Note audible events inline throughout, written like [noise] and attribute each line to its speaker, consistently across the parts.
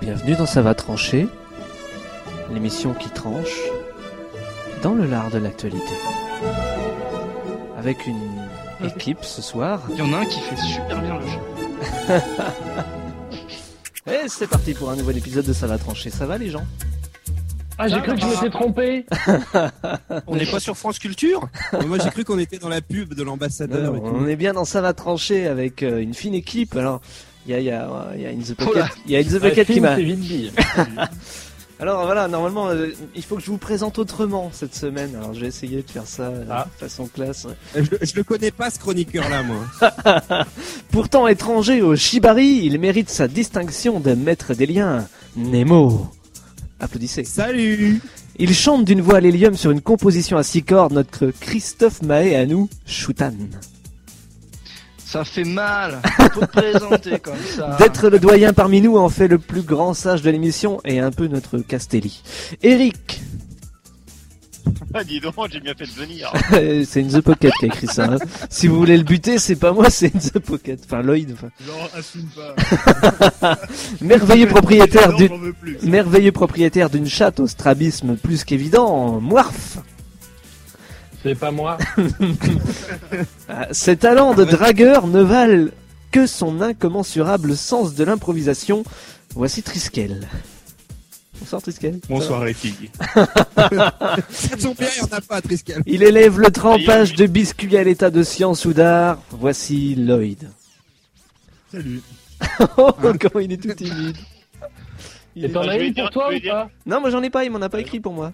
Speaker 1: Bienvenue dans Ça va trancher, l'émission qui tranche dans le lard de l'actualité. Avec une équipe ce soir.
Speaker 2: Il y en a un qui fait super bien le jeu.
Speaker 1: Et c'est parti pour un nouvel épisode de Ça va trancher. Ça va les gens
Speaker 3: Ah, j'ai cru que je m'étais trompé.
Speaker 2: On n'est pas sur France Culture
Speaker 4: Mais moi j'ai cru qu'on était dans la pub de l'ambassadeur et
Speaker 1: Euh, On
Speaker 4: tout.
Speaker 1: est bien dans Ça va trancher avec euh, une fine équipe. Alors, il y a, il y, a, euh, il y a In The Pocket,
Speaker 2: Oh là
Speaker 1: il y a In The
Speaker 3: Ouais,
Speaker 1: Pocket
Speaker 2: [laughs]
Speaker 1: qui
Speaker 3: film,
Speaker 1: m'a...
Speaker 3: c'est vite dit.
Speaker 1: Alors voilà, normalement, euh, il faut que je vous présente autrement cette semaine. Alors, je vais essayer de faire ça euh,
Speaker 3: Ah.
Speaker 1: de façon classe.
Speaker 4: Je, je le connais pas ce chroniqueur là moi.
Speaker 1: Pourtant étranger au Shibari, il mérite sa distinction de maître des liens. Nemo. Applaudissez.
Speaker 4: Salut
Speaker 1: Il chante d'une voix à l'hélium sur une composition à six cordes notre Christophe Mahé à nous, Shoutan.
Speaker 2: Ça fait
Speaker 1: [laughs]
Speaker 2: mal Faut te présenter comme
Speaker 5: Ah.
Speaker 2: ça.
Speaker 1: D'être le doyen parmi nous en fait le plus grand sage de l'émission et un peu notre Castelli. Eric,
Speaker 5: [laughs]
Speaker 1: [laughs]
Speaker 5: Ah, dis donc, j'ai bien fait de venir.
Speaker 1: c'est une The Pocket qui a écrit ça. hein. Si vous voulez le buter, c'est pas moi, c'est une The Pocket. Enfin, Lloyd. enfin.
Speaker 5: Genre, assume pas.
Speaker 1: Merveilleux propriétaire
Speaker 5: Non,
Speaker 1: du...
Speaker 5: j'en veux plus.
Speaker 1: Merveilleux propriétaire d'une chatte au strabisme plus qu'évident, Moirf.
Speaker 3: C'est
Speaker 5: [laughs]
Speaker 3: pas moi.
Speaker 1: Ah, Ses talents de dragueur ne valent que son incommensurable sens de l'improvisation. Voici Triskel. Bonsoir Triskel.
Speaker 5: Bonsoir les filles.
Speaker 4: Ça tombe bien, il n'y en a pas, Triscal.
Speaker 1: Il élève le trempage de biscuits à l'état de science ou d'art. Voici Lloyd.
Speaker 5: Salut.
Speaker 1: [laughs] Oh, comment il est tout timide. Il
Speaker 3: Et
Speaker 1: est-
Speaker 3: t'en
Speaker 5: Bah,
Speaker 3: as
Speaker 5: je vais
Speaker 3: une
Speaker 5: dire-
Speaker 3: pour toi
Speaker 5: je vais
Speaker 3: ou
Speaker 5: dire-
Speaker 3: pas
Speaker 1: Non, moi j'en ai pas, il m'en a pas écrit pour moi.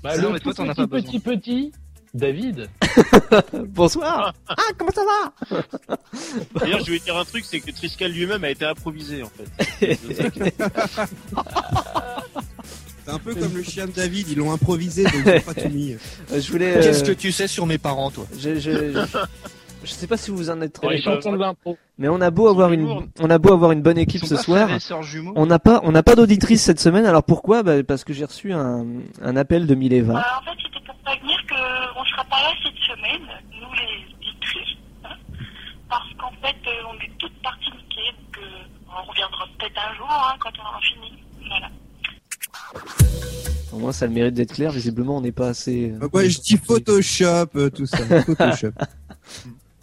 Speaker 3: bah,
Speaker 2: Non,
Speaker 3: Le
Speaker 2: mais toi,
Speaker 3: tout
Speaker 2: t'en as
Speaker 3: petit,
Speaker 2: pas besoin.
Speaker 3: petit, petit, David.
Speaker 1: Bonsoir. Ah, comment ça va
Speaker 5: D'ailleurs, je vais dire un truc, c'est que Triscal lui-même a été improvisé en fait.
Speaker 4: C'est un peu comme le chien de David, ils l'ont improvisé donc ils ont pas tout mis.
Speaker 1: Euh, Je voulais... euh,
Speaker 6: Qu'est-ce que tu sais sur mes parents, toi
Speaker 1: je, je, je- je sais pas si vous en êtes
Speaker 3: Et
Speaker 1: trop...
Speaker 3: les chansons de
Speaker 5: [laughs]
Speaker 3: l'impro.
Speaker 1: Mais on a beau avoir une, on a beau avoir une bonne équipe ce soir.
Speaker 2: Les sœurs jumeaux.
Speaker 1: On n'a pas, on n'a pas d'auditrice cette semaine. Alors pourquoi bah, Parce que j'ai reçu un, un appel de Mileva.
Speaker 7: Bah, en fait, c'était pour prévenir qu'on ne sera pas là cette semaine, nous les auditrices, hein, parce qu'en fait, euh, on est toutes parties niquées, donc euh, on reviendra peut-être un jour hein, quand on aura fini. Voilà.
Speaker 1: Au moins, ça a le mérite d'être clair. Visiblement, on n'est pas assez. euh,
Speaker 4: Bah, moi je dis Photoshop, euh, tout ça. Photoshop.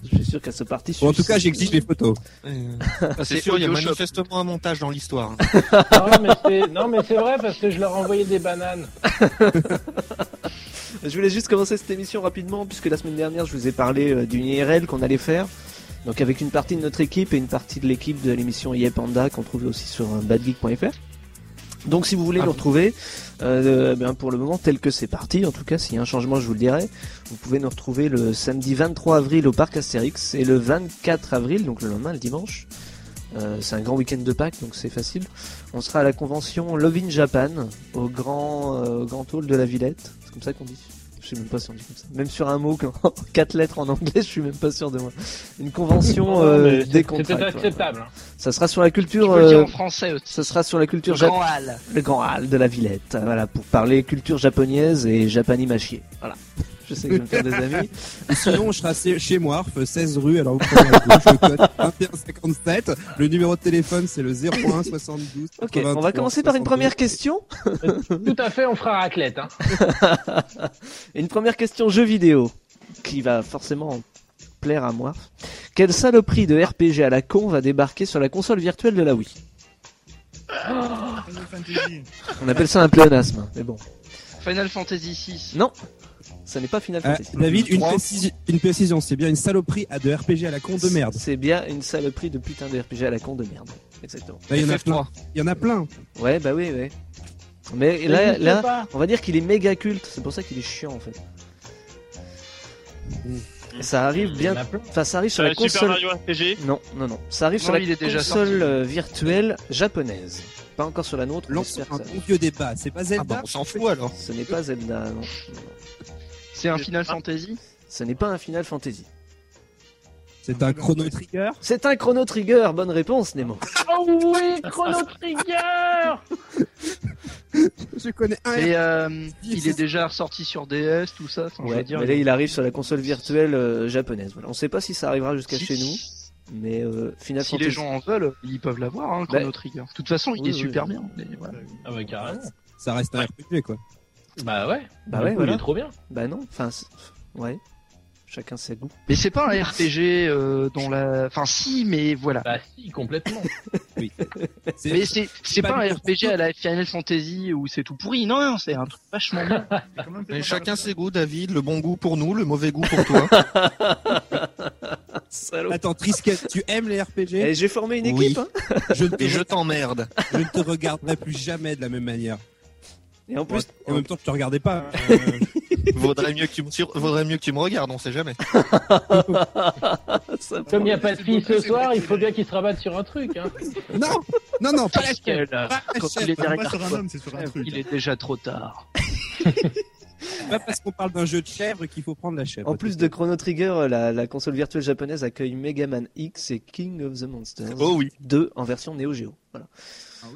Speaker 1: Je suis sûr qu'à ce parti.
Speaker 4: Bon, en tout cas j'exige les photos.
Speaker 6: Ah, C'est
Speaker 2: c'est
Speaker 6: sûr, il y a
Speaker 2: Photoshop.
Speaker 6: manifestement un montage dans l'histoire. hein.
Speaker 3: Non, mais c'est- Non, mais c'est vrai parce que je leur ai envoyé des bananes.
Speaker 1: Je voulais juste commencer cette émission rapidement puisque la semaine dernière, je vous ai parlé euh, d'une IRL qu'on allait faire. Donc avec une partie de notre équipe et une partie de l'équipe de l'émission Yepanda qu'on trouve aussi sur euh, badgeek.fr. Donc si vous voulez nous retrouver, euh, ben, pour le moment tel que c'est parti, en tout cas s'il y a un changement je vous le dirai, vous pouvez nous retrouver le samedi 23 avril au parc Astérix et le 24 avril, donc le lendemain, le dimanche. Euh, c'est un grand week-end de Pâques donc c'est facile. On sera à la convention Love in Japan au grand, euh, au grand hall de la Villette, c'est comme ça qu'on dit. Je sais même pas si on dit comme ça. Même sur un mot, [laughs] en quatre lettres en anglais, je suis même pas sûr de moi. Une convention
Speaker 3: [laughs] Non, mais
Speaker 1: euh,
Speaker 3: c'est-
Speaker 1: décontractée,
Speaker 3: C'était
Speaker 1: voilà.
Speaker 3: acceptable. hein.
Speaker 1: Ça sera sur la
Speaker 2: Je
Speaker 1: culture.
Speaker 2: peux le dire
Speaker 1: euh,
Speaker 2: en français aussi.
Speaker 1: ce sera sur la culture
Speaker 2: Le
Speaker 1: ja-
Speaker 2: grand hall.
Speaker 1: le grand hall de la Villette. Voilà pour parler culture japonaise et japanimachier. Voilà. Je sais que je vais me
Speaker 4: [laughs]
Speaker 1: faire des amis.
Speaker 4: Et sinon je serai chez- chez Moirf, 16 rue, alors vous prenez la gauche, le code 2157. Le numéro de téléphone c'est le 01 72.
Speaker 1: Ok, on va commencer par une première question.
Speaker 3: Tout à fait, on fera raclette. Hein.
Speaker 1: Une première question jeu vidéo qui va forcément plaire à moi. Quelle saloperie de RPG à la con va débarquer sur la console virtuelle de la Wii On appelle ça un pléonasme, mais bon.
Speaker 2: Final Fantasy VI.
Speaker 1: Non, ça n'est pas Final
Speaker 4: Ah,
Speaker 1: Fantasy.
Speaker 4: David, une,
Speaker 6: Trois.
Speaker 4: précisi- une précision, c'est bien une saloperie à de RPG à la con de merde.
Speaker 1: C'est bien une saloperie de putain de RPG à la con de merde. Exactement.
Speaker 4: Là, il y en a plein.
Speaker 6: FF3.
Speaker 4: Il y en a plein.
Speaker 1: Ouais, bah oui, ouais. Mais
Speaker 3: Mais
Speaker 1: là,
Speaker 3: je sais
Speaker 1: là,
Speaker 3: pas.
Speaker 1: on va dire qu'il est méga culte. C'est pour ça qu'il est chiant en fait.
Speaker 2: Hmm.
Speaker 1: Et Ça arrive
Speaker 3: Il y en
Speaker 1: bien.
Speaker 3: a plein.
Speaker 1: Enfin, ça arrive sur
Speaker 5: Euh,
Speaker 1: la
Speaker 5: Super
Speaker 1: console.
Speaker 5: Mario RPG.
Speaker 1: Non, non, non. Ça arrive sur
Speaker 2: Non,
Speaker 1: la
Speaker 2: il est déjà
Speaker 1: console euh, virtuelle japonaise. Pas encore sur la nôtre. mais
Speaker 4: Lance
Speaker 1: j'espère
Speaker 4: un
Speaker 1: que ça-
Speaker 4: bon vieux débat. C'est pas
Speaker 6: Ah
Speaker 4: Zelda
Speaker 6: bah, on s'en fout alors.
Speaker 1: Ce n'est pas Zelda. Non.
Speaker 2: C'est un Final Fantasy
Speaker 1: Ce n'est pas un Final Fantasy.
Speaker 4: C'est un Chrono
Speaker 2: Ah.
Speaker 4: Trigger
Speaker 1: C'est un Chrono Trigger. Bonne réponse, Nemo.
Speaker 3: Oh oui, Chrono Trigger
Speaker 4: Je connais
Speaker 6: Ah,
Speaker 4: un.
Speaker 2: Et euh, il est déjà ressorti sur DS, tout ça. enfin, je veux
Speaker 1: Ouais.
Speaker 2: dire,
Speaker 1: mais là, il arrive sur la console virtuelle euh, japonaise. Voilà. On ne sait pas si ça arrivera jusqu'à
Speaker 2: si-
Speaker 1: chez nous. Mais euh, Final
Speaker 2: Si
Speaker 1: Fantasy-
Speaker 2: les gens en veulent, ils peuvent l'avoir, hein, Chrono
Speaker 1: Bah,
Speaker 2: Trigger. De toute façon, il
Speaker 1: oui,
Speaker 2: est
Speaker 1: oui.
Speaker 2: super bien. mais voilà.
Speaker 3: Ah bah carrément.
Speaker 4: Ça reste un RPG, quoi.
Speaker 3: Bah ouais.
Speaker 1: Bah
Speaker 3: Du
Speaker 1: ouais,
Speaker 3: coup,
Speaker 1: voilà.
Speaker 3: Il est trop bien.
Speaker 1: Bah non, enfin, c'est- ouais. Chacun ses goûts.
Speaker 2: Mais c'est pas un RPG euh, dont la. Enfin, si, mais voilà.
Speaker 3: Bah si,
Speaker 5: [laughs]
Speaker 3: complètement.
Speaker 4: C'est
Speaker 2: Mais c'est c'est pas, un RPG à la Final Fantasy où c'est tout pourri. Non, non, c'est un truc vachement bien.
Speaker 6: [laughs] Mais chacun ses goûts, David. Le bon goût pour nous, le mauvais goût pour [laughs] toi.
Speaker 4: Attends, Triskel, tu aimes les RPG
Speaker 1: Et Eh, j'ai formé une
Speaker 6: Oui.
Speaker 1: équipe, hein
Speaker 4: je, ne te,
Speaker 6: Et je t'emmerde.
Speaker 4: je ne te regarderai plus jamais de la même manière.
Speaker 1: Et en plus,
Speaker 4: Et en même temps, je te regardais pas. Euh,
Speaker 6: Vaudrait mieux que tu me sur- Vaudrait mieux que tu me regardes, on sait jamais.
Speaker 1: ça prend-
Speaker 3: Comme il n'y a pas de fille ce soir, il faut bien qu'il se rabatte sur un truc. Hein.
Speaker 4: Non, non, non, pas la chaîne.
Speaker 2: Pascal, là,
Speaker 4: Pas la
Speaker 2: [laughs] quand
Speaker 4: chaîne.
Speaker 2: il est
Speaker 8: C'est pas
Speaker 2: derrière
Speaker 8: sur un
Speaker 2: toi,
Speaker 8: homme, c'est sur un truc.
Speaker 2: il est déjà trop tard.
Speaker 4: Pas parce qu'on parle d'un jeu de chèvre qu'il faut prendre la chèvre.
Speaker 1: En plus de Chrono Trigger, la, la console virtuelle japonaise accueille Mega Man X et King of the Monsters
Speaker 6: Oh oui.
Speaker 1: 2 en version Neo Geo. Voilà.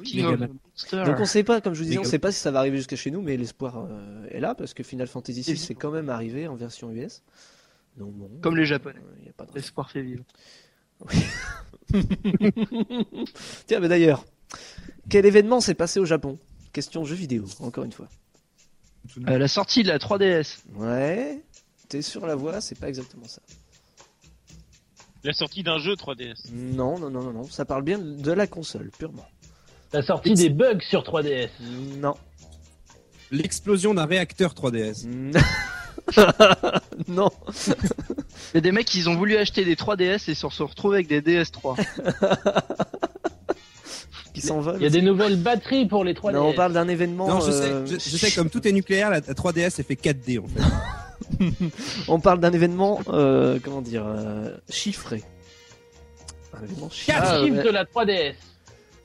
Speaker 2: King of the Monsters.
Speaker 1: Donc on sait pas, comme je vous disais, on
Speaker 4: Mega-
Speaker 1: sait pas si ça va arriver jusqu'à chez nous, mais l'espoir euh, est là parce que Final Fantasy VI c'est quand même arrivé en version US. Donc bon,
Speaker 2: Comme les Japonais.
Speaker 1: euh, y a pas de raison.
Speaker 2: L'espoir fait vivre.
Speaker 1: Tiens, mais d'ailleurs, quel événement s'est passé au Japon Question jeu vidéo, encore une fois.
Speaker 2: Euh, la sortie de la 3DS.
Speaker 1: Ouais, t'es sur la voie, c'est pas exactement ça.
Speaker 5: La sortie d'un jeu 3DS.
Speaker 1: Non, non, non, non, non, ça parle bien de la console, purement.
Speaker 3: La sortie des bugs sur 3DS.
Speaker 1: Non.
Speaker 4: L'explosion d'un réacteur 3DS.
Speaker 1: [laughs] non.
Speaker 2: Il y a des mecs, ils ont voulu acheter des 3DS et se sont retrouvés avec des DS3.
Speaker 1: Qui s'envole.
Speaker 3: Il y a des nouvelles batteries pour les 3DS.
Speaker 1: Non, on parle d'un événement.
Speaker 4: Non, je sais,
Speaker 1: euh,
Speaker 4: je, je sais, comme tout est nucléaire, la 3DS, elle fait 4D, en fait.
Speaker 1: On parle d'un événement, euh, comment dire, euh, chiffré. Un événement chiffré.
Speaker 3: Quatre
Speaker 1: Ah,
Speaker 3: chiffres
Speaker 1: ouais.
Speaker 3: de la 3DS.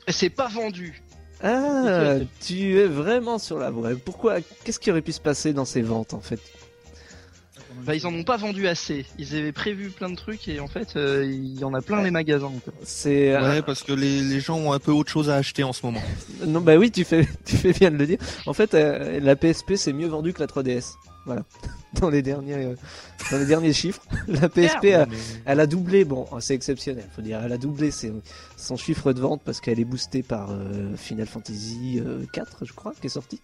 Speaker 2: Et c'est pas vendu.
Speaker 1: Ah, tu es vraiment sur la voie. Pourquoi Qu'est-ce qui aurait pu se passer dans ces ventes en fait
Speaker 2: Bah, ils en ont pas vendu assez. Ils avaient prévu plein de trucs et en fait, euh, il y en a plein les magasins. quoi.
Speaker 1: C'est euh,
Speaker 6: Ouais, parce que les, les gens ont un peu autre chose à acheter en ce moment.
Speaker 1: non, bah oui, tu fais, [laughs] tu fais bien de le dire. En fait, euh, la PSP c'est mieux vendue que la 3DS. Voilà. [laughs] Dans les derniers, euh, dans les derniers chiffres, [laughs] la PSP a, Elle a doublé, bon, oh, c'est exceptionnel, faut dire. Elle a doublé ses- son chiffre de vente parce qu'elle est boostée par euh, Final Fantasy euh, 4, je crois, qui est sorti.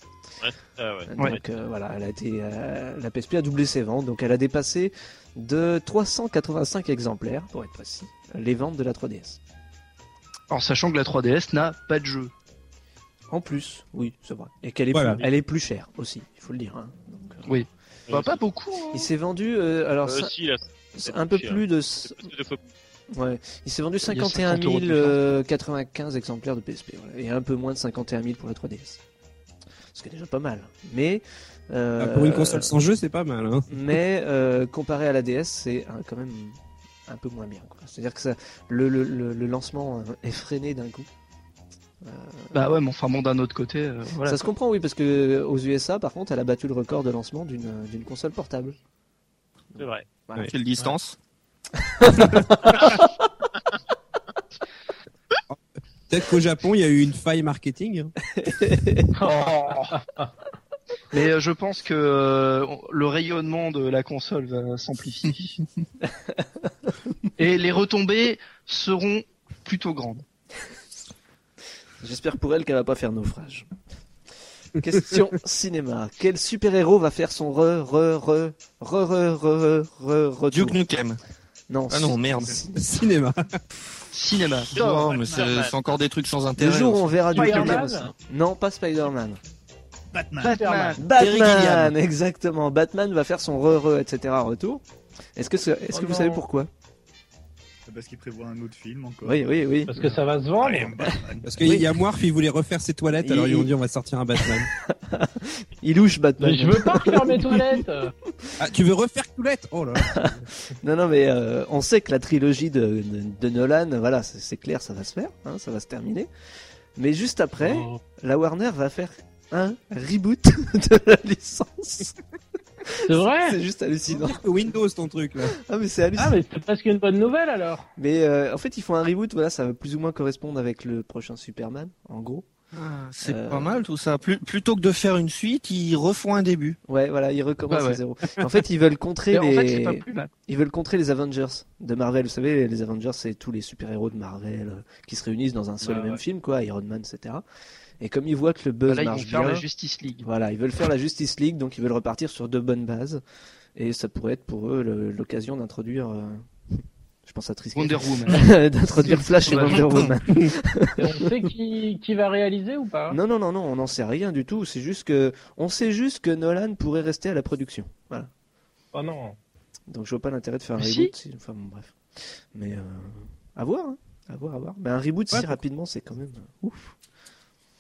Speaker 5: Ah ouais.
Speaker 1: Donc euh, voilà, elle a été, euh, la PSP a doublé ses ventes, donc elle a dépassé de 385 exemplaires, pour être précis, les ventes de la 3DS.
Speaker 2: En sachant que la 3DS n'a pas de jeu.
Speaker 1: En plus, oui, c'est vrai. Et qu'elle est,
Speaker 4: Voilà.
Speaker 1: plus, elle est plus chère aussi, il faut le dire. hein. Donc, euh,
Speaker 2: Oui. Bah,
Speaker 5: Euh,
Speaker 2: pas
Speaker 5: si.
Speaker 2: beaucoup. hein.
Speaker 1: Il s'est vendu, euh, alors,
Speaker 5: Euh,
Speaker 1: ça-
Speaker 5: si, là,
Speaker 1: c'est un peu
Speaker 5: cher.
Speaker 1: plus de.
Speaker 5: c'est passé deux fois plus.
Speaker 1: Ouais, il s'est vendu
Speaker 2: Il y a
Speaker 1: 51
Speaker 2: 50 euros de
Speaker 1: 095 euh, exemplaires de PSP, voilà, et un peu moins de 51 000 pour la 3DS. Ce qui est déjà pas mal. Mais, euh,
Speaker 4: Ah, Pour une console sans jeu, c'est pas mal, hein.
Speaker 1: mais euh, comparé à la DS, c'est hein, quand même un peu moins bien. quoi. C'est-à-dire que ça, le, le, le, le lancement euh, est freiné d'un coup.
Speaker 2: Bah ouais, mais enfin bon, d'un autre côté, euh, voilà.
Speaker 1: Ça se comprend, oui, parce que euh, aux USA, par contre, elle a battu le record de lancement d'une d'une console portable.
Speaker 5: C'est vrai.
Speaker 6: Quelle distance
Speaker 4: Peut-être qu'au Japon, il y a eu une faille marketing. hein.
Speaker 2: Oh, [laughs] Mais euh, je pense que euh, le rayonnement de la console va
Speaker 1: [laughs]
Speaker 2: s'amplifier. Et les retombées seront plutôt grandes.
Speaker 1: J'espère pour elle qu'elle va pas faire naufrage. Question [laughs] cinéma. Quel super-héros va faire son re, re, re, re, re, re, re, re,
Speaker 6: Duke
Speaker 1: retour
Speaker 6: Nukem.
Speaker 1: Non,
Speaker 6: Ah non, merde.
Speaker 1: si-
Speaker 4: Cinéma.
Speaker 2: Cinéma.
Speaker 6: Non, mais c'est c'est encore des trucs sans
Speaker 1: Le
Speaker 6: intérêt.
Speaker 1: jour où on verra Duke Nukem
Speaker 3: Spider-Man
Speaker 1: aussi. Non, pas Spider-Man.
Speaker 8: Batman.
Speaker 2: Batman.
Speaker 1: Batman, exactement. Batman va faire son re, re, etc. retour. Est-ce que, ce- est-ce
Speaker 3: Oh
Speaker 1: que vous
Speaker 3: non.
Speaker 1: savez pourquoi
Speaker 8: C'est parce qu'il prévoit un autre film encore.
Speaker 1: Oui, oui, oui.
Speaker 3: Parce que ça va se vendre.
Speaker 8: Allez, Batman.
Speaker 4: Parce qu'il
Speaker 1: Oui.
Speaker 4: y a Moirf, il voulait refaire ses toilettes, alors ils ont dit on va sortir un Batman.
Speaker 1: Il louche Batman.
Speaker 6: Bah,
Speaker 3: Mais je veux pas refaire mes toilettes.
Speaker 4: Ah, tu veux refaire Toulette Oh là là.
Speaker 1: [laughs] Non, non, mais euh, on sait que la trilogie de, de- de Nolan, voilà, c'est c'est clair, ça va se faire, hein, ça va se terminer. Mais juste après,
Speaker 3: Oh.
Speaker 1: la Warner va faire un reboot [laughs] de la licence.
Speaker 3: C'est vrai
Speaker 1: C'est juste hallucinant.
Speaker 4: Pire que Windows, ton truc, là.
Speaker 1: Ah mais c'est
Speaker 3: Ah
Speaker 1: hallucinant.
Speaker 3: mais c'est presque une bonne nouvelle alors.
Speaker 6: Ah.
Speaker 1: Mais euh, en fait, ils font un reboot, voilà, ça va plus ou moins correspondre avec le prochain Superman, en gros.
Speaker 6: Ah, C'est
Speaker 1: Euh.
Speaker 6: pas mal tout ça. Plus- plutôt que de faire une suite, ils refont un début.
Speaker 1: Ouais, voilà, ils recommencent
Speaker 2: Bah ouais.
Speaker 1: à zéro. En fait, ils veulent contrer
Speaker 2: Mais en fait, c'est
Speaker 1: les,
Speaker 2: pas plus mal.
Speaker 1: ils veulent contrer les Avengers de Marvel. Vous savez, les Avengers, c'est tous les super-héros de Marvel euh, qui se réunissent dans un seul
Speaker 6: Bah
Speaker 1: et
Speaker 5: Ouais,
Speaker 1: même
Speaker 5: ouais.
Speaker 1: film, quoi, Iron Man, etc. Et comme ils voient que le buzz
Speaker 2: Là, ils vont
Speaker 1: marche
Speaker 2: faire
Speaker 1: bien,
Speaker 2: la Justice League.
Speaker 1: voilà, ils veulent faire la Justice League, donc ils veulent repartir sur de bonnes bases. Et ça pourrait être pour eux le- l'occasion d'introduire, euh, [laughs] je pense à Tristan, [laughs]
Speaker 2: Wonder Woman.
Speaker 1: d'introduire Flash et
Speaker 2: Ouais.
Speaker 1: Wonder Woman.
Speaker 3: Et on sait qui, qui va réaliser ou pas
Speaker 1: Non, non, non, non, on n'en sait rien du tout. C'est juste que, on sait juste que Nolan pourrait rester à la production. Voilà.
Speaker 3: Oh non.
Speaker 1: Donc je vois pas l'intérêt de faire un
Speaker 2: Mais
Speaker 1: reboot. si- Enfin bon, bref. Mais euh, à voir, hein. à voir, à voir. Mais un reboot
Speaker 4: Ouais,
Speaker 1: si rapidement, c'est quand
Speaker 4: [laughs]
Speaker 1: même euh, ouf.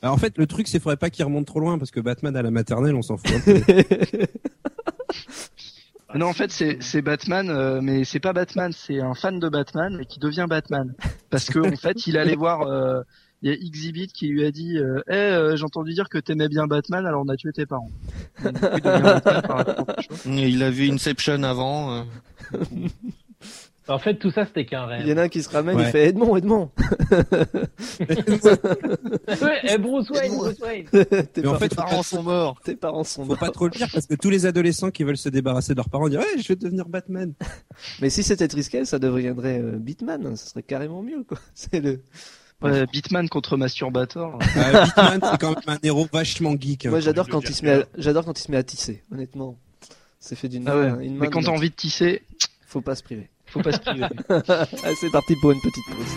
Speaker 4: Alors, Bah, en fait, le truc, c'est qu'il faudrait pas qu'il remonte trop loin parce que Batman à la maternelle, on s'en fout. un peu.
Speaker 2: Non, en fait, c'est c'est Batman, euh, mais c'est pas Batman, c'est un fan de Batman mais qui devient [laughs] Batman. Parce que en fait, il allait voir. euh, Il y a Xzibit qui lui a dit euh, Eh, euh, j'ai entendu dire que t'aimais bien Batman, alors on a tué tes parents. Donc, il devient Batman par la force des choses.
Speaker 6: Et Il a vu Inception avant. euh.
Speaker 3: En fait, tout ça, c'était qu'un
Speaker 1: Il y
Speaker 3: rêve.
Speaker 1: en a un qui se ramène, il
Speaker 4: Ouais.
Speaker 1: fait Edmond, Edmond. [laughs]
Speaker 3: Ouais, eh, Bruce Wayne, Bruce Wayne.
Speaker 1: tes,
Speaker 4: Mais
Speaker 1: [laughs]
Speaker 4: en
Speaker 1: par-
Speaker 4: fait, faut
Speaker 6: Ses
Speaker 4: pas
Speaker 6: parents sont morts.
Speaker 1: tes parents sont
Speaker 4: Faut
Speaker 1: morts.
Speaker 4: pas trop le dire parce que tous les adolescents qui veulent se débarrasser de leurs parents disent ouais je vais devenir
Speaker 1: [laughs]
Speaker 4: Batman.
Speaker 1: Mais si c'était Triskel, ça deviendrait euh, Bitman. hein. Ça serait carrément mieux, quoi. [laughs] C'est le.
Speaker 2: Ouais, Batman contre Masturbator.
Speaker 4: Euh, Batman c'est quand même un héros vachement geek. hein.
Speaker 1: Moi, j'adore
Speaker 8: de
Speaker 1: quand
Speaker 8: dire
Speaker 1: il se met, à... j'adore quand il se met à tisser. Honnêtement, c'est fait d'une
Speaker 2: Ah ouais.
Speaker 1: main- une main.
Speaker 2: Mais quand
Speaker 1: de
Speaker 2: t'as
Speaker 1: l'autre.
Speaker 2: envie de tisser,
Speaker 1: Faut pas se priver.
Speaker 2: faut pas
Speaker 1: [laughs]
Speaker 2: se priver.
Speaker 1: Ah, c'est parti pour une petite pause.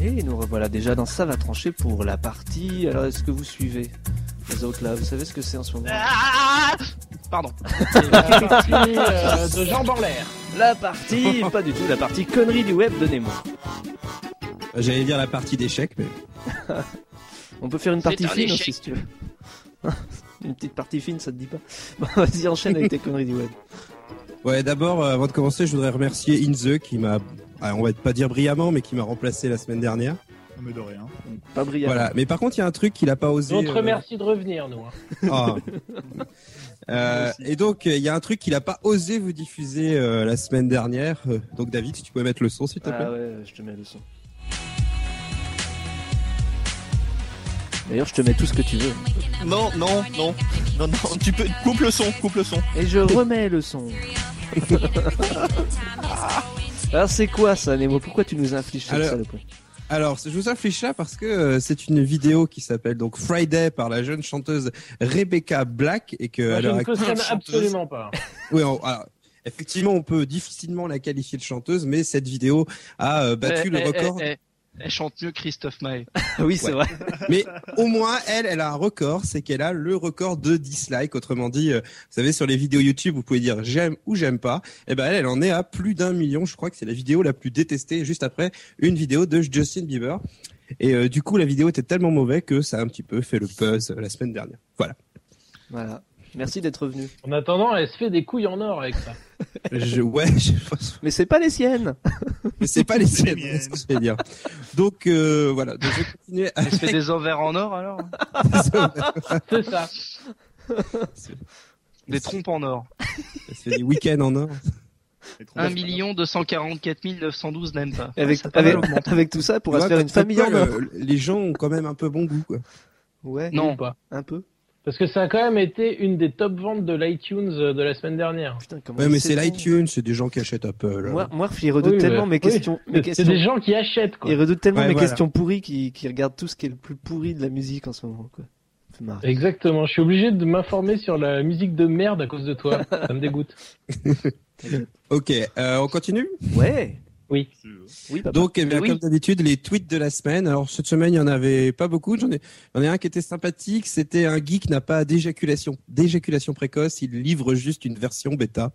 Speaker 1: Et nous revoilà déjà dans Ça va trancher pour la partie. Alors, est-ce que vous suivez les autres là Vous savez ce que c'est en ce moment
Speaker 2: Ah Pardon.
Speaker 3: La partie, euh, de Jean Borlaire.
Speaker 1: La partie, pas du tout, la partie connerie du web, donnez-moi.
Speaker 4: Bah, J'allais dire la partie d'échecs mais
Speaker 1: On peut faire une partie fine aussi si tu veux. [laughs] une petite partie fine, ça te dit pas [laughs] Bon, vas-y, enchaîne avec tes conneries du web.
Speaker 4: ouais d'abord euh, avant de commencer je voudrais remercier Inze qui m'a ah, on va pas dire brillamment mais qui m'a remplacé la semaine dernière.
Speaker 8: Non, mais de rien.
Speaker 1: Pas brillant.
Speaker 4: Voilà mais par contre il y a un truc qu'il a pas osé.
Speaker 3: On te
Speaker 4: euh,
Speaker 3: remercie de revenir, nous. hein.
Speaker 4: Ah. Euh, et donc euh, il y a un truc qu'il a pas osé vous diffuser euh, la semaine dernière. Euh, donc David si tu pouvais mettre le son s'il te plaît.
Speaker 1: Ah ouais, je te mets le son. D'ailleurs, je te mets tout ce que tu veux.
Speaker 6: Non, non, non. Non, non, tu peux. Coupe le son, coupe le son.
Speaker 1: Et je remets le son. [laughs] Alors, c'est quoi ça, Nemo Pourquoi tu nous infliges ça,
Speaker 4: Alors-
Speaker 1: ça le coup
Speaker 4: Alors, je vous inflige ça parce que euh, c'est une vidéo qui s'appelle donc Friday par la jeune chanteuse Rebecca Black et que
Speaker 3: Moi,
Speaker 4: à
Speaker 3: je
Speaker 4: l'heure
Speaker 3: ne
Speaker 4: actuelle,
Speaker 3: cautionne
Speaker 4: chanteuse-
Speaker 3: absolument pas.
Speaker 4: Oui, on- alors, effectivement, on peut difficilement la qualifier de chanteuse, mais cette vidéo a euh, battu
Speaker 2: Eh,
Speaker 4: le
Speaker 2: eh,
Speaker 4: record.
Speaker 2: eh, eh, Elle chante mieux que Christophe Maé.
Speaker 1: Ah oui, c'est
Speaker 4: Ouais.
Speaker 1: vrai.
Speaker 4: Mais au moins, elle, elle a un record, c'est qu'elle a le record de dislike. Autrement dit, euh, vous savez, sur les vidéos YouTube, vous pouvez dire j'aime ou j'aime pas. Et ben elle, elle en est à plus d'un million. Je crois que c'est la vidéo la plus détestée, juste après une vidéo de Justin Bieber. Et euh, du coup, la vidéo était tellement mauvaise que ça a un petit peu fait le buzz euh, la semaine dernière. Voilà.
Speaker 1: Voilà. Merci d'être venu.
Speaker 3: En attendant, elle se fait des couilles en or avec ça.
Speaker 4: Je, ouais, je pense
Speaker 1: Mais c'est pas les siennes
Speaker 4: Mais c'est pas les
Speaker 8: C'est les
Speaker 4: siennes,
Speaker 8: miennes.
Speaker 4: c'est ce que je vais dire. Donc euh, voilà, donc, je vais continuer
Speaker 1: [laughs]
Speaker 4: à
Speaker 2: Elle se fait des ovaires en or alors hein.
Speaker 3: C'est ça.
Speaker 2: Des trompes en or.
Speaker 4: Elle se fait des week-ends en or.
Speaker 8: Les trompes,
Speaker 2: 1 244 912 n'aime
Speaker 1: [laughs]
Speaker 2: pas.
Speaker 4: Ah,
Speaker 1: avec,
Speaker 2: Ça a pas
Speaker 1: avec,
Speaker 2: mal augmenté.
Speaker 1: avec tout ça, elle pourra
Speaker 4: Tu
Speaker 1: se
Speaker 4: vois,
Speaker 1: faire une
Speaker 4: comme ça,
Speaker 1: famille en or.
Speaker 4: le- Les gens ont quand même un peu bon goût. Quoi.
Speaker 1: Ouais,
Speaker 2: Non.
Speaker 3: Ou pas.
Speaker 1: un peu.
Speaker 3: Parce que ça a quand même été une des top ventes de l'iTunes euh, de la semaine dernière.
Speaker 1: Putain, comment
Speaker 4: Ouais,
Speaker 1: il
Speaker 4: mais
Speaker 1: sait
Speaker 4: c'est
Speaker 1: bon.
Speaker 4: l'iTunes, c'est des gens qui achètent Apple.
Speaker 1: Moi, moi, il redoute
Speaker 3: Oui,
Speaker 1: tellement
Speaker 3: ouais.
Speaker 1: mes
Speaker 3: Oui,
Speaker 1: questions. mes
Speaker 3: C'est
Speaker 1: questions.
Speaker 3: des gens qui achètent, quoi.
Speaker 1: Il redoute tellement
Speaker 4: Ouais,
Speaker 1: mes
Speaker 4: voilà.
Speaker 1: questions pourries qui, qui regardent tout ce qui est le plus pourri de la musique en ce moment. Quoi. Ça fait marrer.
Speaker 3: Exactement. Je suis obligé de m'informer sur la musique de merde à cause
Speaker 1: [laughs]
Speaker 3: de toi. ça me dégoûte.
Speaker 4: Ok, euh, on continue
Speaker 1: Ouais,
Speaker 8: si tu veux.
Speaker 1: Ah bah, oui, papa.
Speaker 4: Donc, eh bien,
Speaker 2: Oui.
Speaker 4: comme d'habitude, les tweets de la semaine. Alors, cette semaine, il n'y en avait pas beaucoup. J'en ai, j'en ai un qui était sympathique. C'était un geek n'a pas d'éjaculation, d'éjaculation précoce. Il livre juste une version bêta.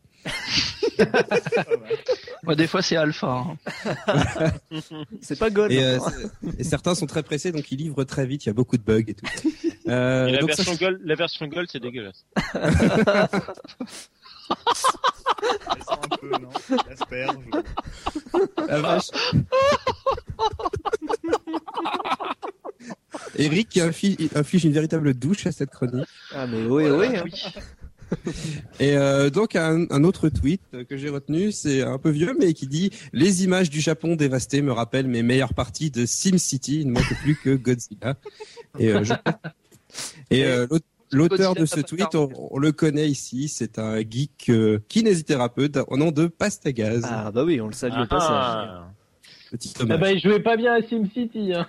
Speaker 8: Pas mal.
Speaker 2: Ouais, des fois c'est alpha. hein.
Speaker 1: c'est pas gold.
Speaker 4: Et,
Speaker 1: hein.
Speaker 4: euh, c'est- et certains sont très pressés, donc ils livrent très vite. Il y a beaucoup de bugs et tout. Euh,
Speaker 5: Et la,
Speaker 4: donc ça,
Speaker 5: version gold, la version gold, c'est dégueulasse.
Speaker 8: Elles sont un peu, non L'asperge.
Speaker 4: Ah, vache. Eric qui inflige, inflige une véritable douche à cette chronique.
Speaker 1: Ah, mais ouais, ouais. hein.
Speaker 4: Et euh, donc un, un autre tweet que j'ai retenu, c'est un peu vieux, mais qui dit « Les images du Japon dévastées me rappellent mes meilleures parties de SimCity, il ne manque plus que Godzilla. » Et, euh, je- Et euh, l'aute- l'auteur de ce tweet, on, on le connaît ici, c'est un geek euh, kinésithérapeute au nom de Pastagaz.
Speaker 1: Ah bah oui, on le salue au passage.
Speaker 5: Ah.
Speaker 4: Petit
Speaker 3: Ah
Speaker 4: hommage.
Speaker 3: bah, il jouait pas bien à
Speaker 1: [laughs]
Speaker 3: SimCity. Hein.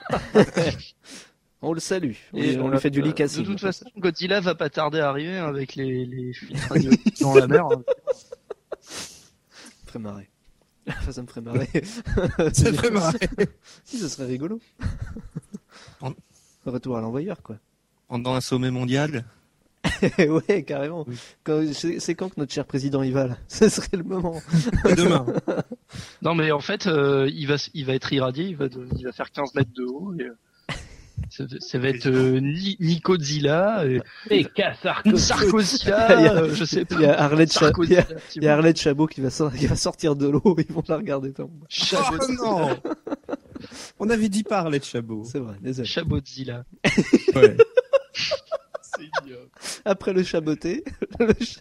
Speaker 1: On le salue.
Speaker 2: Et,
Speaker 1: Et on
Speaker 2: euh,
Speaker 1: lui fait du lit
Speaker 2: De toute façon, Godzilla va pas tarder à arriver hein, avec les, les fuites
Speaker 1: [laughs]
Speaker 2: radio dans la mer. hein.
Speaker 1: Ça me ferait marrer. [laughs] Enfin, ça me ferait
Speaker 4: [laughs]
Speaker 1: marrer.
Speaker 4: Ça me ferait marrer.
Speaker 1: Si, ce serait rigolo.
Speaker 6: En-
Speaker 1: [laughs] Retour à l'envoyeur, quoi. [laughs]
Speaker 6: Pendant un sommet mondial.
Speaker 1: ouais, carrément. Quand- C'est c'est quand que notre cher président y va, là [laughs] Ce serait le moment.
Speaker 4: Et demain.
Speaker 2: Non, mais en fait, euh, il va, s- il va être irradié, il va, de- il va faire 15 mètres de haut. Et, euh, [laughs] ça, ça va être euh, Ni- Nicodzilla, et
Speaker 3: Et
Speaker 1: [laughs]
Speaker 3: Kassarkos.
Speaker 1: Il y
Speaker 2: Sarkozia,
Speaker 1: a-
Speaker 2: euh, je sais pas.
Speaker 1: Il y a Arlette, Cha- il y
Speaker 2: Sarkozia,
Speaker 1: a- il y a Arlette Chabot qui va, sor- [laughs] qui va sortir de l'eau. Ils vont la regarder tomber.
Speaker 4: Oh
Speaker 2: Chabot-
Speaker 4: non On avait dit parler de Chabot.
Speaker 1: C'est vrai, désolé.
Speaker 2: Chabotzilla.
Speaker 4: Ouais.
Speaker 1: Après le chaboté, [laughs] le cha-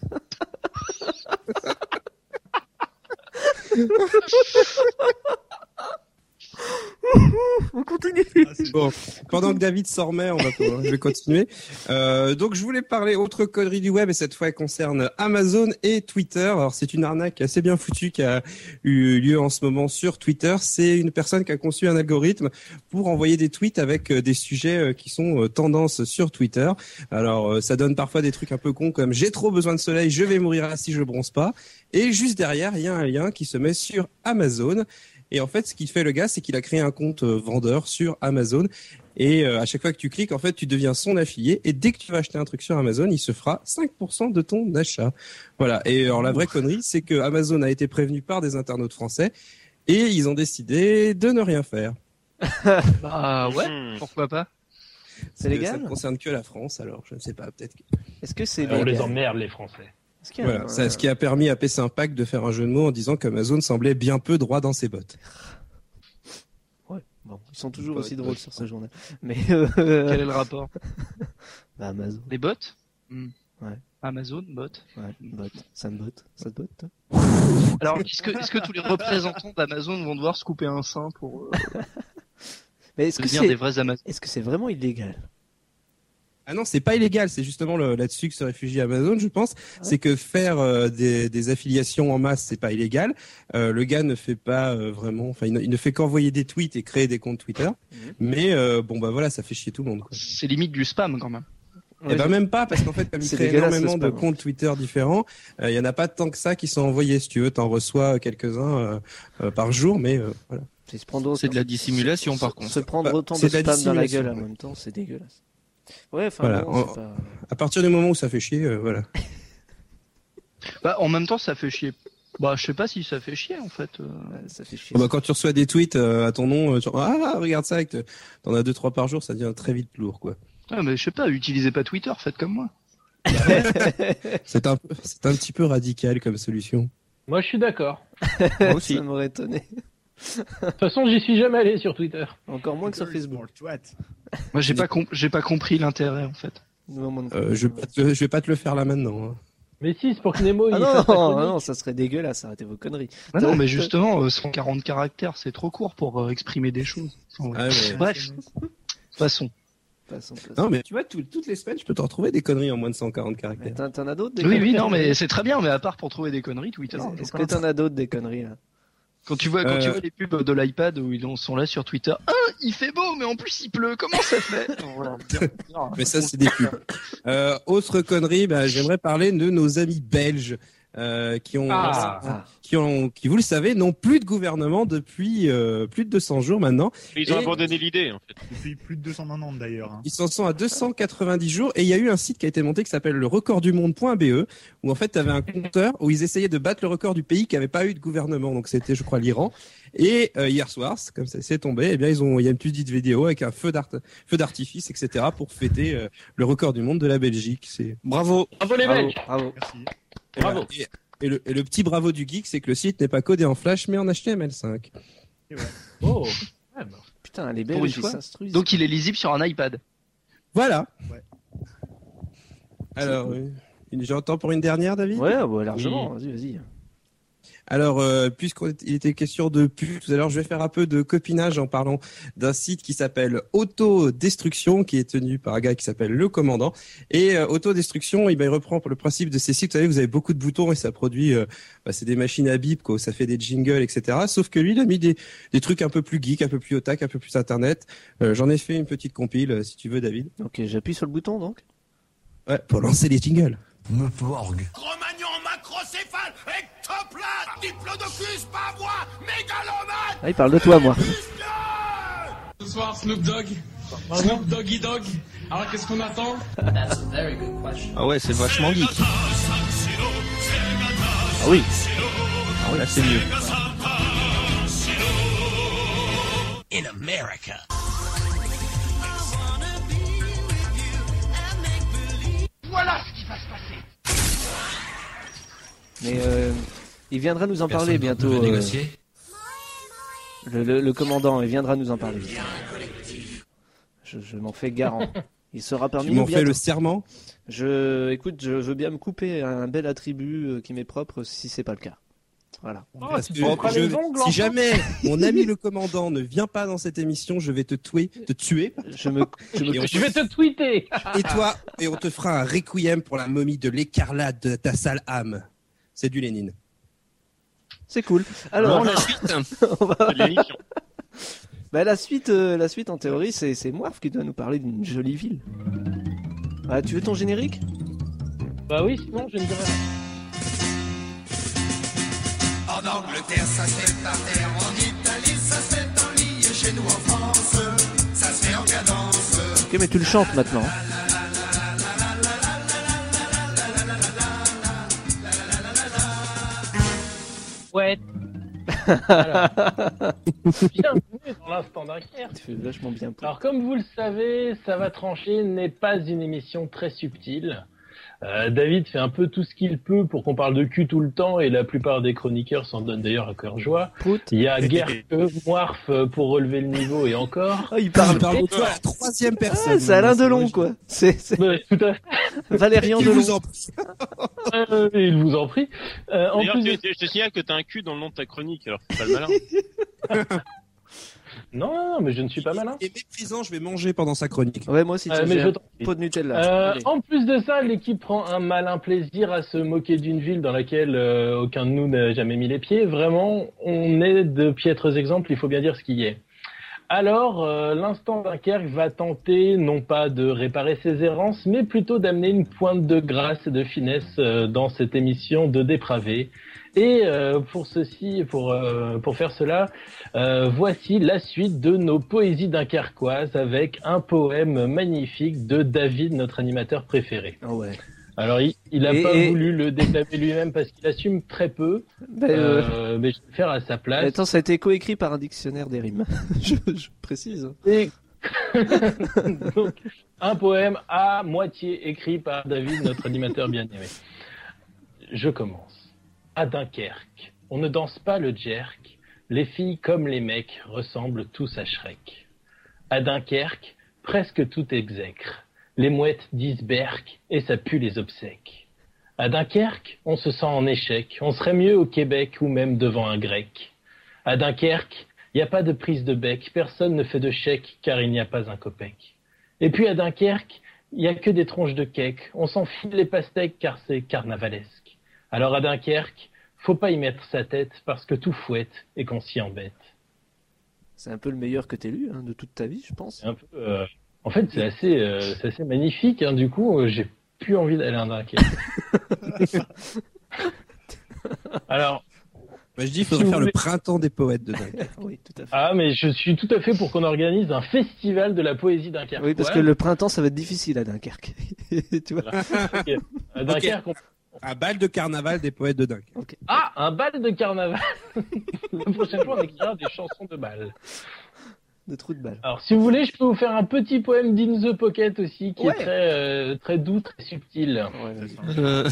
Speaker 1: on continue.
Speaker 8: Ah, c'est-
Speaker 4: Bon, pendant que David s'ormait, on va pouvoir- je vais continuer. Euh, donc, je voulais parler autre connerie du web et cette fois, elle concerne Amazon et Twitter. Alors, c'est une arnaque assez bien foutue qui a eu lieu en ce moment sur Twitter. C'est une personne qui a conçu un algorithme pour envoyer des tweets avec euh, des sujets euh, qui sont euh, tendances sur Twitter. Alors, euh, ça donne parfois des trucs un peu cons comme j'ai trop besoin de soleil, je vais mourir là si je bronze pas. Et juste derrière, il y a un lien qui se met sur Amazon. Et en fait, ce qu'il fait le gars, c'est qu'il a créé un compte euh, vendeur sur Amazon. Et euh, à chaque fois que tu cliques, en fait, tu deviens son affilié. Et dès que tu vas acheter un truc sur Amazon, il se fera 5% de ton achat. Voilà. Et alors, la vraie connerie, c'est que Amazon a été prévenu par des internautes français et ils ont décidé de ne rien faire.
Speaker 2: Bah ouais,
Speaker 5: Hmm.
Speaker 2: pourquoi pas.
Speaker 1: C'est légal
Speaker 4: Ça ne concerne que la France, alors je ne sais pas, peut-être. que-
Speaker 1: Est-ce que c'est
Speaker 3: Ah, On les
Speaker 1: légal
Speaker 3: emmerde, les Français.
Speaker 1: Est-ce qu'il y a
Speaker 4: Voilà.
Speaker 1: un-
Speaker 4: C'est ce qui a permis à PC Impact de faire un jeu de mots en disant qu'Amazon semblait bien peu droit dans ses bottes.
Speaker 1: Ouais, bon, ils sont toujours
Speaker 4: Pas-
Speaker 1: aussi
Speaker 4: pas-
Speaker 1: drôles sur ce journal. Mais euh,
Speaker 2: Quel est le rapport
Speaker 1: bah, Amazon,
Speaker 2: Les bots
Speaker 1: Ouais.
Speaker 2: Amazon, bot.
Speaker 1: ouais, bot, ça me botte, ça te botte. toi
Speaker 2: Alors, est-ce que, est-ce que tous les représentants d'Amazon vont devoir se couper un sein pour euh,
Speaker 1: Mais est-ce que
Speaker 2: devenir
Speaker 1: c'est
Speaker 2: des vrais Amazon
Speaker 1: est-ce que c'est vraiment illégal
Speaker 4: Ah non, c'est pas illégal, c'est justement le- là-dessus que se réfugie Amazon, je pense. C'est que faire euh, des, des affiliations en masse, c'est pas illégal. Euh, le gars ne fait pas euh, vraiment, enfin, il ne, il ne fait qu'envoyer des tweets et créer des comptes Twitter.
Speaker 1: Mmh.
Speaker 4: Mais euh, bon, bah voilà, ça fait chier tout le monde. Quoi.
Speaker 2: C'est limite du spam quand même.
Speaker 4: Eh ben même pas, parce qu'en
Speaker 1: [laughs]
Speaker 4: fait, comme il
Speaker 1: C'est
Speaker 4: crée
Speaker 1: dégueulasse,
Speaker 4: énormément
Speaker 1: ce
Speaker 4: de
Speaker 1: spam.
Speaker 4: comptes Twitter différents, euh, il y en a pas tant que ça qui sont envoyés. Si tu veux, t'en reçois euh, quelques-uns euh, euh, par jour, mais euh, voilà.
Speaker 1: C'est se prendre
Speaker 6: C'est de la dissimulation,
Speaker 1: se-
Speaker 6: par
Speaker 1: se-
Speaker 6: contre.
Speaker 1: Se prendre
Speaker 4: Bah,
Speaker 1: autant de
Speaker 4: c'est de la
Speaker 1: spam dans la
Speaker 4: dissimulation,
Speaker 1: gueule en
Speaker 4: ouais.
Speaker 1: même temps, c'est dégueulasse. Ouais, enfin
Speaker 4: Voilà,
Speaker 1: bon,
Speaker 4: on-
Speaker 1: c'est pas...
Speaker 4: À partir du moment où ça fait chier, euh,
Speaker 1: [laughs]
Speaker 4: voilà.
Speaker 2: Bah, en même temps, ça fait chier. Bah, je sais pas si ça fait chier en fait. euh.
Speaker 1: ouais, ça fait
Speaker 6: Oh,
Speaker 1: chier.
Speaker 4: Bon, bah, quand tu reçois des tweets euh, à ton nom, euh, genre, ah regarde ça, et que t'en as deux trois par jour, ça devient très vite lourd, quoi.
Speaker 2: Ouais, Ah, mais je sais pas, utilisez pas Twitter, faites comme moi.
Speaker 4: C'est un, peu- c'est un petit peu radical comme solution.
Speaker 3: Moi, je suis d'accord.
Speaker 6: [laughs] Moi
Speaker 1: [laughs]
Speaker 6: aussi.
Speaker 1: Ça m'aurait étonné.
Speaker 3: De toute façon, j'y suis jamais allé sur Twitter.
Speaker 1: Encore moins que sur
Speaker 8: Girls
Speaker 1: Facebook.
Speaker 8: for twat.
Speaker 2: Moi, j'ai pas, com- j'ai pas compris l'intérêt en fait.
Speaker 1: Non, moi non plus.
Speaker 4: Euh, je, vais pas te le- je vais pas te le faire là maintenant. hein.
Speaker 3: Mais si, c'est pour que Nemo, il
Speaker 1: Ah non, [laughs]
Speaker 3: fasse sa
Speaker 1: non,
Speaker 3: chronique.
Speaker 1: non, ça serait dégueulasse, arrêtez vos conneries.
Speaker 2: Ah non, mais justement, euh, 140 caractères, c'est trop court pour euh, exprimer des choses. Enfin, ouais.
Speaker 4: Ah, mais-
Speaker 2: Bref, passons.
Speaker 1: Passons, passons.
Speaker 4: Non, mais tu vois, tout- toutes les semaines, je peux t'en retrouver des conneries en moins de 140
Speaker 1: Mais
Speaker 4: caractères.
Speaker 1: t'en t'en as d'autres des
Speaker 2: Oui,
Speaker 1: conneries
Speaker 2: oui, non, mais c'est très bien, mais à part pour trouver des conneries, Twitter.
Speaker 1: Est-ce-
Speaker 2: je
Speaker 1: Est-ce
Speaker 2: sais
Speaker 1: que
Speaker 2: pas.
Speaker 1: t'en as d'autres des conneries là
Speaker 2: Quand tu vois, quand tu
Speaker 4: Euh,
Speaker 2: vois les pubs de l'iPad où ils en sont là sur Twitter, ah, il fait beau, mais en plus il pleut. Comment ça fait Voilà.
Speaker 4: Mais ça, c'est des pubs. Euh, autre connerie, bah, j'aimerais parler de nos amis belges euh, qui ont
Speaker 3: Ah.
Speaker 4: qui ont qui vous le savez n'ont plus de gouvernement depuis euh, plus de 200 jours maintenant.
Speaker 5: Ils ont
Speaker 4: Et-
Speaker 5: abandonné l'idée, hein. en fait.
Speaker 8: Depuis plus de 290 d'ailleurs. hein.
Speaker 4: Ils s'en sont à 290 jours et il y a eu un site qui a été monté qui s'appelle le recorddumonde.be E, où en fait tu avais un compteur où ils essayaient de battre le record du pays qui n'avait pas eu de gouvernement donc c'était je crois l'Iran et euh, hier soir c'est comme ça c'est tombé et bien ils ont il y a une petite vidéo avec un feu d'art feu d'artifice etc pour fêter euh, le record du monde de la Belgique c'est
Speaker 6: Bravo.
Speaker 3: Bravo les
Speaker 1: Bravo,
Speaker 3: Belges
Speaker 1: bravo.
Speaker 8: Merci.
Speaker 3: Bravo.
Speaker 4: et, et le, et le petit bravo du geek c'est que le site n'est pas codé en Flash mais en HTML5
Speaker 3: Oh
Speaker 1: Putain, les
Speaker 2: Pour
Speaker 1: Belges,
Speaker 2: une
Speaker 1: ils
Speaker 2: fois.
Speaker 1: s'instruisent.
Speaker 2: Donc il est lisible sur un iPad.
Speaker 4: voilà
Speaker 8: Ouais.
Speaker 4: alors euh, Une- J'entends pour une dernière, David
Speaker 1: Ouais, bah, largement, vas-y, vas-y.
Speaker 4: Alors, euh, puisqu'il était question de pub tout à l'heure, je vais faire un peu de copinage en parlant d'un site qui s'appelle Autodestruction, qui est tenu par un gars qui s'appelle Le Commandant. Et euh, Autodestruction, eh ben, il reprend le principe de ces sites. Vous savez, vous avez beaucoup de boutons et ça produit, euh, bah, c'est des machines à bip, quoi, ça fait des jingles, etc. Sauf que lui, il a mis des, des trucs un peu plus geek, un peu plus otac, un peu plus Internet. Euh, J'en ai fait une petite compile, euh, si tu veux, David.
Speaker 1: Ok, j'appuie sur le bouton donc.
Speaker 4: Ouais, pour lancer les jingles.
Speaker 9: Meporg.
Speaker 1: Ah, il parle de toi, moi.
Speaker 10: Ce soir, Snoop Dogg. Snoop Doggy Dog. Alors, qu'est-ce qu'on attend
Speaker 6: Ah ouais, c'est vachement geek.
Speaker 1: Ah oui.
Speaker 6: Ah ouais, là, c'est mieux.
Speaker 9: In America.
Speaker 1: Mais euh, il viendra nous en
Speaker 9: Personne
Speaker 1: parler
Speaker 9: ne
Speaker 1: bientôt.
Speaker 9: veut
Speaker 1: euh,
Speaker 9: négocier.
Speaker 1: le, le- le commandant, il viendra nous en parler. Je, je m'en
Speaker 9: [laughs]
Speaker 1: fais garant. Il sera parmi
Speaker 4: Tu
Speaker 1: nous
Speaker 4: m'en fais
Speaker 1: bientôt.
Speaker 4: le serment
Speaker 1: Je, écoute, je veux bien me couper un bel attribut euh, qui m'est propre si c'est pas le cas. Voilà.
Speaker 4: Parce que
Speaker 3: te prends pas
Speaker 4: je-
Speaker 3: les ongles,
Speaker 4: si
Speaker 3: enfin
Speaker 4: jamais mon ami le commandant ne vient pas dans cette émission, je vais te tuer, te tuer.
Speaker 1: Je me, je me-
Speaker 4: Et, on-
Speaker 3: Je vais te tweeter
Speaker 4: et toi, et on te fera un requiem pour la momie de l'écarlate de ta sale âme. C'est du Lénine.
Speaker 1: C'est cool. Alors,
Speaker 6: Bon, la suite.
Speaker 1: [laughs] on va-
Speaker 5: C'est l'émission.
Speaker 1: [laughs] bah, la suite, euh, la suite en théorie, c'est c'est Moirf qui doit nous parler d'une jolie ville. Ah, tu veux ton générique
Speaker 3: Bah oui, sinon je ne dirais rien.
Speaker 9: En Angleterre, ça se fait à terre. En Italie, ça se fait en ligne. Chez nous, en France, ça se fait en cadence.
Speaker 1: Ok, mais tu le chantes maintenant. hein.
Speaker 3: Ouais. Voilà. Bienvenue dans l'instant d'un tiers.
Speaker 1: Tu fais vachement bien. pour-
Speaker 3: Alors, comme vous le savez, Ça va trancher n'est pas une émission très subtile. Euh, David fait un peu tout ce qu'il peut pour qu'on parle de cul tout le temps et la plupart des chroniqueurs s'en donnent d'ailleurs à cœur joie.
Speaker 1: Prout.
Speaker 3: Il y a guère que [laughs] Moirf euh, pour relever le niveau et encore.
Speaker 1: Ah, il parle.
Speaker 4: parle de toi à la troisième personne.
Speaker 1: Ah, c'est Alain Delon,
Speaker 4: moi, je-
Speaker 1: quoi. [laughs] C'est c'est
Speaker 3: Euh, tout à
Speaker 1: Valérian
Speaker 4: Qui vous
Speaker 1: Delon.
Speaker 4: en prie.
Speaker 3: fait, euh, il vous en prie. Euh, en
Speaker 5: D'ailleurs,
Speaker 3: plus de
Speaker 5: tu- tu- je te signale que t'as un cul dans le nom de ta chronique, alors c'est pas le malin.
Speaker 3: Non, non, non, mais je ne suis pas malin.
Speaker 4: Et méprisant, je vais manger pendant sa chronique.
Speaker 1: Ouais, moi aussi,
Speaker 3: Euh,
Speaker 1: tiens,
Speaker 3: mais
Speaker 1: j'ai
Speaker 3: je
Speaker 1: un
Speaker 3: t'en
Speaker 1: pot de Nutella.
Speaker 3: Euh,
Speaker 1: Allez.
Speaker 3: en plus de ça, l'équipe prend un malin plaisir à se moquer d'une ville dans laquelle euh, aucun de nous n'a jamais mis les pieds. Vraiment, on est de piètres exemples, il faut bien dire ce qu'il y est. Alors, euh, l'instant Dunkerque va tenter non pas de réparer ses errances, mais plutôt d'amener une pointe de grâce et de finesse euh, dans cette émission de dépravés. Et euh, pour ceci, pour, euh, pour faire cela, euh, voici la suite de nos poésies dunkerquoises avec un poème magnifique de David, notre animateur préféré.
Speaker 1: Ah
Speaker 3: [laughs]
Speaker 1: ouais.
Speaker 3: Alors, il, il a
Speaker 1: Et-
Speaker 3: pas
Speaker 1: et-
Speaker 3: voulu le déclamer lui-même parce qu'il assume très peu,
Speaker 1: Bah, euh,
Speaker 3: euh, mais je vais le faire à sa place.
Speaker 1: Attends, ça a été coécrit par un dictionnaire des rimes. [laughs] je, je précise. hein.
Speaker 3: Et- [laughs] Donc, un poème à moitié écrit par David, notre animateur bien-aimé. Je commence. À Dunkerque, on ne danse pas le jerk, les filles comme les mecs ressemblent tous à Shrek. À Dunkerque, presque tout exècre, les mouettes disent berk et ça pue les obsèques. À Dunkerque, on se sent en échec, on serait mieux au Québec ou même devant un grec. À Dunkerque, il n'y a pas de prise de bec, personne ne fait de chèque car il n'y a pas un copec. Et puis à Dunkerque, il n'y a que des tronches de cake, on s'enfile les pastèques car c'est carnavalesque. Alors à Dunkerque, faut pas y mettre sa tête parce que tout fouette et qu'on s'y embête.
Speaker 1: C'est un peu le meilleur que t'aies lu hein, de toute ta vie, je pense.
Speaker 3: C'est un peu, euh, En fait, c'est assez, euh, c'est assez magnifique, hein, du coup, euh, j'ai plus envie d'aller à Dunkerque. Alors,
Speaker 4: Moi, Bah, je dis, il faudrait
Speaker 3: Si vous
Speaker 4: faire le
Speaker 3: voulez.
Speaker 4: printemps des poètes dedans.
Speaker 1: oui, tout à fait.
Speaker 3: ah, mais je suis tout à fait pour qu'on organise un festival de la poésie Dunkerque.
Speaker 1: oui, parce que le printemps, ça va être difficile à Dunkerque. [laughs] tu vois.
Speaker 3: À Dunkerque, on
Speaker 4: Un bal de carnaval des poètes de dingue.
Speaker 3: Ah, un bal de carnaval [laughs] La prochaine fois, on écrira des chansons de bal.
Speaker 1: De trous de balle.
Speaker 3: Alors, si vous voulez, je peux vous faire un petit poème d'In the Pocket aussi, qui
Speaker 1: Ouais.
Speaker 3: est très, euh, très doux, très subtil.
Speaker 1: Ouais, vas-y.
Speaker 6: Euh,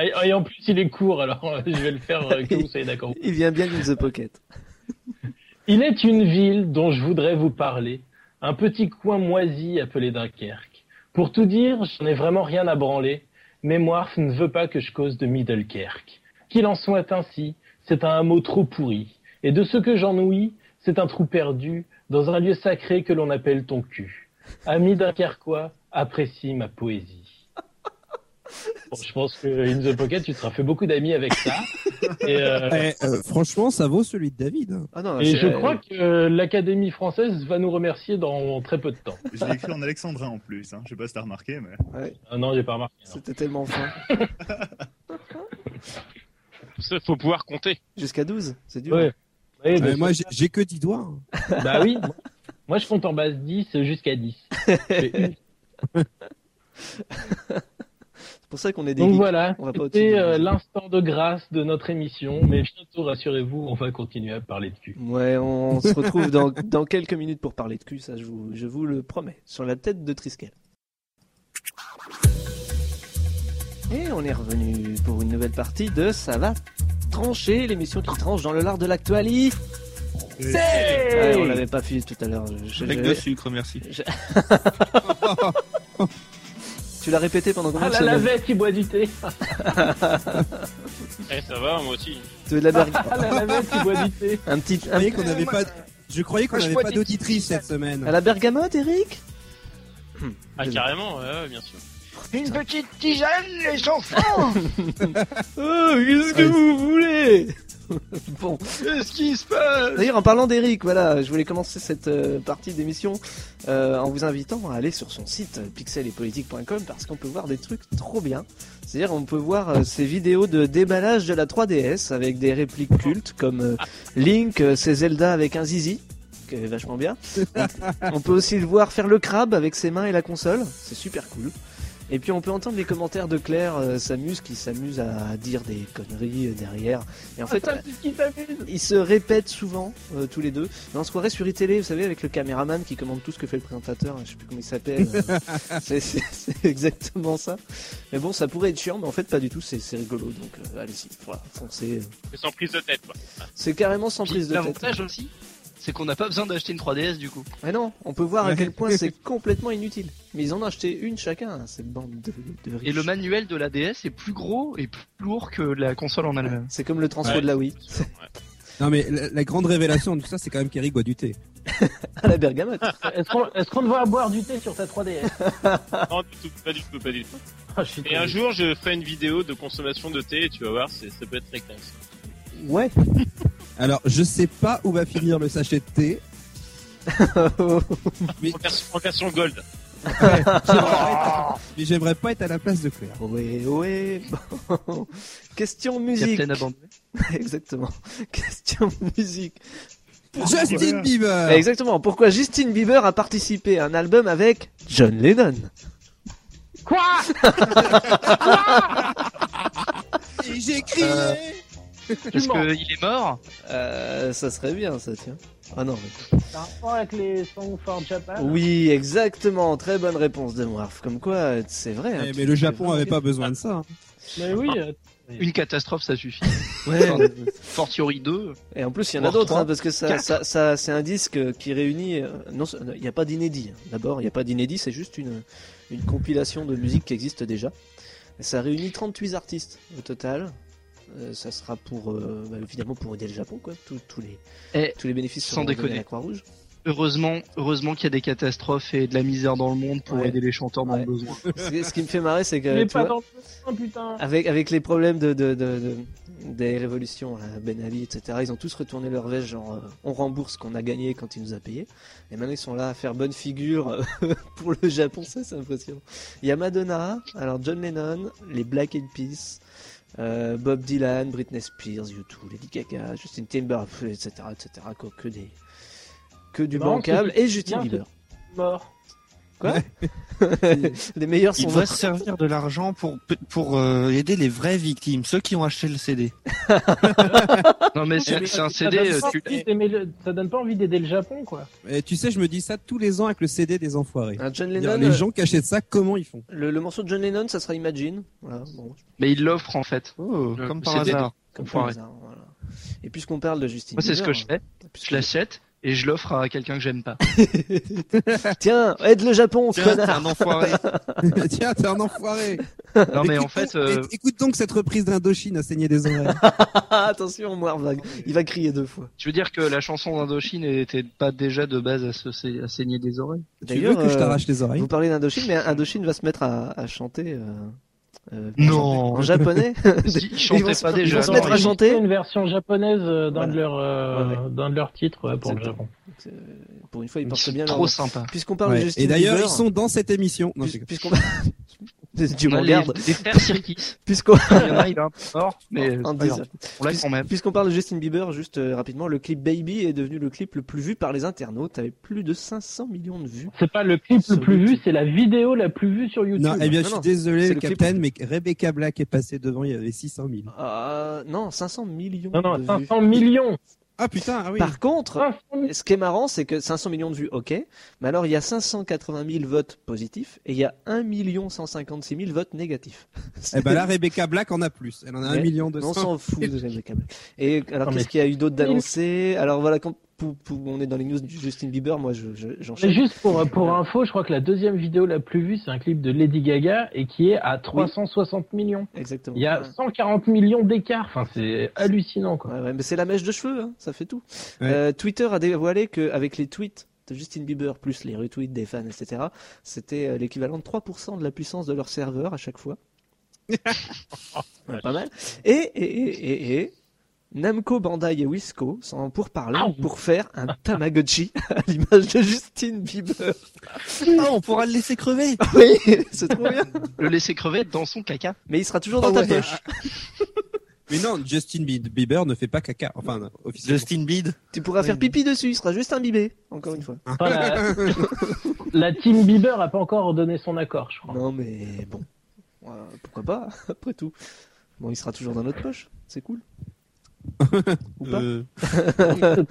Speaker 3: Et, et en plus, il est court, alors euh, je vais le faire euh, que vous soyez d'accord.
Speaker 1: Il vient bien d'une The Pocket.
Speaker 3: Il est une ville dont je voudrais vous parler, un petit coin moisi appelé Dunkerque, Pour tout dire, j'en ai vraiment rien à branler, mais Moirf ne veut pas que je cause de Middlekerk. Qu'il en soit ainsi, c'est un hameau trop pourri, et de ce que j'en ouïs, c'est un trou perdu dans un lieu sacré que l'on appelle ton cul. Amis dunkerquois, apprécie ma poésie. Bon, je pense que In the Pocket, tu te seras fait beaucoup d'amis avec ça. Et, euh,
Speaker 4: Eh, euh, franchement, ça vaut celui de David. hein.
Speaker 1: Ah
Speaker 3: et je crois que euh, l'Académie française va nous remercier dans très peu de temps.
Speaker 8: Je l'ai écrit en alexandrin en plus, hein. je sais pas si t'as remarqué, mais.
Speaker 3: Ah non, j'ai pas remarqué.
Speaker 1: C'était tellement fin.
Speaker 5: Ça, faut pouvoir compter.
Speaker 1: Jusqu'à 12, c'est dur.
Speaker 3: Ouais. Ouais,
Speaker 4: Ah,
Speaker 3: bah,
Speaker 4: mais moi, j'ai- j'ai que 10 doigts. hein.
Speaker 3: Bah oui. Moi, je compte en base 10 jusqu'à [laughs] 10. Mais une.
Speaker 1: C'est pour ça qu'on est des
Speaker 3: Donc
Speaker 1: geeks.
Speaker 3: voilà,
Speaker 1: On va pas au-dessus
Speaker 3: c'était
Speaker 1: du-
Speaker 3: euh, l'instant de grâce de notre émission. Mais bientôt, rassurez-vous, on va continuer à parler de cul.
Speaker 1: Ouais, on se retrouve dans, dans quelques minutes pour parler de cul, ça je vous, je vous le promets. Sur la tête de Triskel. Et on est revenu pour une nouvelle partie de Ça va trancher, l'émission qui tranche dans le lard de l'actualité. Ouais, on l'avait pas fini tout à l'heure. je- je-
Speaker 6: Avec
Speaker 1: je-
Speaker 6: de sucre, merci.
Speaker 1: Tu l'as répété pendant combien
Speaker 3: Ah
Speaker 1: de
Speaker 3: la
Speaker 1: semaines
Speaker 3: lavette qui boit du thé.
Speaker 5: Eh, ça va, moi aussi.
Speaker 1: Tu veux de la berg-
Speaker 3: Ah la lavette qui boit du thé.
Speaker 1: Un petit.
Speaker 4: Je
Speaker 1: un-
Speaker 4: croyais qu'on n'avait pas, je croyais qu'on
Speaker 2: Moi, je
Speaker 4: n'avait
Speaker 2: vois
Speaker 4: pas
Speaker 2: des
Speaker 4: d'auditrice cette
Speaker 1: À
Speaker 4: semaine.
Speaker 1: la bergamote, Eric
Speaker 5: Ah, carrément, ouais, ouais, bien sûr.
Speaker 9: Une petite tisane, les enfants
Speaker 1: Oh, qu'est-ce que vous voulez [laughs] Bon.
Speaker 2: Qu'est-ce qui se passe
Speaker 1: D'ailleurs, en parlant d'Eric, voilà, je voulais commencer cette euh, partie d'émission euh, en vous invitant à aller sur son site euh, pixeletpolitique.com parce qu'on peut voir des trucs trop bien. C'est-à-dire, on peut voir euh, ses vidéos de déballage de la 3DS avec des répliques cultes comme euh, Link, euh, ses Zelda avec un zizi, qui est vachement [laughs] bien. On, on peut aussi le voir faire le crabe avec ses mains et la console, c'est super cool. Et puis on peut entendre les commentaires de Claire euh, Samus qui s'amuse à dire des conneries euh, derrière. Et en fait,
Speaker 3: Attends, c'est ce qui t'amuse.
Speaker 1: ils se répètent souvent, euh, tous les deux. Mais en soirée sur iTélé, vous savez, avec le caméraman qui commande tout ce que fait le présentateur, je sais plus comment il s'appelle. euh, c'est- c'est c'est exactement ça. Mais bon, ça pourrait être chiant, mais en fait, pas du tout, c'est c'est rigolo. Donc, euh, allez-y, voilà, foncez.
Speaker 5: Mais sans prise de tête, quoi.
Speaker 1: euh,
Speaker 5: [laughs]
Speaker 1: C'est carrément sans prise de tête.
Speaker 2: L'avantage aussi, c'est qu'on n'a pas besoin d'acheter une 3DS du coup.
Speaker 1: Mais non, on peut voir à
Speaker 4: Ouais.
Speaker 1: quel point c'est complètement inutile. Mais ils en ont acheté une chacun, hein, cette bande de, de riches.
Speaker 2: Et le manuel de la DS est plus gros et plus lourd que la console en elle-même.
Speaker 1: C'est comme le transfert
Speaker 5: Ouais.
Speaker 1: de la Wii
Speaker 4: Non, mais la, la grande révélation de tout ça, c'est quand même qu'Eric boit du thé.
Speaker 1: à la bergamote.
Speaker 3: Est-ce qu'on est-ce qu'on doit boire du thé sur ta 3DS
Speaker 5: Non, du tout, pas du tout, pas du tout.
Speaker 3: Ah, je suis
Speaker 5: Et
Speaker 3: trop
Speaker 5: un
Speaker 3: nul.
Speaker 5: jour, je ferai une vidéo de consommation de thé, et tu vas voir, c'est- ça peut être très classe.
Speaker 1: [laughs] Ouais.
Speaker 4: Alors, je sais pas où va finir le sachet de
Speaker 1: [laughs]
Speaker 4: thé.
Speaker 5: En version, en version gold.
Speaker 4: J'aimerais pas être- Mais j'aimerais pas être à la place de Claire.
Speaker 1: ouais, ouais. Bon. Question musique.
Speaker 2: Captain abandonné.
Speaker 1: [laughs] Exactement. Question musique.
Speaker 2: Ah,
Speaker 4: Justin
Speaker 1: Ah.
Speaker 4: Bieber.
Speaker 1: Exactement. Pourquoi Justin Bieber a participé à un album avec John Lennon
Speaker 3: Quoi
Speaker 4: Et J'ai crié.
Speaker 2: Euh, Parce
Speaker 3: mens.
Speaker 2: qu'il est mort.
Speaker 1: euh, Ça serait bien, ça tiens. Ah non. mais-
Speaker 3: T'as un rapport avec les Song for Japan
Speaker 1: Oui, exactement. Très bonne réponse de Morph. Comme quoi, euh, c'est vrai. hein,
Speaker 4: Eh,
Speaker 1: tu-
Speaker 4: mais le Japon avait pas besoin de ça. hein.
Speaker 3: Mais oui. euh,
Speaker 2: Une catastrophe, ça suffit.
Speaker 1: Ouais.
Speaker 2: Fortiori 2.
Speaker 1: Et en plus, il y en a
Speaker 2: Voire
Speaker 1: d'autres, hein,
Speaker 2: trois,
Speaker 1: parce que ça,
Speaker 2: quatre.
Speaker 1: ça, ça- c'est un disque euh, qui réunit. euh, Non, ce- non, il n'y a pas d'inédit. hein. D'abord, il n'y a pas d'inédit, c'est juste une, une compilation de musique qui existe déjà. Et ça réunit 38 artistes au total. Euh, ça sera pour, euh, bah, évidemment, pour aider le Japon, quoi. Tous tous les,
Speaker 2: Eh,
Speaker 1: tous les bénéfices
Speaker 2: sans
Speaker 1: seront donnés
Speaker 2: déconner.
Speaker 1: à la Croix-Rouge.
Speaker 2: Heureusement, heureusement qu'il y a des catastrophes et de la misère dans le monde pour
Speaker 1: Ouais.
Speaker 2: aider les chanteurs dans
Speaker 1: Ouais.
Speaker 2: le besoin.
Speaker 1: Ce ce qui me fait marrer, c'est
Speaker 3: Il
Speaker 1: que.
Speaker 3: est
Speaker 1: tu
Speaker 3: pas
Speaker 1: vois,
Speaker 3: dans le putain.
Speaker 1: Avec, avec les problèmes de, de, de- de- des révolutions, là, Ben Ali, etc., ils ont tous retourné leur veste, genre euh, on rembourse ce qu'on a gagné quand il nous a payé. Et maintenant ils sont là à faire bonne figure euh, [laughs] pour le Japon, ça c'est impressionnant. Il y a Madonna, alors John Lennon, les Black Eyed Peas, euh, Bob Dylan, Britney Spears, YouTube, Lady Gaga, Justin Timberlake, etc., etc., quoi, que des. Que du
Speaker 3: C'est marrant,
Speaker 1: bancable
Speaker 3: c'est-
Speaker 1: et Justin
Speaker 3: bien,
Speaker 1: Bieber.
Speaker 3: Mort.
Speaker 1: [laughs] les meilleurs
Speaker 6: Il
Speaker 1: sont
Speaker 6: doit
Speaker 1: vrais.
Speaker 6: se servir de l'argent pour, pour euh, aider les vraies victimes, ceux qui ont acheté le CD.
Speaker 2: [laughs] Non mais c'est c'est un CD, euh, tu-
Speaker 3: Ça donne pas envie d'aider le Japon, quoi.
Speaker 4: Et tu sais, je me dis ça tous les ans avec le CD des enfoirés.
Speaker 1: Un Hein, John
Speaker 4: Dire,
Speaker 1: Lennon, euh,
Speaker 4: les gens qui achètent ça, comment ils font [laughs]
Speaker 1: le, le morceau de John Lennon, ça sera Imagine. Voilà, bon,
Speaker 2: mais il l'offre en fait.
Speaker 6: Oh,
Speaker 2: Le
Speaker 6: comme par
Speaker 2: CD.
Speaker 6: hasard.
Speaker 1: Comme hein,
Speaker 2: Enfoiré.
Speaker 1: par hasard, voilà. Et puisqu'on parle de hein. Justine
Speaker 2: Moi c'est ce que je fais. Je l'achète, et je l'offre à quelqu'un que j'aime pas.
Speaker 6: [laughs]
Speaker 1: Ah, Tiens, aide le Japon,
Speaker 2: Tiens,
Speaker 1: connard.
Speaker 2: t'es un enfoiré.
Speaker 4: Tiens, t'es un enfoiré.
Speaker 2: Non, mais
Speaker 4: Écoute
Speaker 2: en fait,
Speaker 4: donc-
Speaker 2: euh,
Speaker 4: écoute donc cette reprise d'Indochine à saigner
Speaker 1: [laughs]
Speaker 4: des oreilles.
Speaker 1: Ah, Attention, Moirvag, il va crier deux fois.
Speaker 2: Je veux dire que la chanson d'Indochine n'était pas déjà de base à, se, sa- à saigner des oreilles.
Speaker 1: D'ailleurs,
Speaker 4: que je t'arrache les
Speaker 1: Vous parlez d'Indochine, mais Indochine va se mettre à, à chanter. euh, euh,
Speaker 2: Non.
Speaker 1: en
Speaker 4: [laughs]
Speaker 1: japonais.
Speaker 2: Si, ils
Speaker 1: Ils vont
Speaker 2: chantaient
Speaker 1: se-
Speaker 2: pas
Speaker 1: ils
Speaker 2: déjà.
Speaker 1: vont se mettre à
Speaker 2: non.
Speaker 1: chanter
Speaker 3: une version japonaise euh, d'un
Speaker 1: Voilà.
Speaker 3: de leurs euh, d'un de leurs titres ouais, pour le
Speaker 1: Exactement.
Speaker 3: Japon.
Speaker 1: euh, Pour une fois, ils
Speaker 2: Ils
Speaker 1: portent
Speaker 2: sont
Speaker 1: bien leur
Speaker 2: trop sympas.
Speaker 1: Puisqu'on parle
Speaker 4: Ouais.
Speaker 1: de Justin
Speaker 4: Et d'ailleurs, ils
Speaker 1: Bieber,
Speaker 4: sont dans cette émission. Non, c'est-
Speaker 1: puis- puisqu'on
Speaker 2: [laughs]
Speaker 1: Dieu
Speaker 2: On
Speaker 1: [laughs]
Speaker 2: a
Speaker 1: m'en
Speaker 2: les,
Speaker 1: garde.
Speaker 2: les frères Sirkis.
Speaker 1: Puisqu'on
Speaker 2: Il y en a, il est un peu mort, [laughs] mais
Speaker 1: En
Speaker 2: c'est pas grave. on l'a quand même.
Speaker 1: Puisqu'on parle de Justin Bieber, juste euh, rapidement, le clip Baby est devenu le clip le plus vu par les internautes, avec plus de 500 millions de vues.
Speaker 3: C'est pas le clip le
Speaker 1: Sur
Speaker 3: plus vu,
Speaker 1: YouTube.
Speaker 3: c'est la vidéo la plus vue sur YouTube.
Speaker 4: Non, eh bien,
Speaker 1: Non,
Speaker 4: je suis
Speaker 1: non.
Speaker 4: désolé,
Speaker 1: C'est le
Speaker 4: Captain, mais Rebecca Black est passée devant, il y avait 600 000.
Speaker 1: Euh, non, 500 millions
Speaker 3: non, non,
Speaker 1: de
Speaker 3: 500
Speaker 1: vues.
Speaker 3: millions.
Speaker 4: Ah putain, ah oui.
Speaker 1: Par contre,
Speaker 3: 500 millions.
Speaker 1: ce qui est marrant, c'est que 500 millions de vues, ok, mais alors il y a 580 000 votes positifs et il y a 1 156 000 votes négatifs.
Speaker 4: Eh ben là, Rebecca Black en a plus. Elle en a
Speaker 1: Mais
Speaker 4: un million de
Speaker 1: [laughs] on s'en fout de Rebecca Black. Et alors,
Speaker 3: Non, mais-
Speaker 1: qu'est-ce qu'il y a eu d'autre d'annoncé Alors voilà, quand pou- pou- on est dans les news du Justin Bieber, moi je- je-
Speaker 3: Mais
Speaker 1: j'enchaîne.
Speaker 3: juste pour, pour info, je crois que la deuxième vidéo la plus vue, c'est un clip de Lady Gaga et qui est à 360 millions.
Speaker 1: Exactement.
Speaker 3: Il y a 140 millions d'écart. Enfin, c'est hallucinant, quoi.
Speaker 1: Ouais, ouais, mais c'est la mèche de cheveux, hein, ça fait tout.
Speaker 4: Ouais.
Speaker 1: Euh, Twitter a dévoilé qu'avec les tweets de Justin Bieber, plus les retweets des fans, etc., c'était euh, l'équivalent de 3% de la puissance de leur serveur à chaque
Speaker 6: [laughs]
Speaker 1: fois. Ouais, pas mal. Et, et, et, et, et, Namco, Bandai et Wisco sont en pourparlers pour faire un Tamagotchi [laughs] à l'image de Justin Bieber.
Speaker 6: [laughs] Ah, on pourra le laisser crever.
Speaker 1: [laughs] Oui, c'est trop bien.
Speaker 2: Le laisser crever dans son caca.
Speaker 1: Mais il sera toujours
Speaker 6: Oh,
Speaker 1: dans
Speaker 4: Ah
Speaker 1: ta
Speaker 4: ouais.
Speaker 1: poche.
Speaker 4: Mais non, Justin Bie- Bieber ne fait pas caca. Enfin, non, officiellement.
Speaker 6: Justin Bieber.
Speaker 1: Tu pourras faire pipi dessus, il sera juste imbibé, encore une fois. [laughs]
Speaker 3: Enfin, la, la team Bieber a pas encore donné son accord, je crois.
Speaker 1: Non, mais bon. Euh, pourquoi pas, [laughs] après tout. Bon, il sera toujours dans notre poche, c'est cool. Ou pas
Speaker 4: Euh,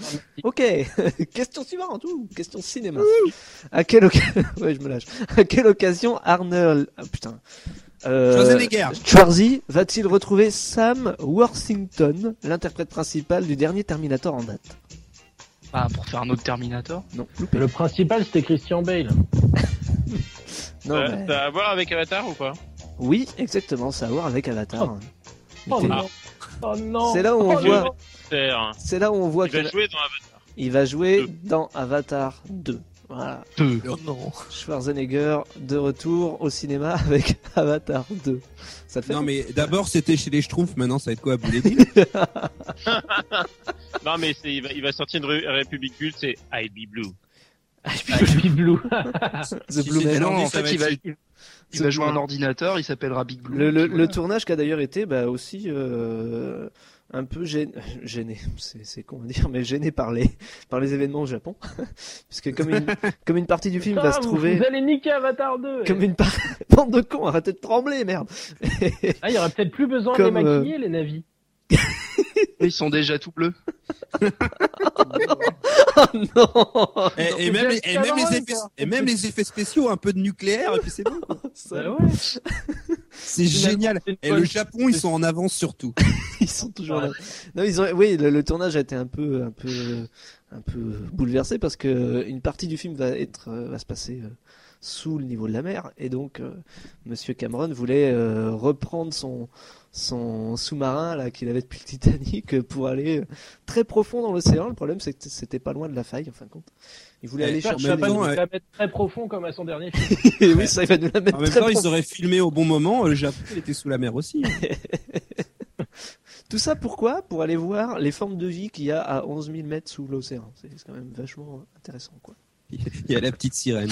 Speaker 1: Ok, [laughs] question suivante, ouh, question cinéma. À quelle occasion... [laughs] ouais, je me lâche. À quelle occasion Arnold... Ah, putain. Euh,
Speaker 4: Schwarzenegger.
Speaker 1: Schwarzy va-t-il retrouver Sam Worthington, l'interprète principal du dernier Terminator en date
Speaker 2: Ah, pour faire un autre Terminator.
Speaker 1: Non, loupé.
Speaker 3: Le principal, c'était Christian Bale.
Speaker 1: Non,
Speaker 5: ça,
Speaker 1: mais-
Speaker 5: Euh, ça a à voir avec Avatar ou pas
Speaker 1: Oui, exactement, ça a à voir avec Avatar.
Speaker 3: Oh
Speaker 1: Mais-
Speaker 3: non. Oh non.
Speaker 1: C'est là où on
Speaker 3: Oh
Speaker 1: voit,
Speaker 3: non.
Speaker 5: Faire.
Speaker 1: c'est là où on voit
Speaker 5: Il va
Speaker 1: que-
Speaker 5: jouer dans Avatar.
Speaker 1: Il va jouer
Speaker 5: Deux.
Speaker 1: dans Avatar 2. Voilà.
Speaker 2: Deux.
Speaker 6: Oh non.
Speaker 1: Schwarzenegger de retour au cinéma [laughs] avec Avatar 2. Ça te fait
Speaker 4: Non,
Speaker 1: rire
Speaker 4: mais d'abord, c'était chez les Schtroumpfs. Maintenant, ça va être
Speaker 2: [laughs]
Speaker 4: quoi, Boulet
Speaker 5: Non, mais c'est- il va, il va sortir une ré- république bulle, c'est I Be Blue.
Speaker 3: Ah, Big Blue.
Speaker 1: The
Speaker 4: si
Speaker 1: Blue
Speaker 4: c'est
Speaker 1: Man.
Speaker 4: dans-
Speaker 2: Non,
Speaker 4: mais
Speaker 2: en
Speaker 4: ça va
Speaker 2: fait, il va,
Speaker 4: être-
Speaker 2: il va jouer un ordinateur, il s'appellera Big Blue.
Speaker 1: Le, le-
Speaker 2: Voilà.
Speaker 1: le tournage qui a d'ailleurs été bah, aussi euh, un peu gêné, [laughs] gêné c'est c'est con à dire, mais gêné par les, [laughs] par les événements au Japon. [laughs] Parce que comme une,
Speaker 2: [laughs]
Speaker 1: comme une partie du [laughs] film va
Speaker 3: Ah,
Speaker 1: se
Speaker 3: vous-
Speaker 1: trouver...
Speaker 3: Vous allez niquer Avatar 2.
Speaker 1: Comme une par- [laughs] bande de cons, arrêtez de trembler, merde [laughs]
Speaker 3: Ah, il y aurait peut-être plus besoin
Speaker 1: Comme, euh,
Speaker 3: de les maquiller, les navis.
Speaker 2: Ils sont déjà tout bleus.
Speaker 1: Non
Speaker 4: Et, et même, et
Speaker 3: Non, mais James
Speaker 4: même les
Speaker 3: Cameron,
Speaker 4: effets,
Speaker 3: ça.
Speaker 4: et même les effets spéciaux, un peu de nucléaire, et puis c'est bon. quoi.
Speaker 1: Ça-
Speaker 3: Bah ouais.
Speaker 4: C'est
Speaker 3: Finalement,
Speaker 4: génial.
Speaker 3: c'est une
Speaker 4: Et
Speaker 3: bonne-
Speaker 4: le Japon, ils sont en avance surtout.
Speaker 1: [laughs] Ils sont toujours là. Non, ils ont, oui, le, le tournage a été un peu, un peu, un peu bouleversé parce que euh, une partie du film va être, euh, va se passer euh, sous le niveau de la mer et donc euh, Monsieur Cameron voulait euh, reprendre son, son sous-marin là qu'il avait depuis le Titanic [laughs] pour aller euh, très profond dans l'océan. Le problème c'est que c'était pas loin de la faille en fin de compte. Il voulait
Speaker 4: Eh,
Speaker 1: aller
Speaker 4: ça,
Speaker 1: chercher.
Speaker 4: ça
Speaker 1: les-
Speaker 4: va
Speaker 3: Il
Speaker 4: non,
Speaker 3: va
Speaker 4: ouais.
Speaker 3: la mettre très profond comme à son dernier film.
Speaker 1: Et [laughs] oui, ça il va nous la mettre
Speaker 4: En même
Speaker 1: très
Speaker 4: temps, ils
Speaker 1: profond.
Speaker 4: auraient filmé au bon moment. euh, Le Japon, il était sous la mer aussi.
Speaker 1: Tout ça pourquoi Pour aller voir les formes de vie qu'il y a à 11 000 mètres sous l'océan. C'est c'est quand même vachement intéressant quoi.
Speaker 4: Il y a la petite sirène.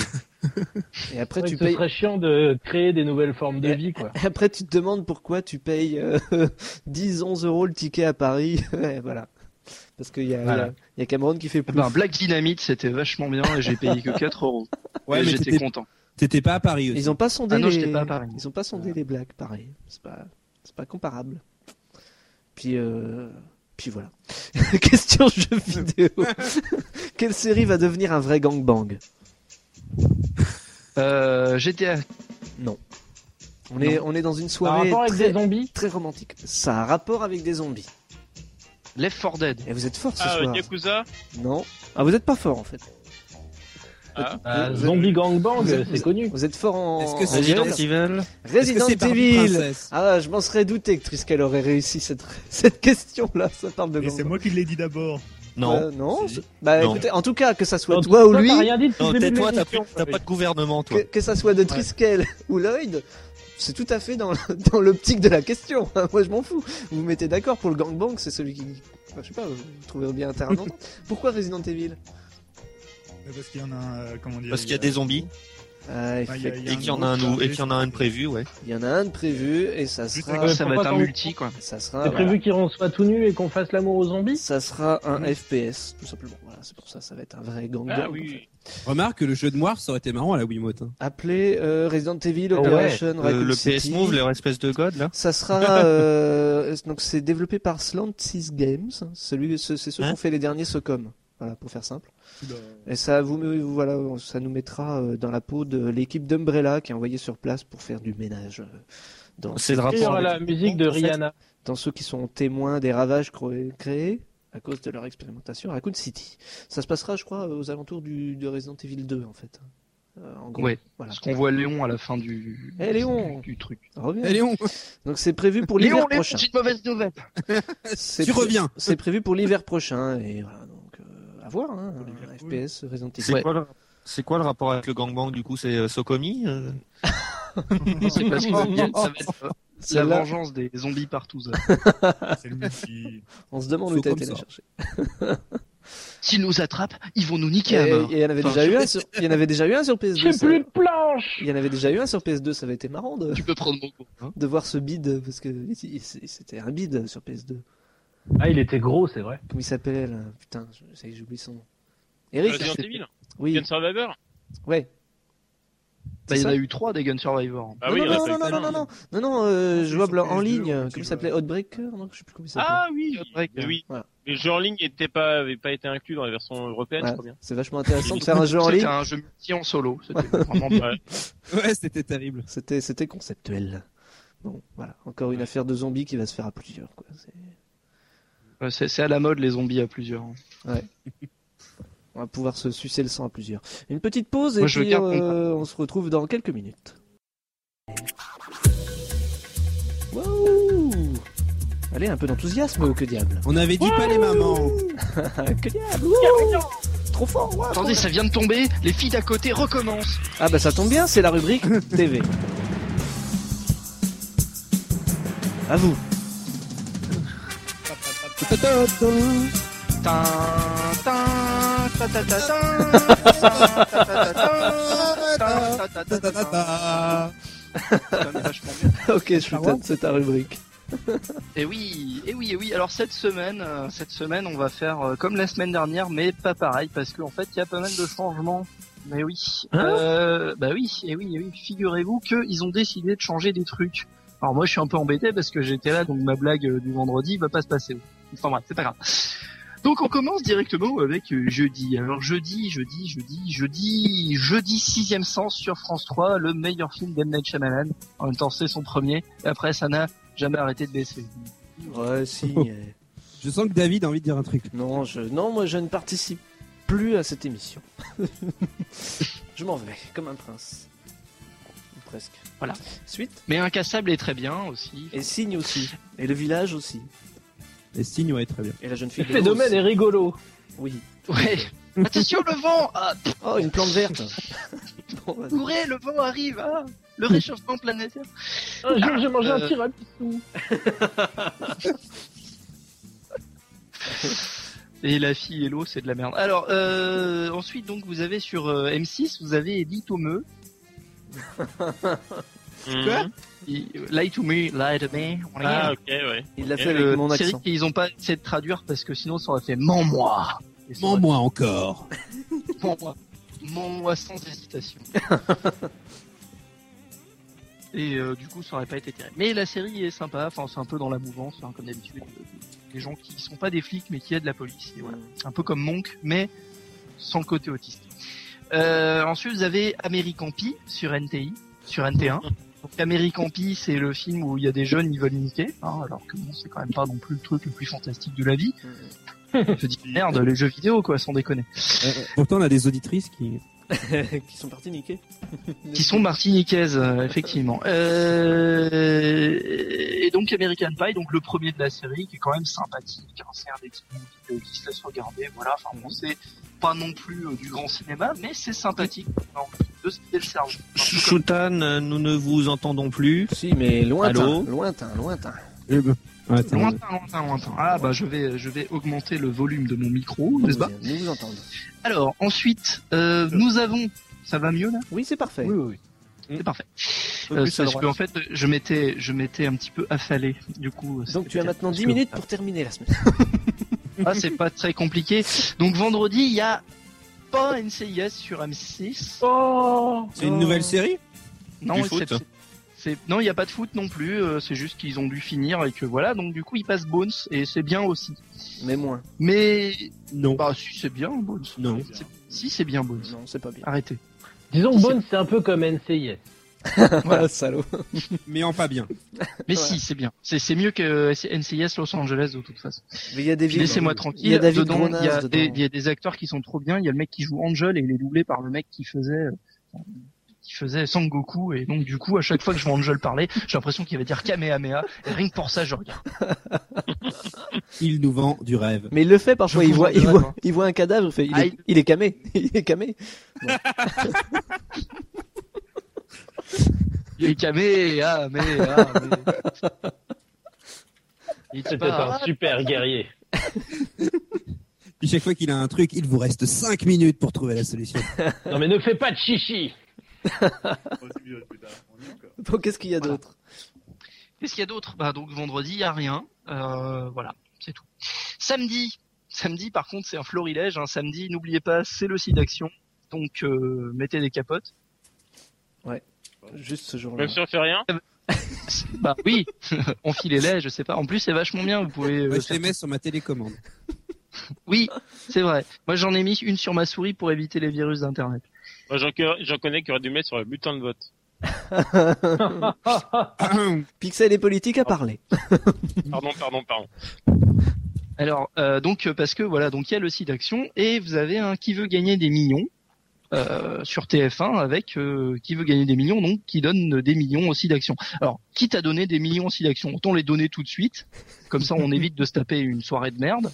Speaker 1: Et après,
Speaker 3: Ouais,
Speaker 1: tu
Speaker 3: ce
Speaker 1: payes.
Speaker 3: serait chiant de créer des nouvelles formes de vie, quoi.
Speaker 1: [laughs] Après, tu te demandes pourquoi tu payes euh, [laughs] 10, 11 euros le ticket à Paris. [laughs] Ouais, voilà. Parce qu'il y, a-
Speaker 3: Voilà.
Speaker 1: il y a- il y a Cameron qui fait
Speaker 2: Ah
Speaker 1: plus.
Speaker 2: ben, Black Dynamite, c'était vachement bien et j'ai payé que
Speaker 4: [laughs]
Speaker 2: 4 euros.
Speaker 4: Ouais,
Speaker 2: Et
Speaker 4: mais
Speaker 2: j'étais
Speaker 4: t'étais-
Speaker 2: content.
Speaker 4: T'étais pas à Paris aussi.
Speaker 1: Ils ont pas sondé
Speaker 2: Ah non,
Speaker 1: les.
Speaker 2: j'étais pas à Paris.
Speaker 1: Ils ont pas sondé les blagues, pareil. C'est pas, c'est pas comparable. Puis, euh, puis voilà. [laughs] Question jeu vidéo. Quelle série va devenir un vrai gangbang
Speaker 2: Euh, GTA.
Speaker 1: Non. On est, on est dans une
Speaker 3: Par
Speaker 1: soirée
Speaker 3: rapport avec
Speaker 1: très,
Speaker 3: des zombies,
Speaker 1: très romantique. Ça a un rapport avec des zombies.
Speaker 2: Left 4 Dead.
Speaker 1: Et vous êtes fort ce
Speaker 5: Ah, euh,
Speaker 1: soir.
Speaker 5: Yakuza
Speaker 1: Non. Ah, vous êtes pas fort en fait.
Speaker 3: Ah,
Speaker 1: Vous êtes-
Speaker 3: Zombie Gangbang,
Speaker 1: vous êtes-
Speaker 3: c'est connu.
Speaker 1: Vous êtes fort en.
Speaker 3: Est-ce que c'est
Speaker 1: en
Speaker 3: Resident
Speaker 1: gestes.
Speaker 3: Evil
Speaker 1: Resident
Speaker 3: Est-ce que c'est Barbie
Speaker 1: Evil
Speaker 3: Princess
Speaker 1: Ah, je m'en serais douté que Triskel aurait réussi cette, [laughs] cette question-là. Ça parle de
Speaker 8: Et c'est moi qui l'ai dit d'abord.
Speaker 6: Non.
Speaker 1: Euh, non. c'est- Bah
Speaker 6: Non.
Speaker 1: écoutez, en tout cas, que ça soit
Speaker 6: Non,
Speaker 1: toi ou
Speaker 6: toi,
Speaker 1: lui.
Speaker 6: t'as rien dit depuis Non, le début tais-toi, de l'émission. t'as plus- t'as pas de gouvernement, toi.
Speaker 1: Que, que ça soit de Triskel ou Lloyd. C'est tout à fait dans, [laughs] dans l'optique de la question. [laughs] Moi, je m'en fous. Vous vous mettez d'accord pour le gangbang, c'est celui qui. enfin, je sais pas, vous trouvez bien un terrain d'entente.
Speaker 6: [laughs]
Speaker 1: Pourquoi Resident Evil
Speaker 8: Mais Parce qu'il y en a un, euh, comment dire
Speaker 6: Parce qu'il y a des zombies.
Speaker 1: Ah,
Speaker 6: et
Speaker 1: effectivement.
Speaker 6: qu'il Bah, y en a un nou- et qu'il y en a un de prévu, ouais.
Speaker 1: Il y en a un de prévu et ça sera.
Speaker 3: Ouais, ça va être un multi,
Speaker 6: quoi.
Speaker 1: Ça
Speaker 3: C'est
Speaker 1: sera.
Speaker 3: prévu qu'on soit tout nu et qu'on fasse l'amour aux zombies
Speaker 1: Ça sera un FPS, tout simplement. Voilà, c'est pour ça, ça va être un vrai gang.
Speaker 3: Ah oui.
Speaker 4: Remarque que le jeu de Moir, ça aurait été marrant à la Wiimote. hein.
Speaker 1: Appelez euh, Resident Evil Operation
Speaker 4: Oh ouais.
Speaker 1: Raccoon
Speaker 4: Euh, le
Speaker 1: City.
Speaker 4: PS Move, leur espèce de god, là.
Speaker 1: Ça
Speaker 4: [laughs]
Speaker 1: sera euh, donc c'est développé par Slant 6 Games, celui c'est c'est ceux qui
Speaker 6: Hein
Speaker 1: ont fait les derniers Socom. Voilà, pour faire simple. Et ça vous vous- voilà, ça nous mettra euh, dans la peau de l'équipe d'Umbrella qui est envoyée sur place pour faire du ménage. euh, Dans
Speaker 6: C'est le
Speaker 1: ceux qui sont-
Speaker 6: rapport à la
Speaker 3: musique de
Speaker 1: en fait,
Speaker 3: Rihanna.
Speaker 1: Dans ceux qui sont témoins des ravages cré- créés à cause de leur expérimentation à Raccoon City. Ça se passera, je crois, aux alentours du, de Resident Evil 2, en fait. Euh, en gros,
Speaker 2: Ouais.
Speaker 1: voilà.
Speaker 2: Parce qu'on voit Léon à la fin du.
Speaker 1: Eh, Léon
Speaker 2: du, du truc.
Speaker 1: Reviens.
Speaker 2: Eh, Léon
Speaker 1: Donc c'est prévu pour
Speaker 2: Léon,
Speaker 1: l'hiver
Speaker 2: Léon,
Speaker 1: prochain.
Speaker 2: petite mauvaise nouvelle.
Speaker 1: C'est
Speaker 2: Tu
Speaker 1: pré-
Speaker 2: reviens.
Speaker 1: C'est prévu pour l'hiver prochain et voilà donc euh, à voir. Hein, un FPS Resident Evil.
Speaker 6: C'est quoi, le... c'est quoi le rapport avec le gangbang du coup C'est euh, Sokomi euh
Speaker 2: C'est [laughs] parce que ça va être euh, la
Speaker 1: Celle-là.
Speaker 2: vengeance des zombies partout. ça.
Speaker 1: On se demande
Speaker 2: Faut
Speaker 1: où t'as
Speaker 2: comme
Speaker 1: été la
Speaker 2: ça.
Speaker 1: chercher.
Speaker 2: S'ils nous attrapent, ils vont nous niquer à
Speaker 1: Et-
Speaker 2: mort.
Speaker 1: et Il y en avait
Speaker 2: Enfin,
Speaker 1: déjà
Speaker 2: je-
Speaker 1: eu un sur, il y en avait déjà eu un sur PS2.
Speaker 2: J'ai plus
Speaker 1: de planche. Il y en avait déjà eu un sur PS2, ça avait été marrant de. Tu
Speaker 2: peux prendre mon
Speaker 1: De voir ce bid parce que il- il- c'était un bid sur PS2.
Speaker 3: Ah, il était gros, c'est vrai.
Speaker 1: Comment il s'appelle euh, Putain, je- ça y est, j'oublie son nom. Eric.
Speaker 5: Euh,
Speaker 3: Resident
Speaker 1: c'est-
Speaker 3: Evil
Speaker 1: Oui.
Speaker 5: Gun Survivor
Speaker 1: Ouais.
Speaker 2: Bah, il y en
Speaker 1: C'est
Speaker 2: a
Speaker 1: ça
Speaker 2: eu trois des Gun Survivor.
Speaker 5: Ah
Speaker 1: non,
Speaker 5: oui, il
Speaker 1: non,
Speaker 5: reste
Speaker 1: non, non,
Speaker 5: avec
Speaker 1: non,
Speaker 5: ça.
Speaker 1: non, non, non, non, euh, jouable en ligne. euh, Comment il s'appelait Outbreaker Non, je sais plus comment il s'appelait.
Speaker 5: Ah oui, mais oui.
Speaker 1: Voilà.
Speaker 5: Mais le jeu en ligne n'était pas, avait pas été inclus dans la version européenne,
Speaker 1: Ouais,
Speaker 5: je crois bien.
Speaker 1: c'est vachement intéressant de faire un jeu en ligne.
Speaker 2: C'était un jeu multi en solo. C'était vraiment
Speaker 1: bah,
Speaker 2: bien.
Speaker 4: Ouais, c'était terrible.
Speaker 1: C'était, c'était conceptuel. Bon, voilà, encore une affaire de zombies qui va se faire à plusieurs. Quoi. C'est-
Speaker 2: Ouais, euh, C'est c'est à la mode les zombies à plusieurs. hein.
Speaker 1: Ouais. On va pouvoir se sucer le sang à plusieurs. Une petite pause et
Speaker 2: Moi, je
Speaker 1: puis
Speaker 2: garde mon
Speaker 1: euh, on se retrouve dans quelques minutes. Waouh Allez, un peu d'enthousiasme ou que diable
Speaker 4: On avait dit pas
Speaker 2: [laughs]
Speaker 4: les mamans.
Speaker 1: Que diable Trop fort
Speaker 2: Attendez, ça vient de tomber, les filles d'à côté recommencent.
Speaker 1: Ah bah ça tombe bien, c'est la rubrique TV. À vous. ok, je suis tête, c'est ta rubrique.
Speaker 2: Et Eh oui, et oui, et oui. Alors cette semaine, euh, cette semaine, on va faire euh, comme la semaine dernière, mais pas pareil, parce qu'en fait, il y a pas mal de changements. Mais oui, Euh, bah oui, et oui, et oui. Figurez-vous qu'ils ont décidé de changer des trucs. Alors moi, je suis un peu embêté parce que j'étais là, donc ma blague euh, du vendredi va pas se passer. Enfin bref, c'est pas grave. Donc on commence directement avec euh, jeudi. Alors jeudi, jeudi, jeudi, jeudi, jeudi sixième sens sur France 3, le meilleur film d'M Night Shyamalan. En même temps, c'est son premier. Et après, ça n'a jamais arrêté de baisser.
Speaker 1: Ouais, si. euh,
Speaker 4: Je sens que David a envie de dire un truc.
Speaker 1: Non, je, non, moi je ne participe plus à cette [laughs] émission. je m'en vais, comme un prince. Ou Presque.
Speaker 2: Voilà.
Speaker 1: Suite.
Speaker 2: Mais Incassable est très bien
Speaker 1: [laughs]
Speaker 2: aussi.
Speaker 1: Et Signe aussi. Et le village aussi.
Speaker 4: Les signes, ouais, très bien.
Speaker 1: Et la jeune fille.
Speaker 3: Le phénomène est rigolo.
Speaker 1: Oui.
Speaker 2: Ouais. Attention le vent ah, pff,
Speaker 1: Oh, une plante [laughs] verte. Bon, vas-y.
Speaker 2: Courez, le vent arrive ah, Le réchauffement planétaire
Speaker 3: Un jour, j'ai mangé
Speaker 2: Euh,
Speaker 3: un tiramisu.
Speaker 2: Et la fille et l'eau, c'est de la merde. Alors, euh, ensuite, donc, vous avez sur euh, M6, vous avez Edith Homeux.
Speaker 5: Quoi
Speaker 2: Il- Lie euh, to me, lie to me.
Speaker 5: Ah, ok, ouais.
Speaker 1: Il l'a
Speaker 5: Ok.
Speaker 1: fait avec mon
Speaker 2: série
Speaker 1: accent.
Speaker 2: Euh, qu'ils ont pas essayé de traduire parce que sinon ça aurait fait Mens-moi Et ça aurait
Speaker 4: Mens-moi encore.
Speaker 2: fait Mens-moi Mens-moi sans hésitation. [laughs] Et euh, du coup, ça aurait pas été terrible. Mais la série est sympa, enfin, c'est un peu dans la mouvance, hein, comme d'habitude. Euh, Des gens qui sont pas des flics mais qui aident la police. Et voilà. C'est un peu comme Monk, mais sans le côté autiste. Euh, ensuite, vous avez American Pie sur NTI, sur NT1. Donc, American Pie, c'est le film où il y a des jeunes, ils veulent niquer, hein, alors que bon, c'est quand même pas non plus le truc le plus fantastique de la vie. Je dis merde, les jeux vidéo, quoi, sans déconner.
Speaker 4: Pourtant, on a des auditrices qui.
Speaker 1: [laughs] qui sont partis niquer.
Speaker 2: qui sont martiniquaises, euh, effectivement. Euh, et donc American Pie, donc le premier de la série, qui est quand même sympathique. hein, c'est un des petits movies qui se laisse regarder. Voilà, enfin bon, c'est pas non plus euh, du grand cinéma, mais c'est sympathique. On a envie de se vider le cerveau.
Speaker 6: Choutan, euh, nous ne vous entendons [laughs] plus.
Speaker 1: Si, mais lointain,
Speaker 6: Allô
Speaker 1: lointain, lointain.
Speaker 4: Ah,
Speaker 2: Lointain, lointain, lointain. Ah bah je vais, je vais augmenter le volume de mon micro, n'est-ce pas
Speaker 1: Nous vous entendons.
Speaker 2: Alors ensuite, euh, nous avons. Ça va mieux là
Speaker 1: Oui, c'est parfait.
Speaker 2: oui. C'est parfait.
Speaker 1: Un peu
Speaker 2: Euh,
Speaker 1: plus
Speaker 2: c'est
Speaker 1: à
Speaker 2: parce
Speaker 1: droite.
Speaker 2: que, en fait, je m'étais, je m'étais un petit peu affalé. Du coup, euh,
Speaker 1: Donc
Speaker 2: c'était
Speaker 1: tu as
Speaker 2: bien.
Speaker 1: maintenant
Speaker 2: Parce
Speaker 1: 10
Speaker 2: que-
Speaker 1: minutes pour terminer la semaine.
Speaker 2: Ah, c'est pas très compliqué. Donc vendredi, il y a pas NCIS sur M6.
Speaker 3: Oh
Speaker 4: C'est une nouvelle série
Speaker 2: Non,
Speaker 6: Du
Speaker 2: c'est-
Speaker 6: foot.
Speaker 2: c'est- non, il n'y a pas de foot non plus. euh, C'est juste qu'ils ont dû finir et que voilà. Donc du coup, ils passent Bones et c'est bien aussi.
Speaker 1: Mais moins.
Speaker 2: Mais
Speaker 4: Non.
Speaker 2: bah si, c'est bien Bones.
Speaker 4: Non.
Speaker 2: C'est- Si, c'est bien Bones.
Speaker 1: Non, c'est pas bien.
Speaker 2: Arrêtez.
Speaker 3: Disons que Bones, c'est un peu comme NCIS.
Speaker 1: [laughs] Voilà, salaud.
Speaker 4: Mais en pas bien.
Speaker 1: Ouais.
Speaker 2: Mais si, c'est bien. C'est c'est mieux que euh, NCIS Los Angeles de toute façon.
Speaker 1: Mais il y a des
Speaker 2: Laissez-moi
Speaker 1: Il y
Speaker 2: tranquille.
Speaker 1: a David
Speaker 2: Dedans, Il y, a
Speaker 1: Grenaz
Speaker 2: des-
Speaker 1: dedans.
Speaker 2: il y a des acteurs qui sont trop bien. Il y a le mec qui joue Angel et il est doublé par le mec qui faisait, euh, qui faisait Sangoku. Et donc, du coup, à chaque fois que je vois Angel parler, j'ai l'impression qu'il va dire Kamehameha. Et rien que pour ça, je regarde.
Speaker 4: Il nous vend du rêve.
Speaker 1: Mais il le hein. fait parfois,
Speaker 2: Je
Speaker 1: il
Speaker 2: vous
Speaker 1: voit, il,
Speaker 2: enverrai,
Speaker 1: voit,
Speaker 2: moi.
Speaker 1: il voit un cadavre, il fait, il,
Speaker 2: Ah,
Speaker 1: est,
Speaker 2: il-
Speaker 1: il est camé, [laughs] il est camé.
Speaker 2: Il est Kamehameha. mais- Il te
Speaker 3: C'était un
Speaker 2: parle.
Speaker 3: super guerrier.
Speaker 4: Puis chaque fois qu'il a un truc, il vous reste 5 minutes pour trouver la [laughs] solution.
Speaker 3: Non mais ne fais pas de chichi
Speaker 1: Bon, qu'est-ce qu'il y a
Speaker 2: Voilà.
Speaker 1: d'autre
Speaker 2: [laughs] Qu'est-ce qu'il y a d'autre Bah donc vendredi, il y a rien. Euh, voilà, c'est tout. Samedi, samedi par contre, c'est un florilège. Hein. Samedi, n'oubliez pas, c'est le site d'action. Donc euh, mettez des capotes.
Speaker 1: Juste ce jour-là.
Speaker 5: Même si on fait rien,
Speaker 2: bah oui, [laughs] enfilez-les, je sais pas. En plus, c'est vachement bien. Vous pouvez. euh,
Speaker 4: Moi, je
Speaker 2: faire-
Speaker 4: les mets sur ma télécommande.
Speaker 2: Oui, c'est vrai. Moi, j'en ai mis une sur ma souris pour éviter les virus d'internet.
Speaker 5: moi j'en j'en connais qui auraient dû mettre sur le bulletin de vote.
Speaker 1: Pixel et politique
Speaker 2: Oh.
Speaker 1: à parler.
Speaker 5: Pardon, pardon, pardon.
Speaker 2: Alors euh, donc euh, parce que voilà donc il y a le site d'action et vous avez un qui veut gagner des millions euh, sur TF1 avec euh, qui veut gagner des millions donc qui donne des millions au site d'action. Alors quitte à donner des millions au site d'action, autant les donner tout de suite comme ça on évite de se taper une soirée de merde.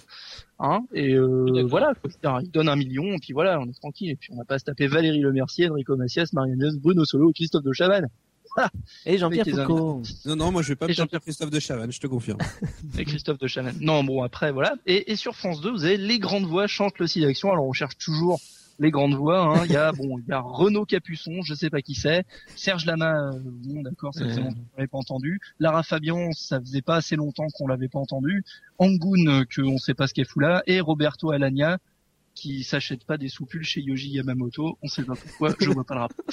Speaker 2: Hein et euh,
Speaker 3: D'accord.
Speaker 2: voilà, quoi. C'est-à-dire, il donne un million, et puis voilà, on est tranquille, et puis on n'a pas à se taper Valérie Le Mercier, Enrico Macias, Marianne, Diaz, Bruno Solo, Christophe de Chavannes.
Speaker 1: Et Jean-Pierre
Speaker 2: Avec les
Speaker 1: Foucault.
Speaker 4: Non, non, moi je vais pas
Speaker 2: Et
Speaker 4: me
Speaker 2: Jean-Pierre-
Speaker 4: taper Christophe de Chavannes, je te confirme.
Speaker 2: Et Christophe de Chavannes. Non, bon, après, voilà. Et, et sur France 2, vous avez Les Grandes Voix chantent le site d'action. Alors, on cherche toujours les grandes voix. Hein. Il y a, bon, il y a Renaud Capuçon, je sais pas qui c'est. Serge Lama, euh, bon, d'accord, ça faisait
Speaker 1: Euh.
Speaker 2: longtemps qu'on l'avait pas entendu. Lara Fabian, ça faisait pas assez longtemps qu'on l'avait pas entendu. Angoun, euh, que on sait pas ce qu'elle fout là. Et Roberto Alagna, qui s'achète pas des soupules chez Yoji Yamamoto. On sait pas pourquoi, je vois pas le rapport.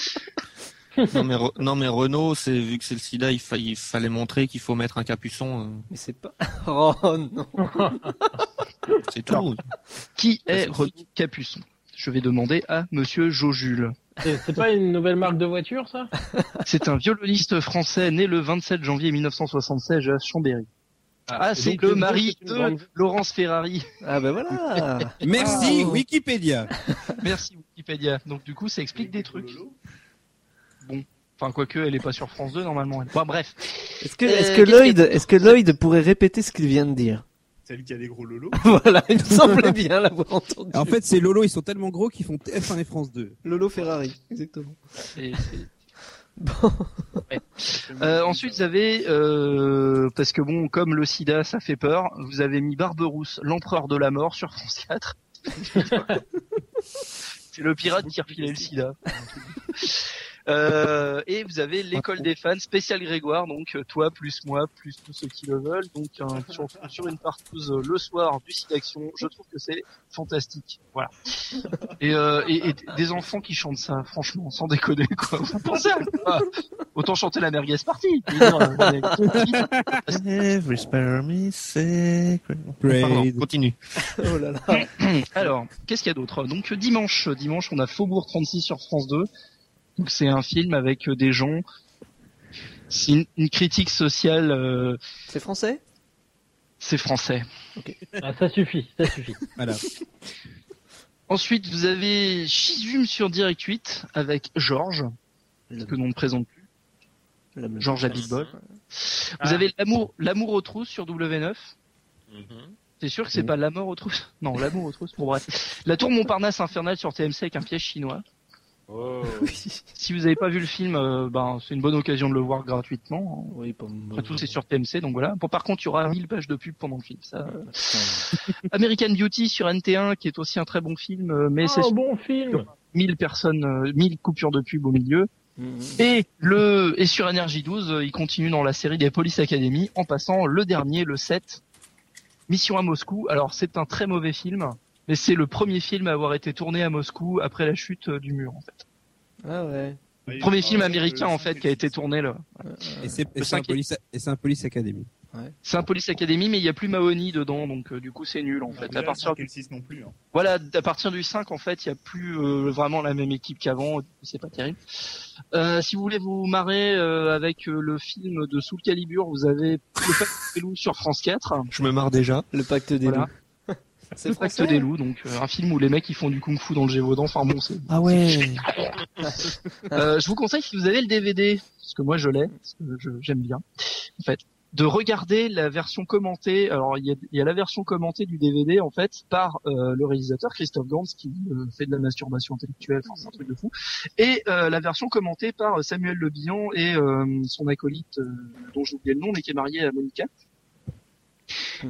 Speaker 6: non, mais Re- non, mais Renault, c'est vu que c'est le sida, il, fa- il fallait montrer qu'il faut mettre un euh, capuchon.
Speaker 1: Mais c'est pas. [laughs] Oh non.
Speaker 6: euh, c'est tout.
Speaker 2: Qui est
Speaker 6: Ça
Speaker 2: Renaud Capuçon? Je vais demander à monsieur Jojules.
Speaker 3: C'est c'est pas une nouvelle marque de voiture ça
Speaker 2: C'est un violoniste français né le 27 janvier 1976 à Chambéry. Ah, c'est
Speaker 3: donc,
Speaker 2: le
Speaker 3: une
Speaker 2: mari
Speaker 3: grosse, une
Speaker 2: de
Speaker 3: grande-
Speaker 2: Laurence Ferrari.
Speaker 1: Ah ben voilà.
Speaker 4: Merci
Speaker 1: Ah, oh.
Speaker 4: Wikipédia.
Speaker 2: [laughs] Merci Wikipédia. Donc du coup, ça explique des trucs. Enfin, quoique, elle est pas sur France 2 normalement. elle. Bon, bref.
Speaker 1: Est-ce que,
Speaker 2: Euh,
Speaker 1: est-ce que
Speaker 2: qu'est-ce
Speaker 1: Lloyd, est-ce que Lloyd pourrait répéter ce qu'il vient de dire [laughs]
Speaker 8: Celle qui a des gros lolos.
Speaker 1: Voilà, il me
Speaker 2: [laughs]
Speaker 1: semblait bien l'avoir entendu.
Speaker 4: En fait, ces Lolo, ils sont tellement gros qu'ils font TF1 et France 2.
Speaker 1: Lolo Ferrari, exactement. [laughs]
Speaker 2: c'est- c'est- Euh, ensuite, vous avez, euh, parce que bon, comme le sida, ça fait peur, vous avez mis Barberousse, l'empereur de la mort sur France 4. c'est le pirate qui refilait le sida. Euh, et vous avez l'école des fans spécial Grégoire, donc euh, toi plus moi plus tous ceux qui le veulent, donc un- sur, sur une partouze euh, le soir du site d'action, je trouve que c'est fantastique, voilà. Et, euh, et, et des enfants qui chantent ça, franchement, sans déconner quoi. Vous pensez à quoi Autant chanter la merguez party. Je veux dire, euh, on est-
Speaker 6: Every spare me sacred.
Speaker 4: Pray.
Speaker 6: Pardon, continue.
Speaker 1: Oh là là.
Speaker 2: [laughs] Alors, qu'est-ce qu'il y a d'autre Donc dimanche, dimanche, on a Faubourg 36 sur France 2. Donc c'est un film avec euh, des gens C'est une, une critique sociale. euh,
Speaker 1: C'est français
Speaker 2: c'est français.
Speaker 3: Ah, ça suffit, ça suffit.
Speaker 4: Voilà.
Speaker 2: Ensuite, vous avez Shizum sur Direct 8 avec Georges, que l'on ne présente plus.
Speaker 1: [laughs]
Speaker 2: Georges Abitbol. Vous
Speaker 3: Ah.
Speaker 2: avez l'amour, l'amour aux trousses sur W9. C'est sûr que c'est
Speaker 1: Mhm.
Speaker 2: pas la mort aux trousses. Non, l'amour aux trousses. Bon bref. La tour Montparnasse infernale sur TMC avec un piège chinois.
Speaker 3: Oh.
Speaker 2: Si vous n'avez pas vu le film, euh, ben c'est une bonne occasion de le voir gratuitement. hein.
Speaker 1: Oui, pas
Speaker 2: Après tout, c'est sur TMC, donc voilà. Bon, par contre, il y aura 1000 pages de pub pendant le film. Ça. euh. American Beauty sur NT1, qui est aussi un très bon film, euh, mais c'est
Speaker 3: Oh,
Speaker 2: sur
Speaker 3: bon film
Speaker 2: 1000 personnes, euh, 1000 coupures de pub au milieu.
Speaker 1: Mhm.
Speaker 2: Et le et sur NRJ12, euh, il continue dans la série des Police Academy en passant le dernier, le 7, Mission à Moscou. Alors c'est un très mauvais film, mais c'est le premier film à avoir été tourné à Moscou après la chute euh, du mur en fait.
Speaker 1: Ah ouais.
Speaker 2: Le premier film américain
Speaker 8: euh,
Speaker 2: en fait qui a été tourné là.
Speaker 4: Et c'est et c'est un
Speaker 2: cinquième.
Speaker 4: police, et c'est un police academy.
Speaker 2: C'est un Police Academy mais il n'y a plus Mahoney dedans donc euh, du coup c'est nul en fait. À partir du,
Speaker 8: 6 non plus. hein.
Speaker 2: voilà, à partir du 5 en fait, il n'y a plus euh, vraiment la même équipe qu'avant, c'est pas terrible. Euh, si vous voulez vous marrer euh, avec euh, le film de Soul Calibur, vous avez le Pacte des loups sur France 4.
Speaker 6: Je me
Speaker 4: [laughs]
Speaker 6: marre déjà.
Speaker 1: Le pacte des
Speaker 2: Voilà.
Speaker 1: loups. C'est
Speaker 2: Le Pacte des loups, donc euh, un film où les mecs ils font du kung-fu dans le Gévaudan. Enfin bon, c'est.
Speaker 1: Ah ouais.
Speaker 2: Euh, je vous conseille si vous avez le DVD, parce que moi je l'ai, parce que je- j'aime bien, en fait, de regarder la version commentée. Alors il y a, il y a la version commentée du DVD en fait par euh, le réalisateur Christophe Gans qui euh, fait de la masturbation intellectuelle, enfin, c'est un truc de fou, et euh, la version commentée par euh, Samuel Le Billon et euh, son acolyte euh, dont j'ai oublié le nom mais qui est marié à Monica.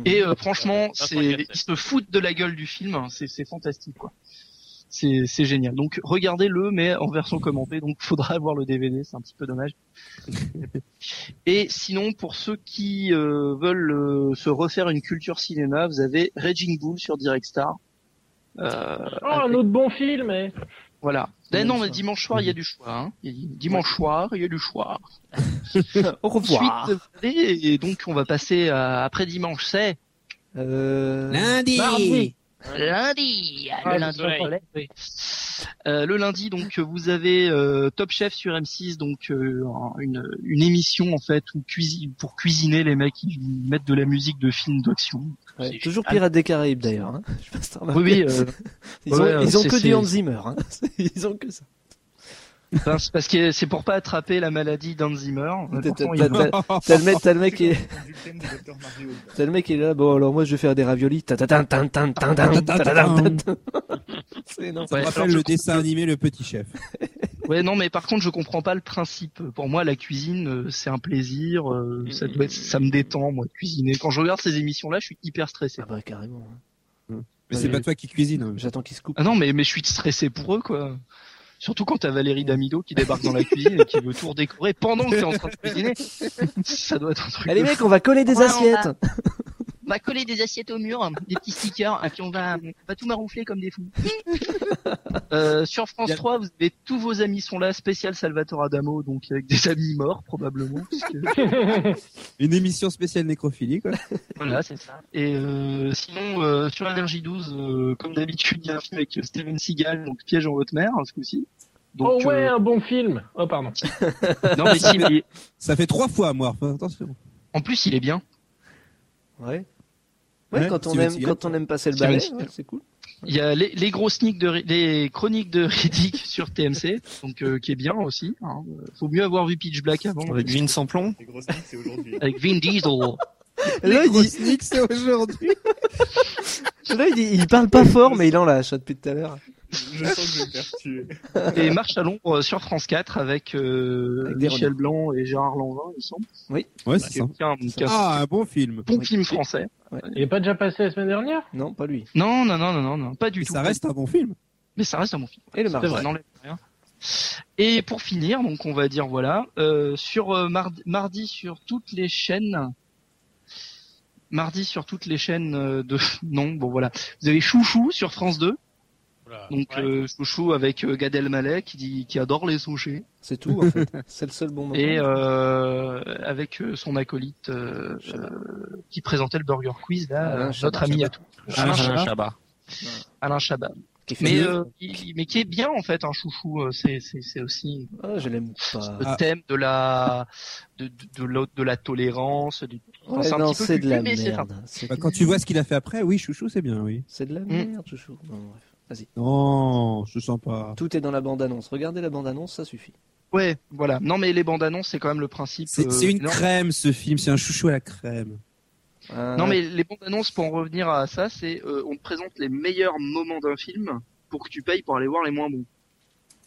Speaker 2: Et euh, franchement,
Speaker 5: Vincent
Speaker 2: c'est
Speaker 5: Cassel.
Speaker 2: ils se foutent de la gueule du film, hein. c'est c'est fantastique quoi. C'est c'est génial. Donc regardez-le mais en version commentée, donc faudra avoir le DVD, c'est un petit peu dommage. Et sinon pour ceux qui euh, veulent euh, se refaire une culture cinéma, vous avez Raging Bull sur Direct Star. Euh,
Speaker 3: Oh, un autre bon film, eh.
Speaker 2: voilà. Ben
Speaker 1: bon,
Speaker 2: non,
Speaker 1: ça.
Speaker 2: mais dimanche soir, il y a du choix. Hein. Il y a- Dimanche soir, il y a du choix.
Speaker 1: Au revoir.
Speaker 2: Ensuite, vous avez- et donc on va passer à- après dimanche, c'est
Speaker 1: Euh...
Speaker 4: Lundi.
Speaker 3: Mardi.
Speaker 2: lundi.
Speaker 3: Ah,
Speaker 2: le lundi.
Speaker 3: je suis en colère.
Speaker 2: Euh, le lundi, donc euh, vous avez euh, Top Chef sur M6, donc euh, un- une, une émission en fait où cuisi- pour cuisiner les mecs ils mettent de la musique de films d'action.
Speaker 1: Ouais,
Speaker 2: C'est
Speaker 1: toujours
Speaker 2: génial.
Speaker 1: Pirates des Caraïbes d'ailleurs. Hein. Je sais pas si t'as remarqué.
Speaker 2: Oui, oui, euh,
Speaker 1: [laughs] ils ont,
Speaker 2: ouais, euh,
Speaker 1: ils ont
Speaker 2: c'est-
Speaker 1: que
Speaker 2: c'est-
Speaker 1: du Hans Zimmer. Hein. [laughs] Ils ont que ça.
Speaker 2: enfin, c'est parce que c'est pour pas attraper la maladie d'Alzheimer. Euh,
Speaker 1: T'as-
Speaker 2: pourtant,
Speaker 1: t'as-
Speaker 2: il-
Speaker 1: t'as- T'as le mec, t'as le mec
Speaker 2: [laughs]
Speaker 1: qui est,
Speaker 8: Du thème du Dr Mario.
Speaker 1: t'as le mec qui est là. Bon alors moi je vais faire des raviolis. Tatatin, tintin, tintin, tatatin, tintin. C'est énorme.
Speaker 4: Ça me
Speaker 2: Ouais,
Speaker 4: rappelle le dessin animé Le Petit Chef.
Speaker 2: Ouais, non, mais par contre, je comprends pas le principe. Pour moi, la cuisine, euh, c'est un plaisir. euh, ça, doit être- ça me détend, moi, de cuisiner. Quand je regarde ces émissions-là, je suis hyper stressé.
Speaker 1: Ah bah carrément. hein.
Speaker 4: Mais c'est
Speaker 1: Ouais.
Speaker 4: pas toi qui cuisine. hein.
Speaker 1: J'attends qu'il se coupe.
Speaker 2: Ah non, mais, mais je suis stressé pour eux, quoi. Surtout quand t'as Valérie Damido qui débarque dans la cuisine et qui veut tout redécorer pendant que t'es en train de cuisiner. Ça doit être un truc.
Speaker 1: Allez
Speaker 2: de
Speaker 1: mec, on va coller des
Speaker 2: Ouais, on
Speaker 1: assiettes.
Speaker 2: fou. On va coller des assiettes au mur, hein, des petits stickers, et puis on va, on va tout maroufler comme des fous. Euh, sur France
Speaker 4: Bien.
Speaker 2: 3, vous avez tous vos amis sont là, spécial Salvatore Adamo, donc avec des amis morts probablement. puisque-
Speaker 4: Une émission spéciale nécrophilie, quoi.
Speaker 2: Voilà, c'est ça. Et euh, sinon, euh, sur NRJ12, euh, comme d'habitude, il y a un film avec Steven Seagal, donc Piège en haute mer, hein, ce coup-ci. Donc,
Speaker 3: oh ouais,
Speaker 2: euh,
Speaker 3: un bon film. Oh pardon.
Speaker 2: non, mais si, mais
Speaker 4: Ça fait trois fois, moi. Fais Attention.
Speaker 2: en plus, il est bien.
Speaker 1: Ouais. Ouais,
Speaker 4: Ouais,
Speaker 1: quand on
Speaker 4: Steven
Speaker 1: aime,
Speaker 4: Seagal.
Speaker 1: quand on aime passer le
Speaker 2: Steven
Speaker 1: balai,
Speaker 2: Seagal.
Speaker 1: ouais, c'est cool.
Speaker 2: Il y a les, les gros sneaks de, Ri- les chroniques de Riddick [laughs] sur TMC, donc euh, qui est bien aussi. hein. Faut mieux avoir vu Pitch Black avant.
Speaker 6: Avec Vin sans plomb.
Speaker 8: Les grosses niques, c'est aujourd'hui.
Speaker 2: [laughs] Avec Vin Diesel.
Speaker 1: Là il, dit,
Speaker 4: Sneak, c'est aujourd'hui.
Speaker 1: là il dit, il parle pas fort, mais il en lâche hein, depuis tout à l'heure.
Speaker 8: Je sens que je vais me faire tuer.
Speaker 2: et Marche à l'ombre sur France 4 avec, euh,
Speaker 1: Avec des
Speaker 2: Michel Blanc et Gérard Lanvin, il semble.
Speaker 4: [laughs] Ouais, c'est
Speaker 2: Qui
Speaker 4: ça.
Speaker 2: est un, qui est un
Speaker 4: Ah, un bon film.
Speaker 2: bon film français.
Speaker 3: Il est pas déjà passé la semaine dernière
Speaker 1: Non, pas lui.
Speaker 2: Non, non, non, non, non, non, pas du
Speaker 4: Et
Speaker 2: tout.
Speaker 4: ça reste un bon film.
Speaker 2: Mais ça reste un bon film.
Speaker 1: Et le
Speaker 2: C'est
Speaker 1: mardi.
Speaker 2: vrai, n'enlève rien. Et pour finir, donc on va dire voilà, euh, sur euh, mardi, mardi sur toutes les chaînes, mardi sur toutes les chaînes euh, de [laughs] non, bon voilà, vous avez Chouchou sur France 2,
Speaker 5: Voilà.
Speaker 2: donc
Speaker 5: Ouais.
Speaker 2: euh, Chouchou avec euh, Gad Elmaleh qui dit qui adore les sushis
Speaker 1: C'est tout en fait. [laughs] C'est le seul bon moment.
Speaker 2: et euh, avec euh, son acolyte euh, euh, qui présentait le Burger Quiz là,
Speaker 1: Alain
Speaker 2: euh,
Speaker 1: Chabat,
Speaker 4: Ah, bah,
Speaker 2: notre ami à tous, Alain Chabat,
Speaker 6: Chabat.
Speaker 2: Alain Chabat.
Speaker 1: Qui fait
Speaker 2: Mais,
Speaker 1: le-
Speaker 2: euh, il- mais qui est bien en fait un chouchou, euh, c'est c'est c'est aussi
Speaker 1: Ah, je l'aime pas.
Speaker 2: le thème de la de de, de la, de la tolérance du
Speaker 1: Ouais,
Speaker 2: un
Speaker 1: non,
Speaker 2: petit peu
Speaker 1: c'est de
Speaker 2: cucu,
Speaker 1: la
Speaker 2: mais c'est
Speaker 1: merde.
Speaker 2: sympa.
Speaker 1: C'est-
Speaker 4: Bah, quand tu vois ce qu'il a fait après, oui, chouchou, c'est bien, oui.
Speaker 1: C'est de
Speaker 2: Mm.
Speaker 1: la merde, chouchou. Non, bref. Vas-y.
Speaker 4: Non, je sens pas.
Speaker 1: Tout est dans la bande-annonce. Regardez la bande-annonce, ça suffit.
Speaker 2: Ouais, voilà. Non mais les bandes annonces c'est quand même le principe.
Speaker 4: C'est
Speaker 2: euh,
Speaker 4: c'est une
Speaker 2: non,
Speaker 4: crème, ce film. C'est un chouchou à la crème.
Speaker 1: Euh,
Speaker 2: Non mais les bandes annonces pour en revenir à ça, c'est euh, on te présente les meilleurs moments d'un film pour que tu payes pour aller voir les moins bons.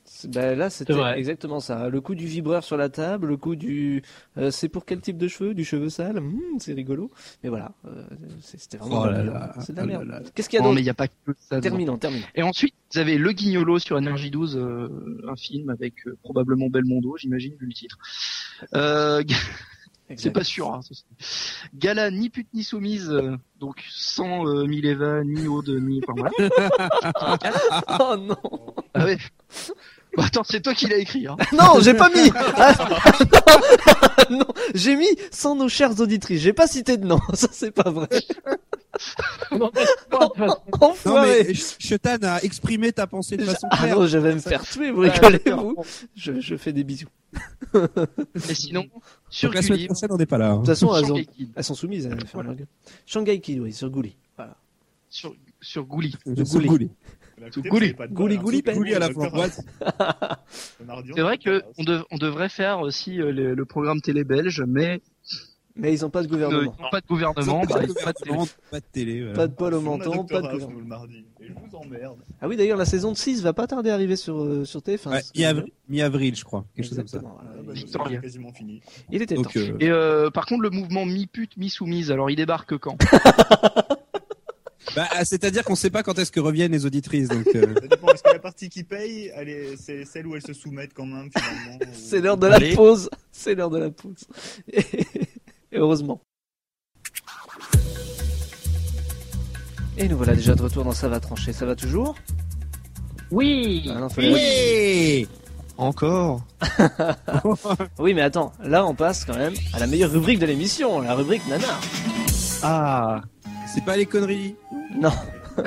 Speaker 1: C'est- bah, là, c'était
Speaker 3: C'est vrai.
Speaker 1: exactement ça. Le coup du vibreur sur la table, le coup du. euh, c'est pour quel type de cheveux Du cheveu sale Hmm, C'est rigolo. Mais voilà, euh, c'est- c'était vraiment.
Speaker 4: Oh
Speaker 1: de la
Speaker 4: là
Speaker 1: merde.
Speaker 4: là,
Speaker 1: c'est de la
Speaker 4: oh là
Speaker 1: merde.
Speaker 4: là.
Speaker 1: Qu'est-ce qu'il y a
Speaker 2: non
Speaker 1: d'autre
Speaker 2: mais il n'y a pas que ça. dedans.
Speaker 1: Terminons, terminons.
Speaker 2: Et ensuite, vous avez Le Guignolo sur Energy 12, euh, un film avec euh, probablement Belmondo, j'imagine, vu le titre. Euh, C'est
Speaker 1: Exact.
Speaker 2: pas sûr. Hein, ceci. Gala ni pute ni soumise, euh, donc sans euh, Mileva, ni Aude, ni. Enfin, voilà.
Speaker 1: [laughs] Oh
Speaker 4: [laughs]
Speaker 1: non
Speaker 2: Ah ouais. Bah, attends, c'est toi qui l'as écrit. Hein.
Speaker 1: Non, j'ai pas mis [laughs] Ah, non, [laughs] non, j'ai mis sans nos chères auditrices. J'ai pas cité de nom. [laughs] Ça, c'est pas vrai.
Speaker 3: On en reste pas, de toute façon.
Speaker 4: Non,
Speaker 1: Enfoiré
Speaker 4: mais Ch- Chetan a exprimé ta pensée de façon Ah,
Speaker 1: Ah
Speaker 4: claire.
Speaker 1: non, [laughs] je vais me faire tuer, vous rigolez-vous je, je fais des bisous.
Speaker 2: Et sinon, sur
Speaker 4: Donc la semaine
Speaker 2: Gulli,
Speaker 4: prochaine, on n'est pas là. hein.
Speaker 1: De toute façon, elles, ont-
Speaker 2: Shanghai Kid,
Speaker 1: elles sont soumises hein, à faire leur gueule. Shanghai Kid, oui, sur Gouli. Voilà.
Speaker 2: sur, sur Gulli.
Speaker 4: Je suis
Speaker 1: Gouli.
Speaker 4: Gouli.
Speaker 8: D'un
Speaker 2: Tout
Speaker 8: côté,
Speaker 2: gouli.
Speaker 8: vous avez pas de
Speaker 1: Gouli,
Speaker 8: bol, hein.
Speaker 1: gouli,
Speaker 8: Tout
Speaker 1: gouli
Speaker 8: gouli,
Speaker 4: à la
Speaker 8: Walter
Speaker 4: framboise.
Speaker 1: Ah,
Speaker 8: Bonnardion,
Speaker 2: C'est vrai que on,
Speaker 8: Bonnardion.
Speaker 2: dev- on devrait faire aussi euh, le, le programme télé belge, mais
Speaker 1: Mais ils ont pas de
Speaker 2: euh, ils
Speaker 1: gouvernement.
Speaker 2: n'ont pas de gouvernement, bah, ils ont pas de télé.
Speaker 4: Pas de télé. voilà.
Speaker 1: Pas de bol au
Speaker 8: Si on a
Speaker 1: menton,
Speaker 8: Docteur
Speaker 1: pas de
Speaker 8: House,
Speaker 1: gouvernement.
Speaker 8: nous, le mardi. Et je vous emmerde.
Speaker 1: Ah oui, d'ailleurs, la saison de 6 va pas tarder à arriver sur, euh, sur TF1.
Speaker 4: Ouais,
Speaker 1: c'est-
Speaker 4: mi-avril- Mi-avril, je crois. Quelque chose comme ça.
Speaker 1: Exactement, voilà.
Speaker 8: Ah bah,
Speaker 1: Il-
Speaker 8: nous,
Speaker 2: Victoria.
Speaker 8: c'est quasiment fini.
Speaker 1: Il était temps.
Speaker 4: Donc, euh,
Speaker 2: Et euh, par contre, le mouvement mi-pute, mi-soumise, alors il débarque quand
Speaker 4: bah, ah, c'est-à-dire qu'on sait pas quand est-ce que reviennent les auditrices. Donc, euh,
Speaker 8: Ça dépend, est-ce que la partie qui paye, elle est- c'est celle où elles se soumettent quand même finalement ou-
Speaker 1: C'est l'heure de la
Speaker 6: Allez.
Speaker 1: pause. C'est l'heure de la pause. Et heureusement. Et nous voilà déjà de retour dans Ça va trancher. Ça va toujours
Speaker 3: Oui
Speaker 1: Ah non, faut la-
Speaker 4: ouais.
Speaker 6: Encore
Speaker 1: Oui, mais attends, là on passe quand même à la meilleure rubrique de l'émission, la rubrique nanar.
Speaker 6: Ah
Speaker 4: C'est pas les conneries.
Speaker 1: Non,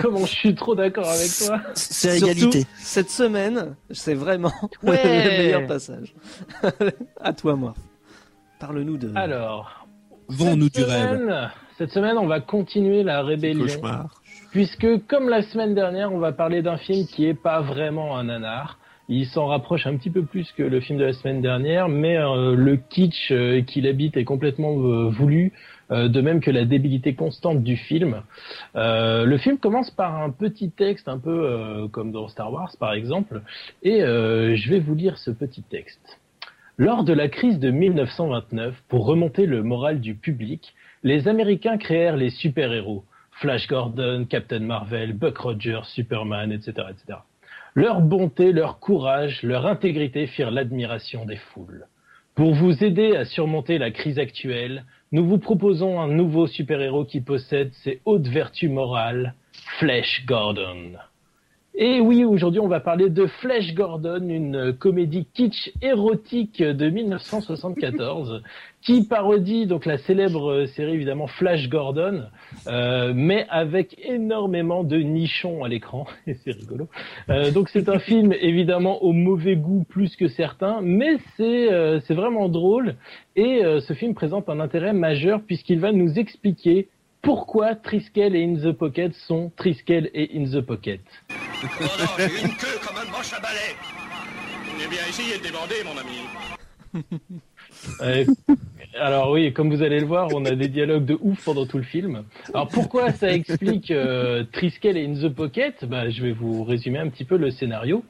Speaker 3: Comment je suis trop d'accord avec toi
Speaker 6: C'est à
Speaker 1: Surtout-
Speaker 6: égalité.
Speaker 1: cette semaine, c'est vraiment [laughs]
Speaker 2: Ouais.
Speaker 1: le meilleur passage. [laughs] à toi, moi. Parle-nous de.
Speaker 3: Alors.
Speaker 4: Vends-nous
Speaker 3: cette
Speaker 4: du rêve.
Speaker 3: semaine- Cette semaine, on va continuer la rébellion.
Speaker 6: Cauchemar.
Speaker 3: Puisque, comme la semaine dernière, on va parler d'un film qui est pas vraiment un nanar. Il s'en rapproche un petit peu plus que le film de la semaine dernière, mais euh, le kitsch euh, qu'il habite est complètement euh, voulu, euh, de même que la débilité constante du film. Euh, le film commence par un petit texte, un peu euh, comme dans Star Wars par exemple, et euh, je vais vous lire ce petit texte. Lors de la crise de 1929, pour remonter le moral du public, les Américains créèrent les super-héros. Flash Gordon, Captain Marvel, Buck Rogers, Superman, etc., etc. Leur bonté, leur courage, leur intégrité firent l'admiration des foules. Pour vous aider à surmonter la crise actuelle, nous vous proposons un nouveau super-héros qui possède ses hautes vertus morales, Flash Gordon. Et oui, aujourd'hui, on va parler de Flash Gordon, une euh, comédie kitsch érotique de 1974 qui parodie donc la célèbre euh, série évidemment Flash Gordon, euh, mais avec énormément de nichons à l'écran, [laughs] et c'est rigolo. Euh, donc c'est un film évidemment au mauvais goût plus que certains, mais c'est euh, c'est vraiment drôle, et euh, ce film présente un intérêt majeur puisqu'il va nous expliquer pourquoi Triskel et In the Pocket sont Triskel et In the Pocket.
Speaker 9: Oh non, j'ai une queue comme un manche à balai. Eh bien, essayez de déborder, mon ami.
Speaker 3: Ouais. Euh, Alors oui, comme vous allez le voir, on a des dialogues de ouf pendant tout le film. Alors pourquoi ça explique euh, Triskel et In the Pocket bah, Je vais vous résumer un petit peu le scénario.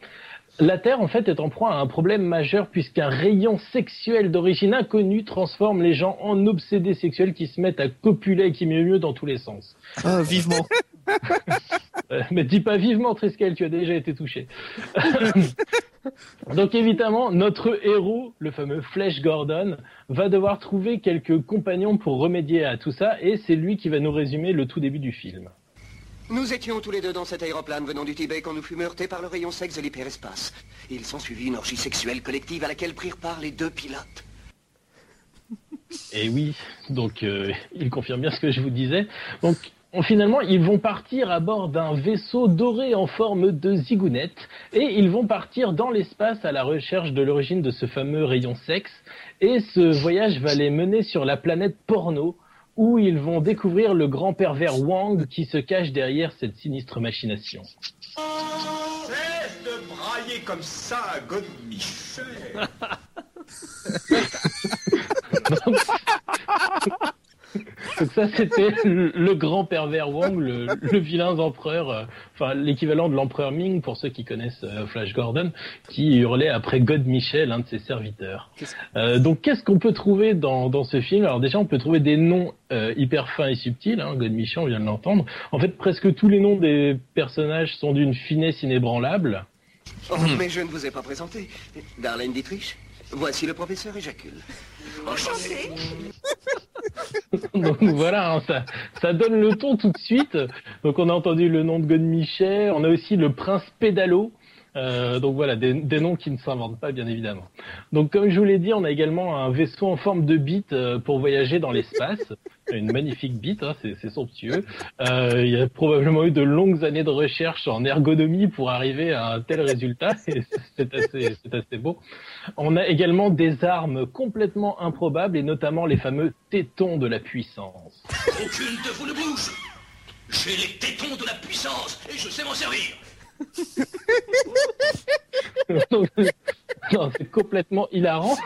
Speaker 3: La Terre, en fait, est en proie à un problème majeur puisqu'un rayon sexuel d'origine inconnue transforme les gens en obsédés sexuels qui se mettent à copuler et qui mieux mieux dans tous les sens.
Speaker 6: Ah, vivement.
Speaker 3: [laughs] Euh, mais dis pas vivement, Triskel, tu as déjà été touché. [laughs] Donc évidemment, notre héros, le fameux Flash Gordon, va devoir trouver quelques compagnons pour remédier à tout ça, et c'est lui qui va nous résumer le tout début du film.
Speaker 11: Nous étions tous les deux dans cet aéroplane venant du Tibet quand nous fûmes heurtés par le rayon sexe de l'hyperespace. Il s'ensuivit une orgie sexuelle collective à laquelle prirent part les deux pilotes.
Speaker 3: Et oui, donc euh, il confirme bien ce que je vous disais. Donc Bon, Finalement, ils vont partir à bord d'un vaisseau doré en forme de zigounette et ils vont partir dans l'espace à la recherche de l'origine de ce fameux rayon sexe. Et ce voyage va les mener sur la planète porno où ils vont découvrir le grand pervers Wang qui se cache derrière cette sinistre machination.
Speaker 9: Cesse de brailler comme ça à Godemichel.
Speaker 3: Donc [laughs] ça, c'était le le grand pervers Wang, le, le vilain empereur, euh, enfin l'équivalent de l'empereur Ming pour ceux qui connaissent euh, Flash Gordon, qui hurlait après God Michel, un de ses serviteurs. Euh, donc qu'est-ce qu'on peut trouver dans, dans ce film Alors déjà, on peut trouver des noms euh, hyper fins et subtils. Hein, God Michel, on vient de l'entendre. En fait, presque tous les noms des personnages sont d'une finesse inébranlable.
Speaker 11: Oh, mais je ne vous ai pas présenté. Darlene Dietrich, voici le professeur Éjacule. Enchanté.
Speaker 3: [laughs] Donc voilà, hein, ça, ça donne le ton tout de suite. Donc on a entendu le nom de God Michel, on a aussi le prince Pédalo. Euh, donc voilà, des, des noms qui ne s'inventent pas, bien évidemment. Donc comme je vous l'ai dit, on a également un vaisseau en forme de bite euh, pour voyager dans l'espace. Une magnifique bite, hein, c'est c'est somptueux. Euh, il y a probablement eu de longues années de recherche en ergonomie pour arriver à un tel résultat. [laughs] et C'est assez, c'est assez beau. On a également des armes complètement improbables et notamment les fameux tétons de la puissance. [laughs]
Speaker 9: Aucune de vous ne bouge. J'ai les tétons de la puissance et je sais m'en servir.
Speaker 3: Donc, non, c'est complètement hilarant.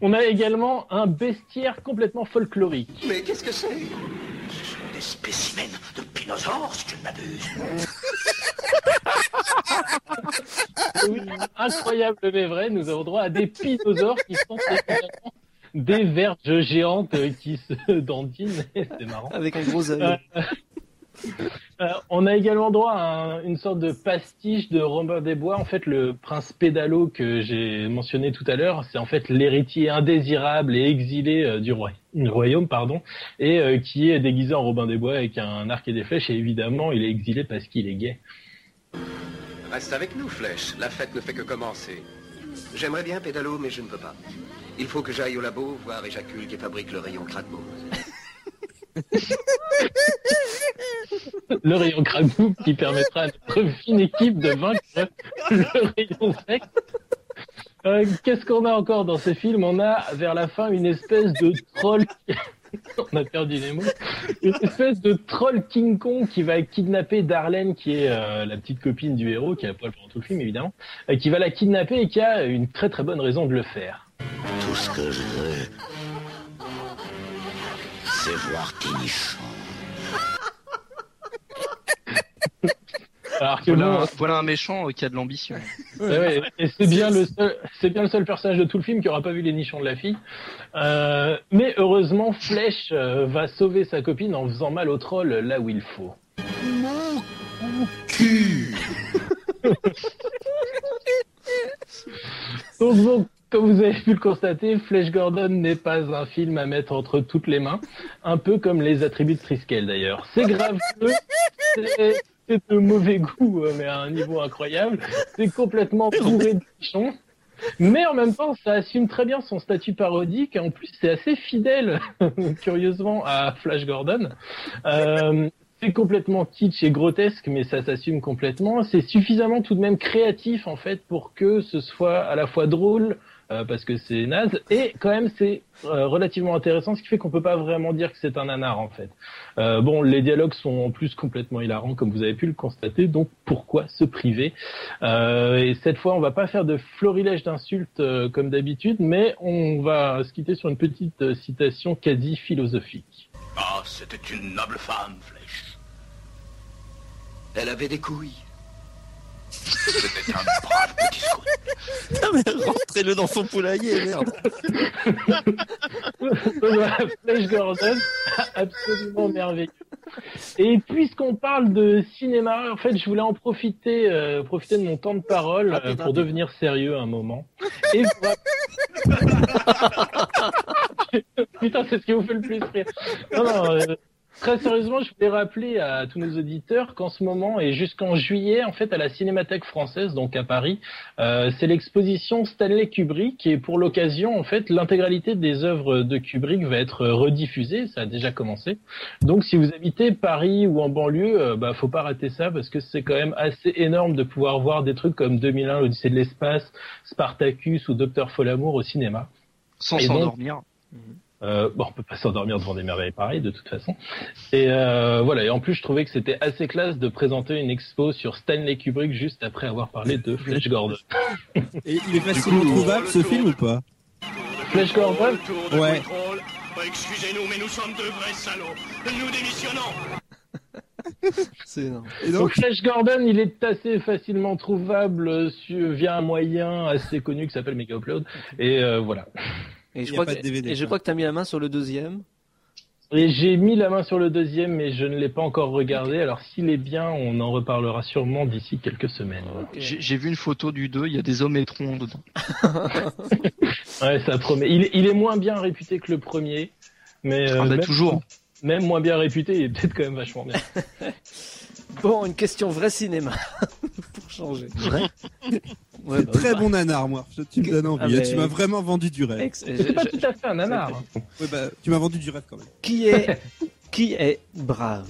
Speaker 3: On a également un bestiaire complètement folklorique.
Speaker 11: Mais qu'est-ce que c'est
Speaker 9: Ce sont des spécimens de dinosaures, si je ne m'abuse.
Speaker 3: [laughs] Oui, incroyable mais vrai, nous avons droit à des pinosaures qui sont évidemment des verges géantes qui se dandinent. [laughs] Et C'est marrant.
Speaker 1: Avec un gros œil.
Speaker 3: Euh, euh, on a également droit à un- une sorte de pastiche de Robin des Bois. En fait, le prince Pédalo que j'ai mentionné tout à l'heure, c'est en fait l'héritier indésirable et exilé euh, du roi- du royaume, pardon, et euh, qui est déguisé en Robin des Bois avec un arc et des flèches. Et évidemment, il est exilé parce qu'il est gay.
Speaker 11: Reste avec nous, Flèche. La fête ne fait que commencer. J'aimerais bien, Pédalo, mais je ne peux pas. Il faut que j'aille au labo voir Éjacule qui fabrique le rayon Kratmo.
Speaker 3: Le rayon Kragou qui permettra à notre fine équipe de vaincre le rayon sec. Euh, Qu'est-ce qu'on a encore dans ce film On a vers la fin une espèce de troll. [laughs] On a perdu les mots. Une espèce de troll King Kong qui va kidnapper Darlene, qui est euh, la petite copine du héros, qui a pas pendant tout le film évidemment, euh, qui va la kidnapper et qui a une très très bonne raison de le faire.
Speaker 9: Tout ce que je veux, c'est voir Tinichon.
Speaker 3: Alors que
Speaker 2: Voilà,
Speaker 3: bon,
Speaker 2: un- voilà un méchant euh, qui a de l'ambition.
Speaker 3: Ouais, ouais, [laughs] et c'est bien le seul, c'est bien le seul personnage de tout le film qui aura pas vu les nichons de la fille. Euh, mais heureusement, Flèche euh, va sauver sa copine en faisant mal au troll là où il faut.
Speaker 9: Mon cul
Speaker 3: Donc bon, comme vous avez pu le constater, Flèche Gordon n'est pas un film à mettre entre toutes les mains, un peu comme les attributs de Triskel d'ailleurs. C'est graveux, c'est- c'est de mauvais goût, euh, mais à un niveau incroyable. C'est complètement bourré de pichons. Mais en même temps, ça assume très bien son statut parodique. Et en plus, c'est assez fidèle, [laughs] curieusement, à Flash Gordon. Euh, c'est complètement kitsch et grotesque, mais ça s'assume complètement. C'est suffisamment tout de même créatif, en fait, pour que ce soit à la fois drôle, euh, parce que c'est naze, et quand même, c'est euh, relativement intéressant, ce qui fait qu'on peut pas vraiment dire que c'est un nanar, en fait. Euh, bon, les dialogues sont en plus complètement hilarants, comme vous avez pu le constater, donc pourquoi se priver euh, et cette fois, on va pas faire de florilège d'insultes euh, comme d'habitude, mais on va se quitter sur une petite euh, citation quasi philosophique.
Speaker 9: Ah, c'était une noble femme, Flèche.
Speaker 11: Elle avait des couilles.
Speaker 9: C'était un brave petit scout.
Speaker 6: Rentrez-le dans son poulailler, merde.
Speaker 3: Voilà, Flash Gordon, [laughs] absolument merveilleux. Et puisqu'on parle de cinéma, en fait, je voulais en profiter, euh, profiter de mon temps de parole euh, pour devenir sérieux un moment. Et vous [laughs] rapp- Putain, c'est ce qui vous fait le plus rire. Non, non, euh, Très sérieusement, je voulais rappeler à tous nos auditeurs qu'en ce moment et jusqu'en juillet, en fait, à la Cinémathèque française, donc à Paris, euh, c'est l'exposition Stanley Kubrick et pour l'occasion, en fait, l'intégralité des œuvres de Kubrick va être euh, rediffusée. Ça a déjà commencé. Donc, si vous habitez Paris ou en banlieue, euh, bah, faut pas rater ça parce que c'est quand même assez énorme de pouvoir voir des trucs comme 2001, l'Odyssée de l'espace, Spartacus ou Docteur Folamour au cinéma.
Speaker 2: Sans
Speaker 3: Et donc,
Speaker 2: s'endormir.
Speaker 3: euh, bon, on peut pas s'endormir devant des merveilles pareilles de toute façon. Et euh, voilà. Et en plus, je trouvais que c'était assez classe de présenter une expo sur Stanley Kubrick juste après avoir parlé de Flash Gordon.
Speaker 4: Et il est facilement trouvable
Speaker 1: euh,
Speaker 4: ce film ou pas
Speaker 3: Flash Gordon
Speaker 4: Ouais.
Speaker 9: Excusez-nous, mais nous sommes de vrais salauds. Nous démissionnons.
Speaker 1: C'est énorme.
Speaker 4: Et donc-
Speaker 3: donc, Flash Gordon, il est assez facilement trouvable sur, via un moyen assez connu qui s'appelle Mega Upload. Et euh, voilà.
Speaker 1: Et je, crois que, et je crois que t'as mis la main sur le deuxième.
Speaker 3: Et j'ai mis la main sur le deuxième, mais je ne l'ai pas encore regardé. Alors s'il est bien, on en reparlera sûrement d'ici quelques semaines.
Speaker 2: J'ai j'ai vu une photo du 2, il y a des hommes étrons dedans.
Speaker 3: Ouais, ça promet. Il est, il est moins bien réputé que le premier, mais
Speaker 2: Ah bah,
Speaker 3: Euh, même-
Speaker 2: toujours.
Speaker 3: Même moins bien réputé, il est peut-être quand même vachement bien.
Speaker 1: Bon, une question vrai cinéma [laughs] pour changer.
Speaker 4: Vrai
Speaker 1: Ouais, bah,
Speaker 4: Très
Speaker 1: bah.
Speaker 4: bon nanar, moi. Je- Tu me donnes envie.
Speaker 1: Ah,
Speaker 4: hein.
Speaker 1: mais-
Speaker 4: Tu m'as vraiment vendu du rêve.
Speaker 1: Ex- je- je-
Speaker 3: à fait un nanar. hein.
Speaker 4: Ouais, bah, tu m'as vendu du rêve quand même.
Speaker 1: Qui est qui est brave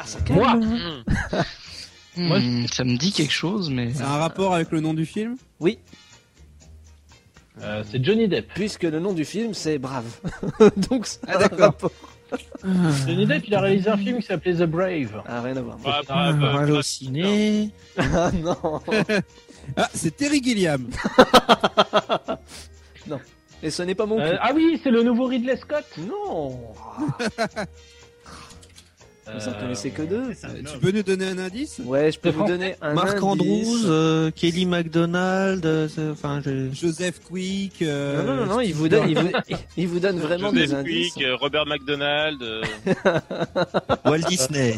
Speaker 1: Ah ça calme.
Speaker 2: Moi.
Speaker 1: hein.
Speaker 2: Moi, je- Hmm, ça me dit quelque chose, mais.
Speaker 4: C'est un rapport avec le nom du film
Speaker 1: Oui.
Speaker 3: Euh, c'est Johnny Depp.
Speaker 1: Puisque le nom du film c'est Brave. [laughs] Donc ça
Speaker 4: Ah,
Speaker 1: a un
Speaker 4: d'accord.
Speaker 1: rapport.
Speaker 3: Johnny Depp, il a réalisé un film qui s'appelait The Brave.
Speaker 1: Ah, rien à voir.
Speaker 3: Ah,
Speaker 4: bah, bah,
Speaker 6: Allociné.
Speaker 1: Ah non.
Speaker 4: Ah, c'est Terry Gilliam.
Speaker 1: non. Et ce n'est pas mon
Speaker 3: Euh,
Speaker 1: cul.
Speaker 3: ah oui, c'est le nouveau Ridley Scott.
Speaker 1: Non. Vous
Speaker 3: Euh,
Speaker 1: en connaissez que deux.
Speaker 4: Euh, Tu peux nous donner un indice
Speaker 1: Ouais, je peux
Speaker 4: C'est
Speaker 1: vous
Speaker 4: Fran-
Speaker 1: donner un indice.
Speaker 6: Marc Andrews, euh, Kelly MacDonald, euh, c'est- enfin, [laughs] je-
Speaker 4: Joseph Quick. euh,
Speaker 1: Non, non, non, non, il
Speaker 4: Steve
Speaker 1: vous donne, il
Speaker 4: Burns.
Speaker 1: vous, il vous donne vraiment
Speaker 5: Joseph
Speaker 1: des indices.
Speaker 5: Quick, euh, Robert McDonald. euh,
Speaker 6: Walt Disney.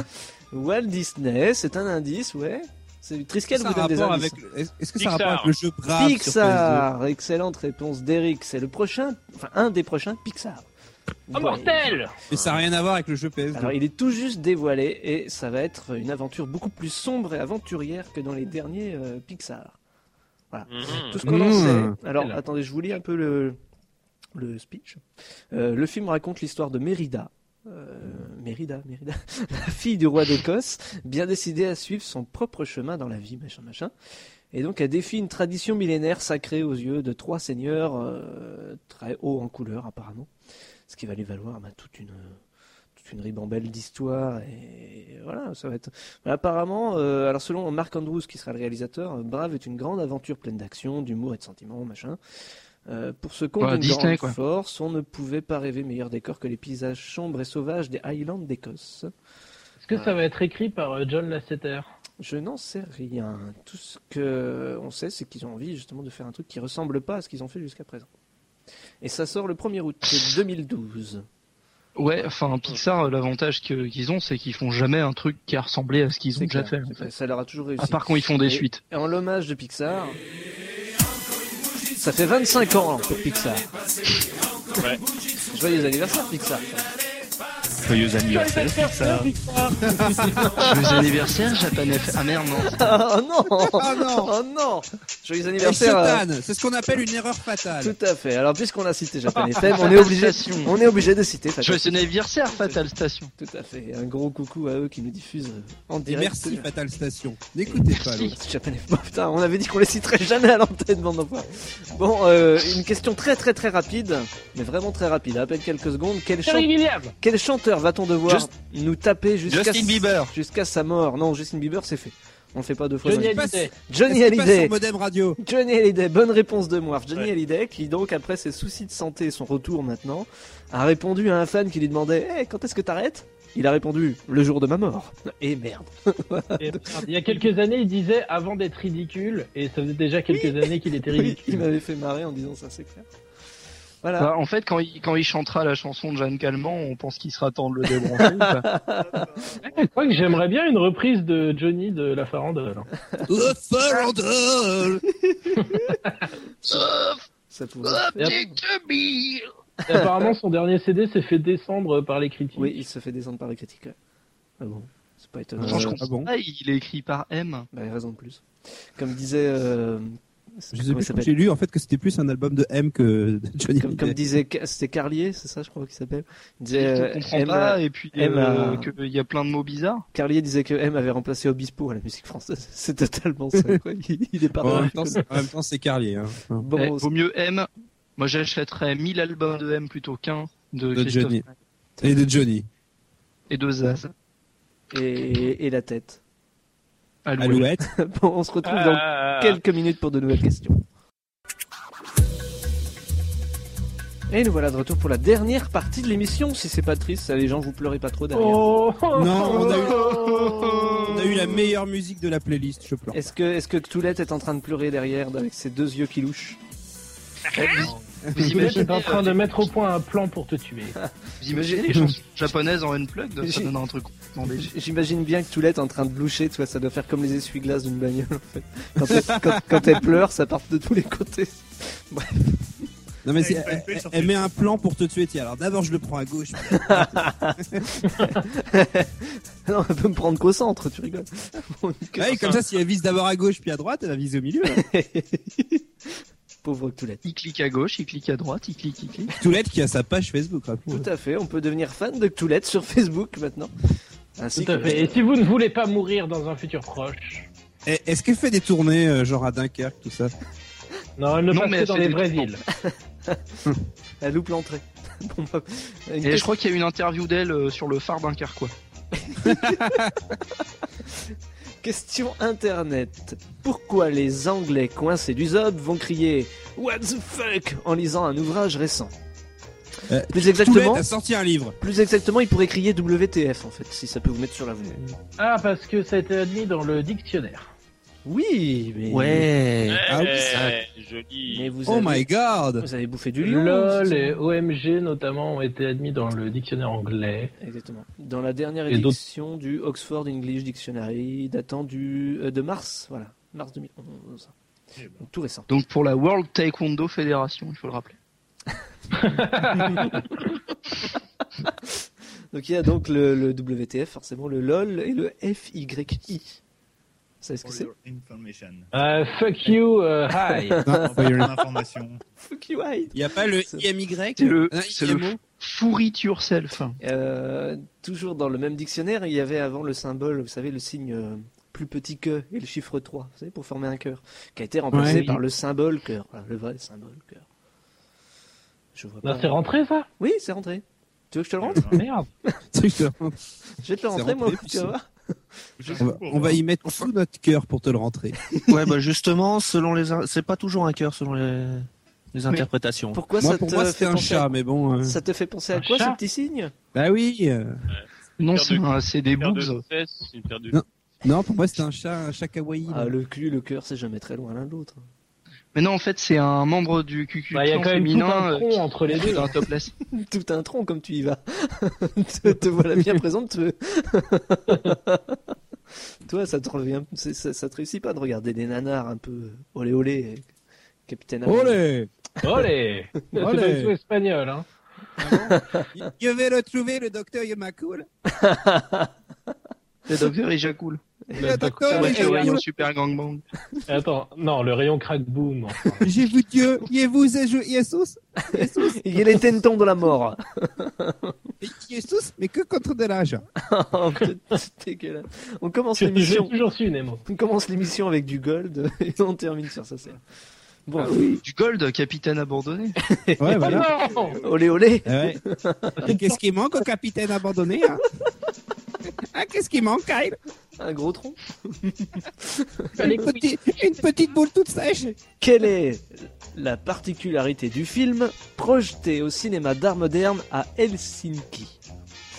Speaker 1: Walt Disney, c'est un indice, ouais. C'est Triskel
Speaker 4: Ça
Speaker 1: vous
Speaker 4: a
Speaker 1: donne des
Speaker 4: rapport
Speaker 1: indices.
Speaker 4: avec- Est-ce est-ce que ça a
Speaker 5: Pixar.
Speaker 4: rapport avec le jeu Brave sur PS2
Speaker 1: Pixar, excellente réponse d'Eric. C'est le prochain, enfin un des prochains Pixar.
Speaker 3: Oh,
Speaker 1: Voilà.
Speaker 3: mortel
Speaker 4: Mais ça n'a rien à voir avec le jeu PS2.
Speaker 1: Alors il est tout juste dévoilé et ça va être une aventure beaucoup plus sombre et aventurière que dans les derniers euh, Pixar. Voilà.
Speaker 5: Mhm.
Speaker 1: Tout ce qu'on en
Speaker 4: Mmh.
Speaker 1: sait. Alors
Speaker 3: Voilà.
Speaker 1: attendez, je vous lis un peu le, le speech. Euh, le film raconte l'histoire de Mérida. Euh, Mérida, Mérida, la fille du roi d'Écosse, bien décidée à suivre son propre chemin dans la vie, machin, machin. Et donc elle défie une tradition millénaire sacrée aux yeux de trois seigneurs euh, très hauts en couleur apparemment, ce qui va lui valoir bah, toute une toute une ribambelle d'histoires et voilà ça va être Mais apparemment euh, alors selon Mark Andrews qui sera le réalisateur euh, Brave est une grande aventure pleine d'action d'humour et de sentiments machin Euh, pour ce compte
Speaker 2: Ouais,
Speaker 1: d'une
Speaker 2: Bah, Disney,
Speaker 1: grande
Speaker 2: quoi.
Speaker 1: force on ne pouvait pas rêver meilleur décor que les paysages sombres et sauvages des Highlands d'Écosse
Speaker 3: Est-ce que ça va être écrit par euh, John Lasseter
Speaker 1: je n'en sais rien tout ce que on sait c'est qu'ils ont envie justement de faire un truc qui ressemble pas à ce qu'ils ont fait jusqu'à présent et ça sort le 1er août 2012
Speaker 2: Ouais, enfin, Pixar, euh, l'avantage que- qu'ils ont, c'est qu'ils font jamais un truc qui a ressemblé à ce qu'ils ont
Speaker 1: C'est
Speaker 2: déjà
Speaker 1: clair,
Speaker 2: fait.
Speaker 1: c'est clair. ça leur a toujours réussi
Speaker 2: À part quand ils font des
Speaker 1: Et- [laughs]
Speaker 2: suites.
Speaker 1: Et en l'hommage de Pixar, ça fait 25 ans pour Pixar.
Speaker 5: Ouais.
Speaker 1: Joyeux anniversaire Pixar.
Speaker 6: Joyeux anniversaire, Pixar.
Speaker 2: Joyeux anniversaire, Japan F. Ah merde, non.
Speaker 1: Oh non
Speaker 4: Ah
Speaker 1: [laughs]
Speaker 4: non
Speaker 1: Oh non Joyeux
Speaker 4: Avec
Speaker 1: anniversaire euh,
Speaker 4: Sotan, C'est ce qu'on appelle une erreur fatale.
Speaker 1: Tout à fait. Alors puisqu'on a cité Japan FM, on est obligé,
Speaker 2: Station.
Speaker 1: on est obligé de citer. Fatal.
Speaker 2: Joyeux anniversaire, Fatal Station.
Speaker 1: Tout à fait. Un gros coucou à eux qui nous diffusent euh, en
Speaker 4: Et
Speaker 1: direct.
Speaker 4: merci Fatal Station. N'écoutez pas l'autre.
Speaker 1: Japan FM. Oh, putain, on avait dit qu'on les citerait jamais à l'antenne, bande d'enfoirés. Bon, euh, une question très très très rapide, mais vraiment très rapide. À peine quelques secondes. Quel chant
Speaker 3: Terry Gilliam
Speaker 1: Quel chanteur va-t-on devoir
Speaker 6: Just-
Speaker 1: nous taper jusqu'à
Speaker 6: Justin Bieber.
Speaker 1: jusqu'à sa mort Non, Justin Bieber, c'est fait. On le fait pas deux fois.
Speaker 3: Johnny
Speaker 1: dans les-
Speaker 4: passe-
Speaker 3: Hallyday.
Speaker 1: Johnny
Speaker 4: Est-ce qu'il passe
Speaker 1: Hallyday.
Speaker 4: sur Modem Radio.
Speaker 1: Johnny Hallyday, bonne réponse de moi. Johnny
Speaker 5: Ouais.
Speaker 1: Hallyday, qui donc après ses soucis de santé et son retour maintenant, a répondu à un fan qui lui demandait Eh, quand est-ce que t'arrêtes Il a répondu le jour de ma mort. Et merde.
Speaker 3: Et, merde, Il y a quelques années, il disait avant d'être ridicule, et ça faisait déjà quelques années qu'il était
Speaker 1: Oui, il
Speaker 3: ridicule.
Speaker 1: m'avait fait marrer en disant ça, c'est clair. Voilà.
Speaker 2: Bah, en fait, quand il, quand il chantera la chanson de Jeanne Calment, on pense qu'il sera
Speaker 1: [laughs]
Speaker 2: temps de le débrancher. ou pas
Speaker 3: Ouais, Je crois que j'aimerais bien une reprise de Johnny de La Farandole.
Speaker 4: Le farandole.
Speaker 1: Ça pourrait se faire.
Speaker 3: Et apparemment, son dernier CD s'est fait descendre par les critiques.
Speaker 1: Oui, il se fait descendre par les critiques. ouais. Ah bon, c'est pas étonnant.
Speaker 2: Attends, je
Speaker 1: Euh,
Speaker 2: comprends pas, il est écrit par M.
Speaker 1: Bah, il y a raison de plus. Comme disait. euh,
Speaker 4: Je
Speaker 1: comment
Speaker 4: sais
Speaker 1: il
Speaker 4: plus,
Speaker 1: s'appelle
Speaker 4: j'ai lu en fait que c'était plus un album de M que de Johnny
Speaker 1: comme, comme
Speaker 4: Hallyday.
Speaker 1: disait, Ca- c'était Carlier, c'est ça, je crois qu'il s'appelle. Il
Speaker 2: Je
Speaker 1: disait, euh,
Speaker 2: comprends
Speaker 1: M,
Speaker 2: pas,
Speaker 1: euh,
Speaker 2: et puis
Speaker 1: M
Speaker 2: euh,
Speaker 1: a-
Speaker 2: qu'il y a plein de mots bizarres.
Speaker 1: Carlier disait que M avait remplacé Obispo à la musique française. [laughs] C'est totalement ça, quoi. Il, il est pas
Speaker 4: Bon, en même temps, c'est- en même temps, c'est Carlier. Hein.
Speaker 1: Bon,
Speaker 2: Eh, vaut mieux M. Moi, j'achèterais 1000 albums de M plutôt qu'un de,
Speaker 4: De
Speaker 2: Christophe
Speaker 4: Johnny.
Speaker 2: Maé
Speaker 4: Et de Johnny.
Speaker 2: et de Zaz.
Speaker 1: et, et la tête.
Speaker 4: Alouette.
Speaker 1: [laughs] bon, on se retrouve dans
Speaker 3: Ah.
Speaker 1: quelques minutes pour de nouvelles questions. Et nous voilà de retour pour la dernière partie de l'émission. Si c'est pas triste, ça, les gens, vous pleurez pas trop derrière. Oh.
Speaker 4: Non, on a, eu... on a eu la meilleure musique de la playlist, je pleure.
Speaker 1: Est-ce que, est-ce que Cthulette est en train de pleurer derrière avec ses deux yeux qui louchent
Speaker 2: Vous
Speaker 3: Juliette
Speaker 2: imaginez,
Speaker 3: est en train
Speaker 2: euh,
Speaker 3: de mettre au point un plan pour te tuer.
Speaker 1: Ah,
Speaker 2: Vous imaginez les chansons japonaises en unplugged Ça donne un truc complètement délire.
Speaker 1: J'imagine bien que Toulette est en train de bloucher, tu vois, ça doit faire comme les essuie-glaces d'une bagnole en fait. Quand elle, quand- quand elle pleure, ça part de tous les côtés. Bref.
Speaker 4: Non, mais c'est- elle, elle- elle met un plan pour te tuer. Tiens, alors d'abord, je le prends à [laughs] gauche.
Speaker 1: [laughs] non, elle peut me prendre qu'au centre, tu rigoles.
Speaker 4: Ouais, comme ça, si elle vise d'abord à gauche puis à droite, elle va viser au milieu.
Speaker 1: [laughs] Pauvre Toulette.
Speaker 2: Il clique à gauche, il clique à droite, il clique, il clique.
Speaker 4: [laughs] Toulette qui a sa page Facebook, hein. rappelons.
Speaker 1: Tout à fait, on peut devenir fan de Toulette sur Facebook maintenant. Ainsi
Speaker 3: Tout à
Speaker 1: que- [laughs]
Speaker 3: fait. Et si vous ne voulez pas mourir dans un futur proche,
Speaker 4: Et- Est-ce qu'elle fait des tournées, euh, genre à Dunkerque, tout ça
Speaker 3: non, elle ne
Speaker 2: Non,
Speaker 3: passe
Speaker 2: mais
Speaker 3: que
Speaker 2: elle
Speaker 3: dans
Speaker 2: fait
Speaker 3: les
Speaker 2: des
Speaker 3: vraies villes.
Speaker 1: Elle loupe l'entrée. [laughs] Bon, bah, une
Speaker 2: Et
Speaker 1: question-
Speaker 2: je crois qu'il y a eu une interview d'elle euh, sur le phare d'un carquois.
Speaker 1: Question internet. Pourquoi les Anglais coincés du Zob vont crier What the fuck en lisant un ouvrage récent
Speaker 4: Euh,
Speaker 1: Plus exactement,
Speaker 4: Toulette a sorti un livre.
Speaker 1: plus exactement, ils pourraient crier WTF en fait, si ça peut vous mettre sur la voie.
Speaker 3: Ah, parce que ça a été admis dans le dictionnaire.
Speaker 1: Oui, mais
Speaker 5: Eh,
Speaker 6: Ouais.
Speaker 4: Ah oui, ça-
Speaker 5: joli.
Speaker 1: mais vous
Speaker 4: Oh
Speaker 1: avez,
Speaker 4: my god
Speaker 1: vous avez bouffé du lion.
Speaker 3: LOL
Speaker 1: c'est-
Speaker 3: et OMG notamment ont été admis dans le dictionnaire anglais.
Speaker 1: Exactement. Dans la dernière
Speaker 3: Et d'autres-
Speaker 1: édition du Oxford English Dictionary, datant du euh, de mars, voilà, mars 2011. Donc, tout récent.
Speaker 2: Donc pour la World Taekwondo Federation, il faut le rappeler.
Speaker 1: Donc il y a donc le, le WTF, forcément le LOL et le FYI. Vous savez ce que
Speaker 8: For
Speaker 1: c'est
Speaker 8: your information.
Speaker 4: [laughs]
Speaker 3: Euh, fuck you, euh,
Speaker 2: [laughs]
Speaker 3: hi.
Speaker 4: Non,
Speaker 8: Pour
Speaker 4: il [laughs]
Speaker 8: ton information.
Speaker 1: Fuck you, I.
Speaker 4: n'y a pas le
Speaker 1: C'est-
Speaker 4: IMY
Speaker 2: C'est le,
Speaker 4: Ah,
Speaker 2: c'est le
Speaker 4: IMO.
Speaker 2: four it yourself.
Speaker 1: Euh, toujours dans le même dictionnaire, il y avait avant le symbole, vous savez, le signe euh, plus petit que et le chiffre 3, vous savez, pour former un cœur, qui a été remplacé
Speaker 4: Ouais.
Speaker 1: par le symbole cœur. Voilà, le vrai symbole cœur. Je vois
Speaker 3: Non,
Speaker 1: pas.
Speaker 3: c'est rentré ça
Speaker 1: Oui, c'est rentré. Tu veux que je te le rentre
Speaker 3: Merde.
Speaker 4: Truc de- on,
Speaker 1: Je vais te le
Speaker 4: C'est
Speaker 1: rentrer, moi,
Speaker 4: rentré,
Speaker 1: tu vas
Speaker 4: puis
Speaker 1: voir.
Speaker 4: va, on va y mettre tout notre cœur pour te le rentrer.
Speaker 6: Ouais, bah justement, selon les, in- c'est pas toujours un cœur selon les, les interprétations.
Speaker 1: Pourquoi
Speaker 4: moi,
Speaker 1: ça
Speaker 4: pour
Speaker 1: te
Speaker 4: moi,
Speaker 1: fait
Speaker 4: c'était un
Speaker 1: penser
Speaker 4: chat,
Speaker 1: à-
Speaker 4: mais bon. euh,
Speaker 1: Ça te fait penser à
Speaker 3: Un
Speaker 1: quoi, ce
Speaker 3: chat
Speaker 1: petit signe
Speaker 4: Bah oui euh,
Speaker 2: Non,
Speaker 5: Paire
Speaker 2: c'est
Speaker 5: de-
Speaker 2: un- c'est des
Speaker 5: Une paire de
Speaker 2: boobs.
Speaker 5: fesses, une paire de-
Speaker 4: Non. Non, pour moi, c'était un chat, un chat kawaii.
Speaker 1: Ah,
Speaker 4: là.
Speaker 1: le cul, le cœur, c'est jamais très loin l'un de l'autre.
Speaker 2: Mais non, en fait, c'est un membre du QQ
Speaker 3: Bah, il y a quand même tout
Speaker 2: féminin
Speaker 3: un
Speaker 2: euh,
Speaker 3: tronc entre les
Speaker 2: qui est
Speaker 3: deux.
Speaker 2: un topless.
Speaker 1: [laughs]
Speaker 3: [laughs]
Speaker 1: Tout un tronc comme tu y vas. [laughs] te, te voilà bien présente. te- [laughs] Toi, ça te revient, c'est- ça, ça te réussit pas de regarder des nanars un peu olé olé, euh, Capitaine. Ahab.
Speaker 4: Olé
Speaker 3: [laughs] Olé C'est
Speaker 4: Olé.
Speaker 3: pas du tout espagnol, [laughs] hein.
Speaker 4: Je je vais retrouver le docteur Yamakul.
Speaker 2: Le docteur éjacule.
Speaker 4: Le
Speaker 2: C'est
Speaker 4: docteur
Speaker 2: vrai
Speaker 3: ouais,
Speaker 2: que le rayon
Speaker 4: Yamakul.
Speaker 2: super gangbang.
Speaker 3: Attends, non, le rayon crack boom. enfin.
Speaker 4: J'ai vu Dieu, et vous et je, Jesus.
Speaker 1: [laughs] Il y a les tentons de la mort. [laughs]
Speaker 4: Et Jesus, mais que contre de l'âge.
Speaker 1: Oh, putain, c'est dégueulasse. On commence
Speaker 3: Je- J'ai
Speaker 1: l'émission.
Speaker 3: toujours su Nemo.
Speaker 1: On commence l'émission avec du gold [laughs] et on termine sur ça. c'est- Bon,
Speaker 4: Ah
Speaker 1: oui.
Speaker 2: Du gold, capitaine abandonné.
Speaker 4: Ouais,
Speaker 3: Oh
Speaker 4: [laughs] voilà.
Speaker 3: non
Speaker 1: Olé olé.
Speaker 4: Eh ouais. Et Qu'est-ce qui manque au capitaine abandonné hein Ah, qu'est-ce qui manque, Kyle
Speaker 1: Un gros tronc.
Speaker 4: une, petite- une petite boule toute sèche.
Speaker 1: Quelle est la particularité du film projeté au cinéma d'art moderne à Helsinki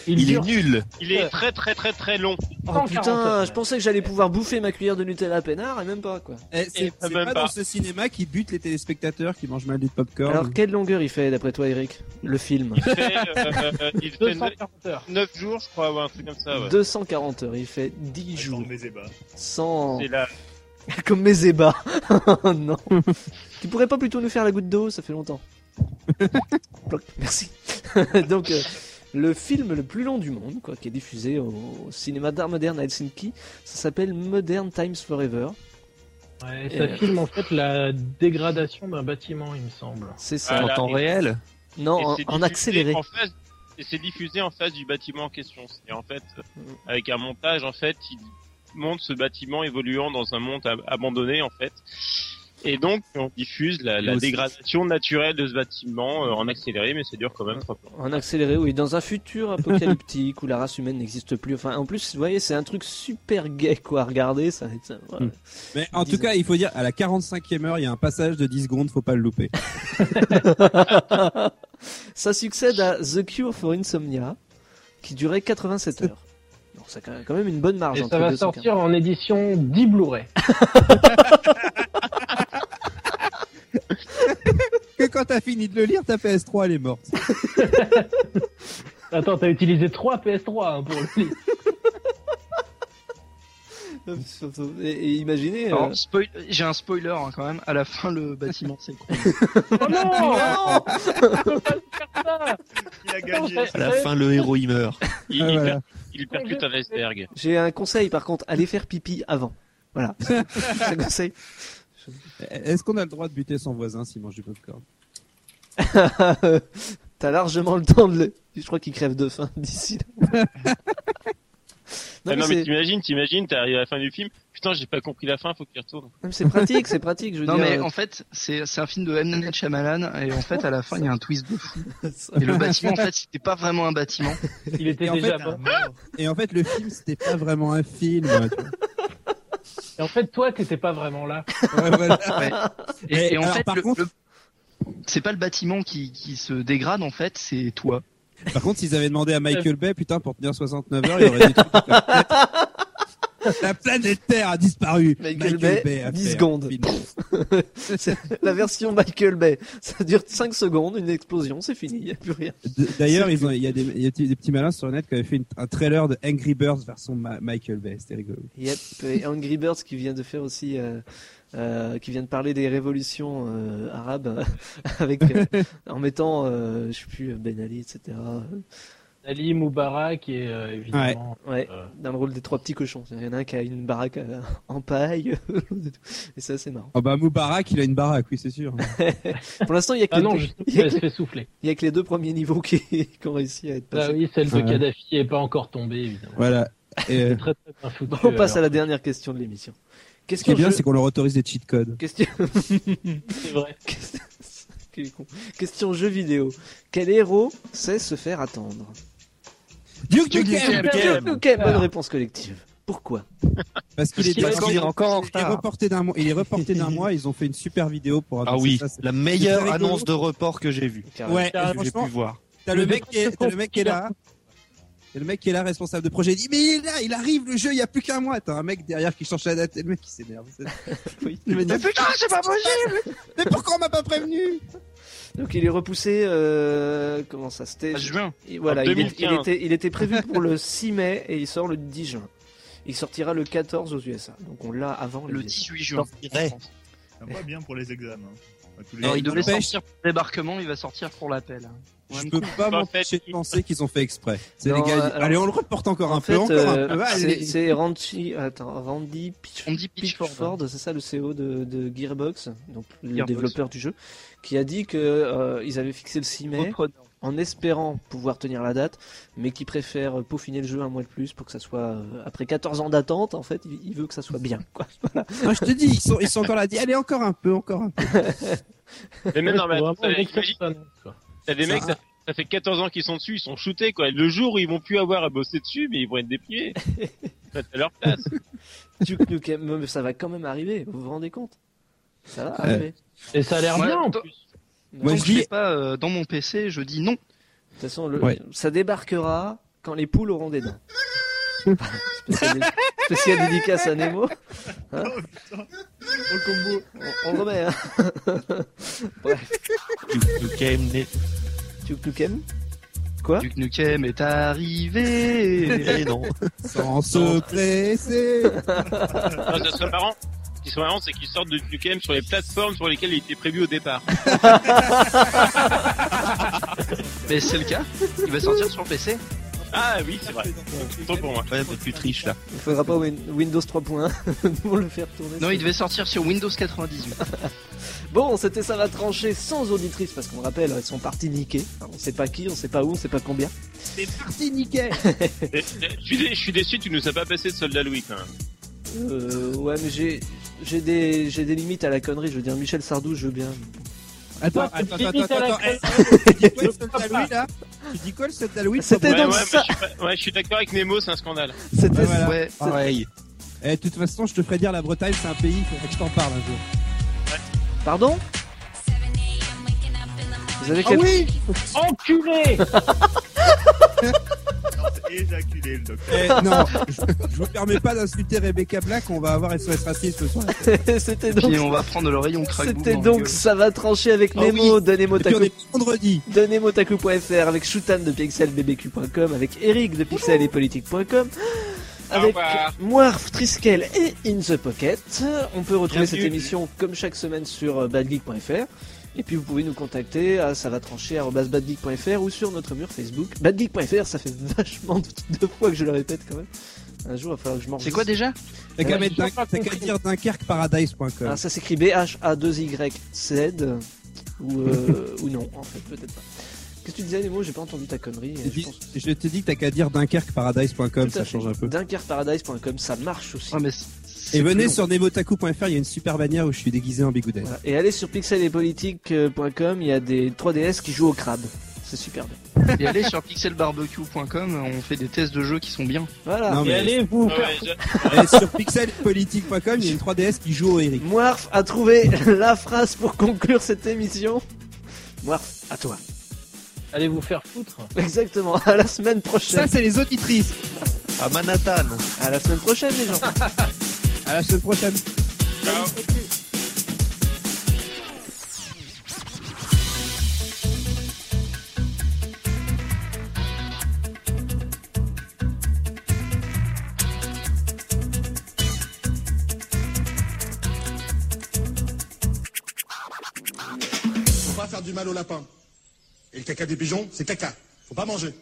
Speaker 3: Il,
Speaker 6: Il est
Speaker 3: dure
Speaker 6: nul.
Speaker 5: Il est très très très très long.
Speaker 1: Oh
Speaker 3: 140
Speaker 1: putain,
Speaker 3: heures.
Speaker 1: je pensais que j'allais pouvoir bouffer ma cuillère de Nutella à peinard et même pas quoi.
Speaker 4: Eh, C'est
Speaker 5: Et
Speaker 4: c'est
Speaker 5: même
Speaker 4: pas
Speaker 5: pas.
Speaker 4: dans ce cinéma qui bute les téléspectateurs qui mangent mal du popcorn.
Speaker 1: Alors quelle longueur il fait d'après toi Eric Le film
Speaker 5: Il fait, euh, euh, il fait
Speaker 3: 240 heures.
Speaker 5: 9 jours, je crois, ou un truc comme ça. Ah Ouais.
Speaker 1: 240 heures, il fait 10 jours.
Speaker 8: Attends, mes ébats.
Speaker 1: Sans...
Speaker 5: C'est la-
Speaker 1: [laughs]
Speaker 5: [laughs]
Speaker 1: Comme mes ébats. non. tu pourrais pas plutôt nous faire la goutte d'eau, ça fait longtemps. Ploc, Merci. [laughs] Donc, euh, le film le plus long du monde, quoi, qui est diffusé au, au cinéma d'art moderne à Helsinki, ça s'appelle Modern Times Forever.
Speaker 3: Ouais, ça filme en fait la dégradation d'un bâtiment, il me semble.
Speaker 1: C'est ça. En temps réel Non,
Speaker 5: Et
Speaker 1: en-
Speaker 5: c'est
Speaker 1: en
Speaker 5: diffusé
Speaker 1: accéléré.
Speaker 5: en face- et c'est diffusé en face du bâtiment en question. Et en fait,
Speaker 1: Mm.
Speaker 5: avec un montage, en fait, il montre ce bâtiment évoluant dans un monde ab- abandonné, en fait. Et donc, on diffuse la, la
Speaker 1: Et aussi-
Speaker 5: dégradation naturelle de ce bâtiment euh, en accéléré, mais ça dure quand même trois plans.
Speaker 1: En accéléré, oui, dans un futur apocalyptique où la race humaine n'existe plus. Enfin, en plus, vous voyez, c'est un truc super gay, quoi, à regarder. Ça, ça- voilà.
Speaker 4: Mais en tout cas, il faut dire, à la 45e heure, il y a un passage de 10 secondes, faut pas le louper.
Speaker 1: [laughs] ça succède à The Cure for Insomnia, qui durait 87 heures. Donc, ça a quand même une bonne marge.
Speaker 3: Et
Speaker 1: entre
Speaker 3: ça va
Speaker 1: 240.
Speaker 3: sortir en édition 10 Blu-ray.
Speaker 4: [laughs] que quand t'as fini de le lire, ta PS3, elle est morte.
Speaker 3: Attends, t'as utilisé 3 PS3 hein, pour le lire.
Speaker 1: Et, et imaginez. euh,
Speaker 2: Alors, spoil- J'ai un spoiler hein, quand même. À la fin, le bah, bâtiment s'écroule.
Speaker 3: oh non
Speaker 8: Il a gagé.
Speaker 6: À la fin, le héros il meurt.
Speaker 5: Il,
Speaker 1: Ah,
Speaker 5: il
Speaker 1: voilà.
Speaker 5: per- il percute un iceberg.
Speaker 1: J'ai un conseil, par contre, allez faire pipi avant. Voilà. C'est un conseil. [laughs]
Speaker 4: Eh, Est-ce qu'on a le droit de buter son voisin s'il mange du popcorn
Speaker 1: T'as largement le temps de le. Je crois qu'il crève de faim [laughs] d'ici là. Non,
Speaker 5: Non,
Speaker 1: mais
Speaker 5: Ah, non mais
Speaker 1: c'est-
Speaker 5: t'imagines, t'imagines, t'arrives à la fin du film. Putain, j'ai pas compris la fin, faut
Speaker 1: [laughs]
Speaker 5: qu'il retourne.
Speaker 1: Non, mais c'est pratique, c'est pratique, je veux
Speaker 2: non
Speaker 1: dire.
Speaker 2: mais
Speaker 1: euh,
Speaker 2: en fait c'est c'est un film de M. Night Shyamalan et en fait à la fin il y a un twist de fou
Speaker 1: ça-
Speaker 2: et le bâtiment en fait c'était pas vraiment un bâtiment
Speaker 3: Il était
Speaker 4: Et en
Speaker 3: déjà
Speaker 4: fait,
Speaker 3: mort.
Speaker 4: Et en fait, le film, c'était pas vraiment un film. hein, tu vois.
Speaker 3: Et en fait, toi, t'étais pas vraiment là.
Speaker 4: Ouais, voilà.
Speaker 2: Ouais. et,
Speaker 4: Mais
Speaker 2: et en
Speaker 4: alors,
Speaker 2: fait
Speaker 4: par
Speaker 2: le-
Speaker 4: contre-
Speaker 2: le- c'est pas le bâtiment qui, qui se dégrade en fait c'est toi
Speaker 4: [laughs] Par contre, s'ils avaient demandé à Michael Bay, putain, pour tenir 69 heures, il aurait dit tout toute la [laughs] planète. La planète Terre a disparu.
Speaker 1: Michael, Bay,
Speaker 4: a
Speaker 1: 10
Speaker 4: fait un
Speaker 1: secondes.
Speaker 4: film.
Speaker 1: C'est la version Michael Bay. Ça dure 5 secondes, une explosion, c'est fini, il n'y a plus rien.
Speaker 4: D- D'ailleurs, ils ont- il y a, des, il y a des petits malins sur le net qui avaient fait une- un trailer de Angry Birds version Ma- Michael Bay. C'était rigolo.
Speaker 1: Yep. Et Angry Birds qui vient de faire aussi, euh, euh, qui vient de parler des révolutions euh, arabes [laughs] euh, avec, euh, en mettant, euh, je sais plus, Ben Ali, etc.
Speaker 3: Ali Moubarak et euh, évidemment.
Speaker 1: Ouais,
Speaker 3: euh,
Speaker 1: dans le rôle des trois petits cochons. Il y en a un qui a une baraque euh, en paille, [laughs] et ça c'est marrant.
Speaker 4: Oh bah Moubarak, il a une baraque, oui, c'est sûr.
Speaker 1: Pour l'instant, il y a que
Speaker 3: Ah
Speaker 1: les
Speaker 3: non,
Speaker 1: deux- [laughs]
Speaker 3: justement,
Speaker 1: il y a
Speaker 3: elle
Speaker 1: que-
Speaker 3: se fait souffler.
Speaker 1: il y a que les deux premiers niveaux qui, [laughs] qui ont réussi à être
Speaker 3: Ah
Speaker 1: passés.
Speaker 3: oui, celle de
Speaker 4: Ouais.
Speaker 3: Kadhafi est pas encore tombée, évidemment.
Speaker 4: Voilà. Et, euh,
Speaker 3: C'est très très bien foutu.
Speaker 1: Bon, on passe à
Speaker 3: alors.
Speaker 1: la dernière question de l'émission.
Speaker 4: ce
Speaker 1: Qu'est-ce
Speaker 4: qui est
Speaker 1: que
Speaker 4: bien,
Speaker 1: je-
Speaker 4: c'est qu'on leur autorise des cheat codes.
Speaker 1: Question... [laughs]
Speaker 3: C'est vrai.
Speaker 1: Quel con. Question jeu vidéo. Quel héros sait se faire attendre
Speaker 4: Duke
Speaker 2: Duke
Speaker 4: Nukem
Speaker 2: Nukem.
Speaker 1: Duke Nukem, bonne réponse collective. Pourquoi
Speaker 4: Parce qu'il est,
Speaker 6: Parce qu'il est encore en
Speaker 4: il est
Speaker 6: retard.
Speaker 4: reporté d'un mois. Il est reporté d'un mois. Ils ont fait une super vidéo pour
Speaker 6: Ah
Speaker 4: annoncer
Speaker 6: oui,
Speaker 4: ça. c'est-
Speaker 6: la meilleure
Speaker 4: c'est très rigolo.
Speaker 6: annonce de report que j'ai vue.
Speaker 4: Ouais,
Speaker 6: Que J'ai
Speaker 4: franchement,
Speaker 6: pu voir.
Speaker 4: T'as le mec qui est, t'as le mec qui est là. T'as le mec qui est là, responsable de projet. Il dit, mais il est là, il arrive, le jeu, il y a plus qu'un mois. T'as un mec derrière qui change la date. Et le mec, qui s'énerve.
Speaker 1: Oui.
Speaker 4: Il me dit, mais putain, c'est pas possible! Mais pourquoi on m'a pas prévenu?
Speaker 1: Donc il est repoussé. euh, Comment ça C'était.
Speaker 2: à juin
Speaker 1: Et Voilà,
Speaker 5: En
Speaker 1: il, est- il
Speaker 5: 2015.
Speaker 1: était, il était prévu pour
Speaker 2: [laughs]
Speaker 1: le 6 mai et il sort le 10 juin. Il sortira le 14 aux USA. Donc on l'a avant les
Speaker 2: le
Speaker 1: USA.
Speaker 2: 18 juin
Speaker 6: Ouais.
Speaker 8: Ça va bien pour les examens. Enfin, tous les
Speaker 2: Alors, il
Speaker 8: examens.
Speaker 2: devait
Speaker 4: n'empêche-
Speaker 2: sortir pour le débarquement il va sortir pour l'appel Ouais,
Speaker 4: Je
Speaker 2: mais
Speaker 4: peux pas
Speaker 5: En
Speaker 4: m'empêcher
Speaker 5: fait,
Speaker 4: de penser qu'ils ont fait exprès. C'est les
Speaker 1: Non,
Speaker 4: gars, ils disent,
Speaker 1: alors-
Speaker 4: allez, on le reporte encore
Speaker 1: En
Speaker 4: un
Speaker 1: fait,
Speaker 4: peu, encore un
Speaker 1: euh,
Speaker 4: peu. Ah,
Speaker 1: c'est-
Speaker 4: Allez.
Speaker 1: c'est Randy, attends, Randy Pitch-
Speaker 2: on dit Pitchford
Speaker 1: Pitchford, c'est ça le CEO de, de Gearbox, donc le
Speaker 2: Gearbox.
Speaker 1: développeur du jeu, qui a dit que euh, ils avaient fixé le 6 mai
Speaker 2: Repreneur.
Speaker 1: en espérant pouvoir tenir la date, mais qui préfère peaufiner le jeu un mois de plus pour que ça soit euh, après 14 ans d'attente. En fait, il il veut que ça soit bien.
Speaker 2: [laughs]
Speaker 1: Quoi. Voilà.
Speaker 4: Non, je te dis, ils sont, ils sont encore là. Dis, allez, encore un peu, encore un peu.
Speaker 5: Mais même, non, mais
Speaker 3: C'est
Speaker 5: attends,
Speaker 3: vraiment
Speaker 5: t'as-
Speaker 3: une
Speaker 5: t'imagines,
Speaker 3: excellente annonce, quoi.
Speaker 5: t'as des mecs,
Speaker 4: Ça-
Speaker 5: ça, ça fait 14 ans qu'ils sont dessus, ils sont shootés, quoi. Le jour où ils vont plus avoir à bosser dessus, mais ils vont être déprimés. T'as leur place.
Speaker 1: Duke Nukem, mais ça va quand même arriver. Vous vous rendez compte Ça va
Speaker 4: Ouais.
Speaker 1: arriver.
Speaker 3: Et ça a l'air
Speaker 2: Ouais,
Speaker 3: bien en
Speaker 2: toi-
Speaker 3: plus.
Speaker 2: Tant
Speaker 4: Moi, je
Speaker 2: que je
Speaker 4: dis-
Speaker 2: l'ai pas euh, dans mon PC je dis non
Speaker 1: De toute façon, le-
Speaker 4: Ouais.
Speaker 1: ça débarquera quand les poules auront des
Speaker 4: [laughs]
Speaker 1: dents. Spécial, spécial dédicace à Nemo.
Speaker 8: Au combo.
Speaker 1: On, on le remet. Hein.
Speaker 6: Le KMD.
Speaker 1: Duke Nukem.
Speaker 2: Duke Nukem est arrivé
Speaker 6: Eh non.
Speaker 4: Sans se presser.
Speaker 5: Non, ça serait marrant. qui sont marrants, c'est qu'ils sortent de Dukem sur les plateformes sur lesquelles il était prévu au départ.
Speaker 2: Mais c'est le cas. Il va sortir sur PC.
Speaker 5: Ah oui, c'est vrai. Tant pour moi.
Speaker 6: Ouais, bah, tu triches là.
Speaker 1: Il faudra pas Win- Windows 3.1 [laughs] pour le faire tourner.
Speaker 2: Non, il devait sortir sur Windows 98.
Speaker 1: Bon, c'était ça va trancher sans auditrice parce qu'on rappelle, elles sont parties niquer. Alors, on sait pas qui, on sait pas où, on sait pas combien.
Speaker 9: C'est
Speaker 1: parti, nickel
Speaker 5: Et- et- Je suis dé- je suis déçu, tu nous as pas passé de soldat Louis quand même.
Speaker 1: Euh, ouais, mais j'ai j'ai des j'ai des limites à la connerie. Je veux dire, Michel Sardou, je veux bien.
Speaker 4: Attends,
Speaker 1: Toi,
Speaker 4: attends,
Speaker 1: tu
Speaker 4: attends,
Speaker 1: limites à la
Speaker 4: attends.
Speaker 1: crème.
Speaker 4: eh, Tu dis quoi le soldat Louis là Tu dis quoi le soldat Louis
Speaker 1: C'était
Speaker 5: ouais,
Speaker 1: donc
Speaker 5: ouais,
Speaker 1: ça.
Speaker 5: mais je suis pas- ouais, je suis d'accord avec Nemo, c'est un scandale.
Speaker 1: C'était
Speaker 4: voilà.
Speaker 2: Ouais,
Speaker 4: Pareil. Eh, de toute façon, je te ferai dire la Bretagne, c'est un pays, faudrait que je t'en parle un jour.
Speaker 1: Pardon Vous avez
Speaker 4: Ah
Speaker 1: quel-
Speaker 4: oui
Speaker 3: Enculé
Speaker 8: Éjaculé le docteur.
Speaker 4: Eh, non, je, je me permets pas d'insulter Rebecca Black, on va avoir SOS Racisme ce soir.
Speaker 1: [laughs] C'était [laughs] donc
Speaker 2: Puis on va prendre le rayon crack
Speaker 1: C'était donc ça va trancher avec
Speaker 4: Oh
Speaker 1: Nemo
Speaker 4: oui.
Speaker 1: de Nemo
Speaker 4: Et puis on
Speaker 1: Taku.
Speaker 4: est vendredi.
Speaker 1: de nemotaku.fr, avec Shoutan de pixelbbq.com, avec Eric de pixel et politique.com, avec
Speaker 5: revoir.
Speaker 1: Moirf, Triskel et In the Pocket. On peut retrouver
Speaker 5: Bienvenue.
Speaker 1: cette émission comme chaque semaine sur euh, badgeek.fr. Et puis vous pouvez nous contacter à ça va trancher badgeek.fr ou sur notre mur Facebook. Badgeek.fr, ça fait [laughs] vachement de- de fois que je le répète quand même. Un jour, il va falloir que je m'en
Speaker 2: C'est quoi déjà
Speaker 4: T'as
Speaker 1: Ouais,
Speaker 4: qu'à
Speaker 1: j'ai
Speaker 4: mettre Dun-
Speaker 3: pas
Speaker 4: t'as qu'à
Speaker 3: compris.
Speaker 4: dire dunkerqueparadise.com.
Speaker 1: Ah, ça s'écrit B-H-A-2-Y-Z. Ou,
Speaker 2: [laughs]
Speaker 1: euh, ou non, en fait, peut-être pas. Qu'est-ce que tu disais, Nemo J'ai pas entendu ta connerie.
Speaker 4: Je
Speaker 1: euh, je
Speaker 4: dis-
Speaker 1: pense.
Speaker 4: Je te dis que t'as qu'à dire dunkerqueparadise.com,
Speaker 1: Tout à
Speaker 4: ça
Speaker 1: fait.
Speaker 4: change un peu.
Speaker 1: Dunkerparadise.com, ça marche aussi.
Speaker 2: Ah, mais c'est- c'est
Speaker 4: Et venez
Speaker 2: plus
Speaker 4: sur nemotaku.fr, il y a une super bannière où je suis déguisé en bigoudette.
Speaker 1: Voilà. Et allez sur pixeletpolitique.com, il y a des 3DS qui jouent au crabe. C'est super bien.
Speaker 2: long. Et allez sur pixelbarbecue.com, on fait des tests de jeux qui sont bien.
Speaker 1: Voilà.
Speaker 4: Non,
Speaker 3: Et
Speaker 4: mais-
Speaker 3: allez vous faire
Speaker 5: Ouais, je-
Speaker 4: Et sur pixelpolitique.com, il y a une 3DS qui joue au Eric.
Speaker 1: Moirf a trouvé [laughs] la phrase pour conclure cette émission. Moirf, à toi.
Speaker 3: allez vous faire foutre.
Speaker 1: Exactement. À la semaine
Speaker 4: Ça,
Speaker 1: prochaine.
Speaker 4: c'est les auditrices.
Speaker 6: À Manhattan.
Speaker 1: À la semaine prochaine, les gens.
Speaker 4: À la semaine prochaine.
Speaker 9: Faut pas faire du mal au lapin. Et le caca des pigeons, c'est caca. Faut pas manger.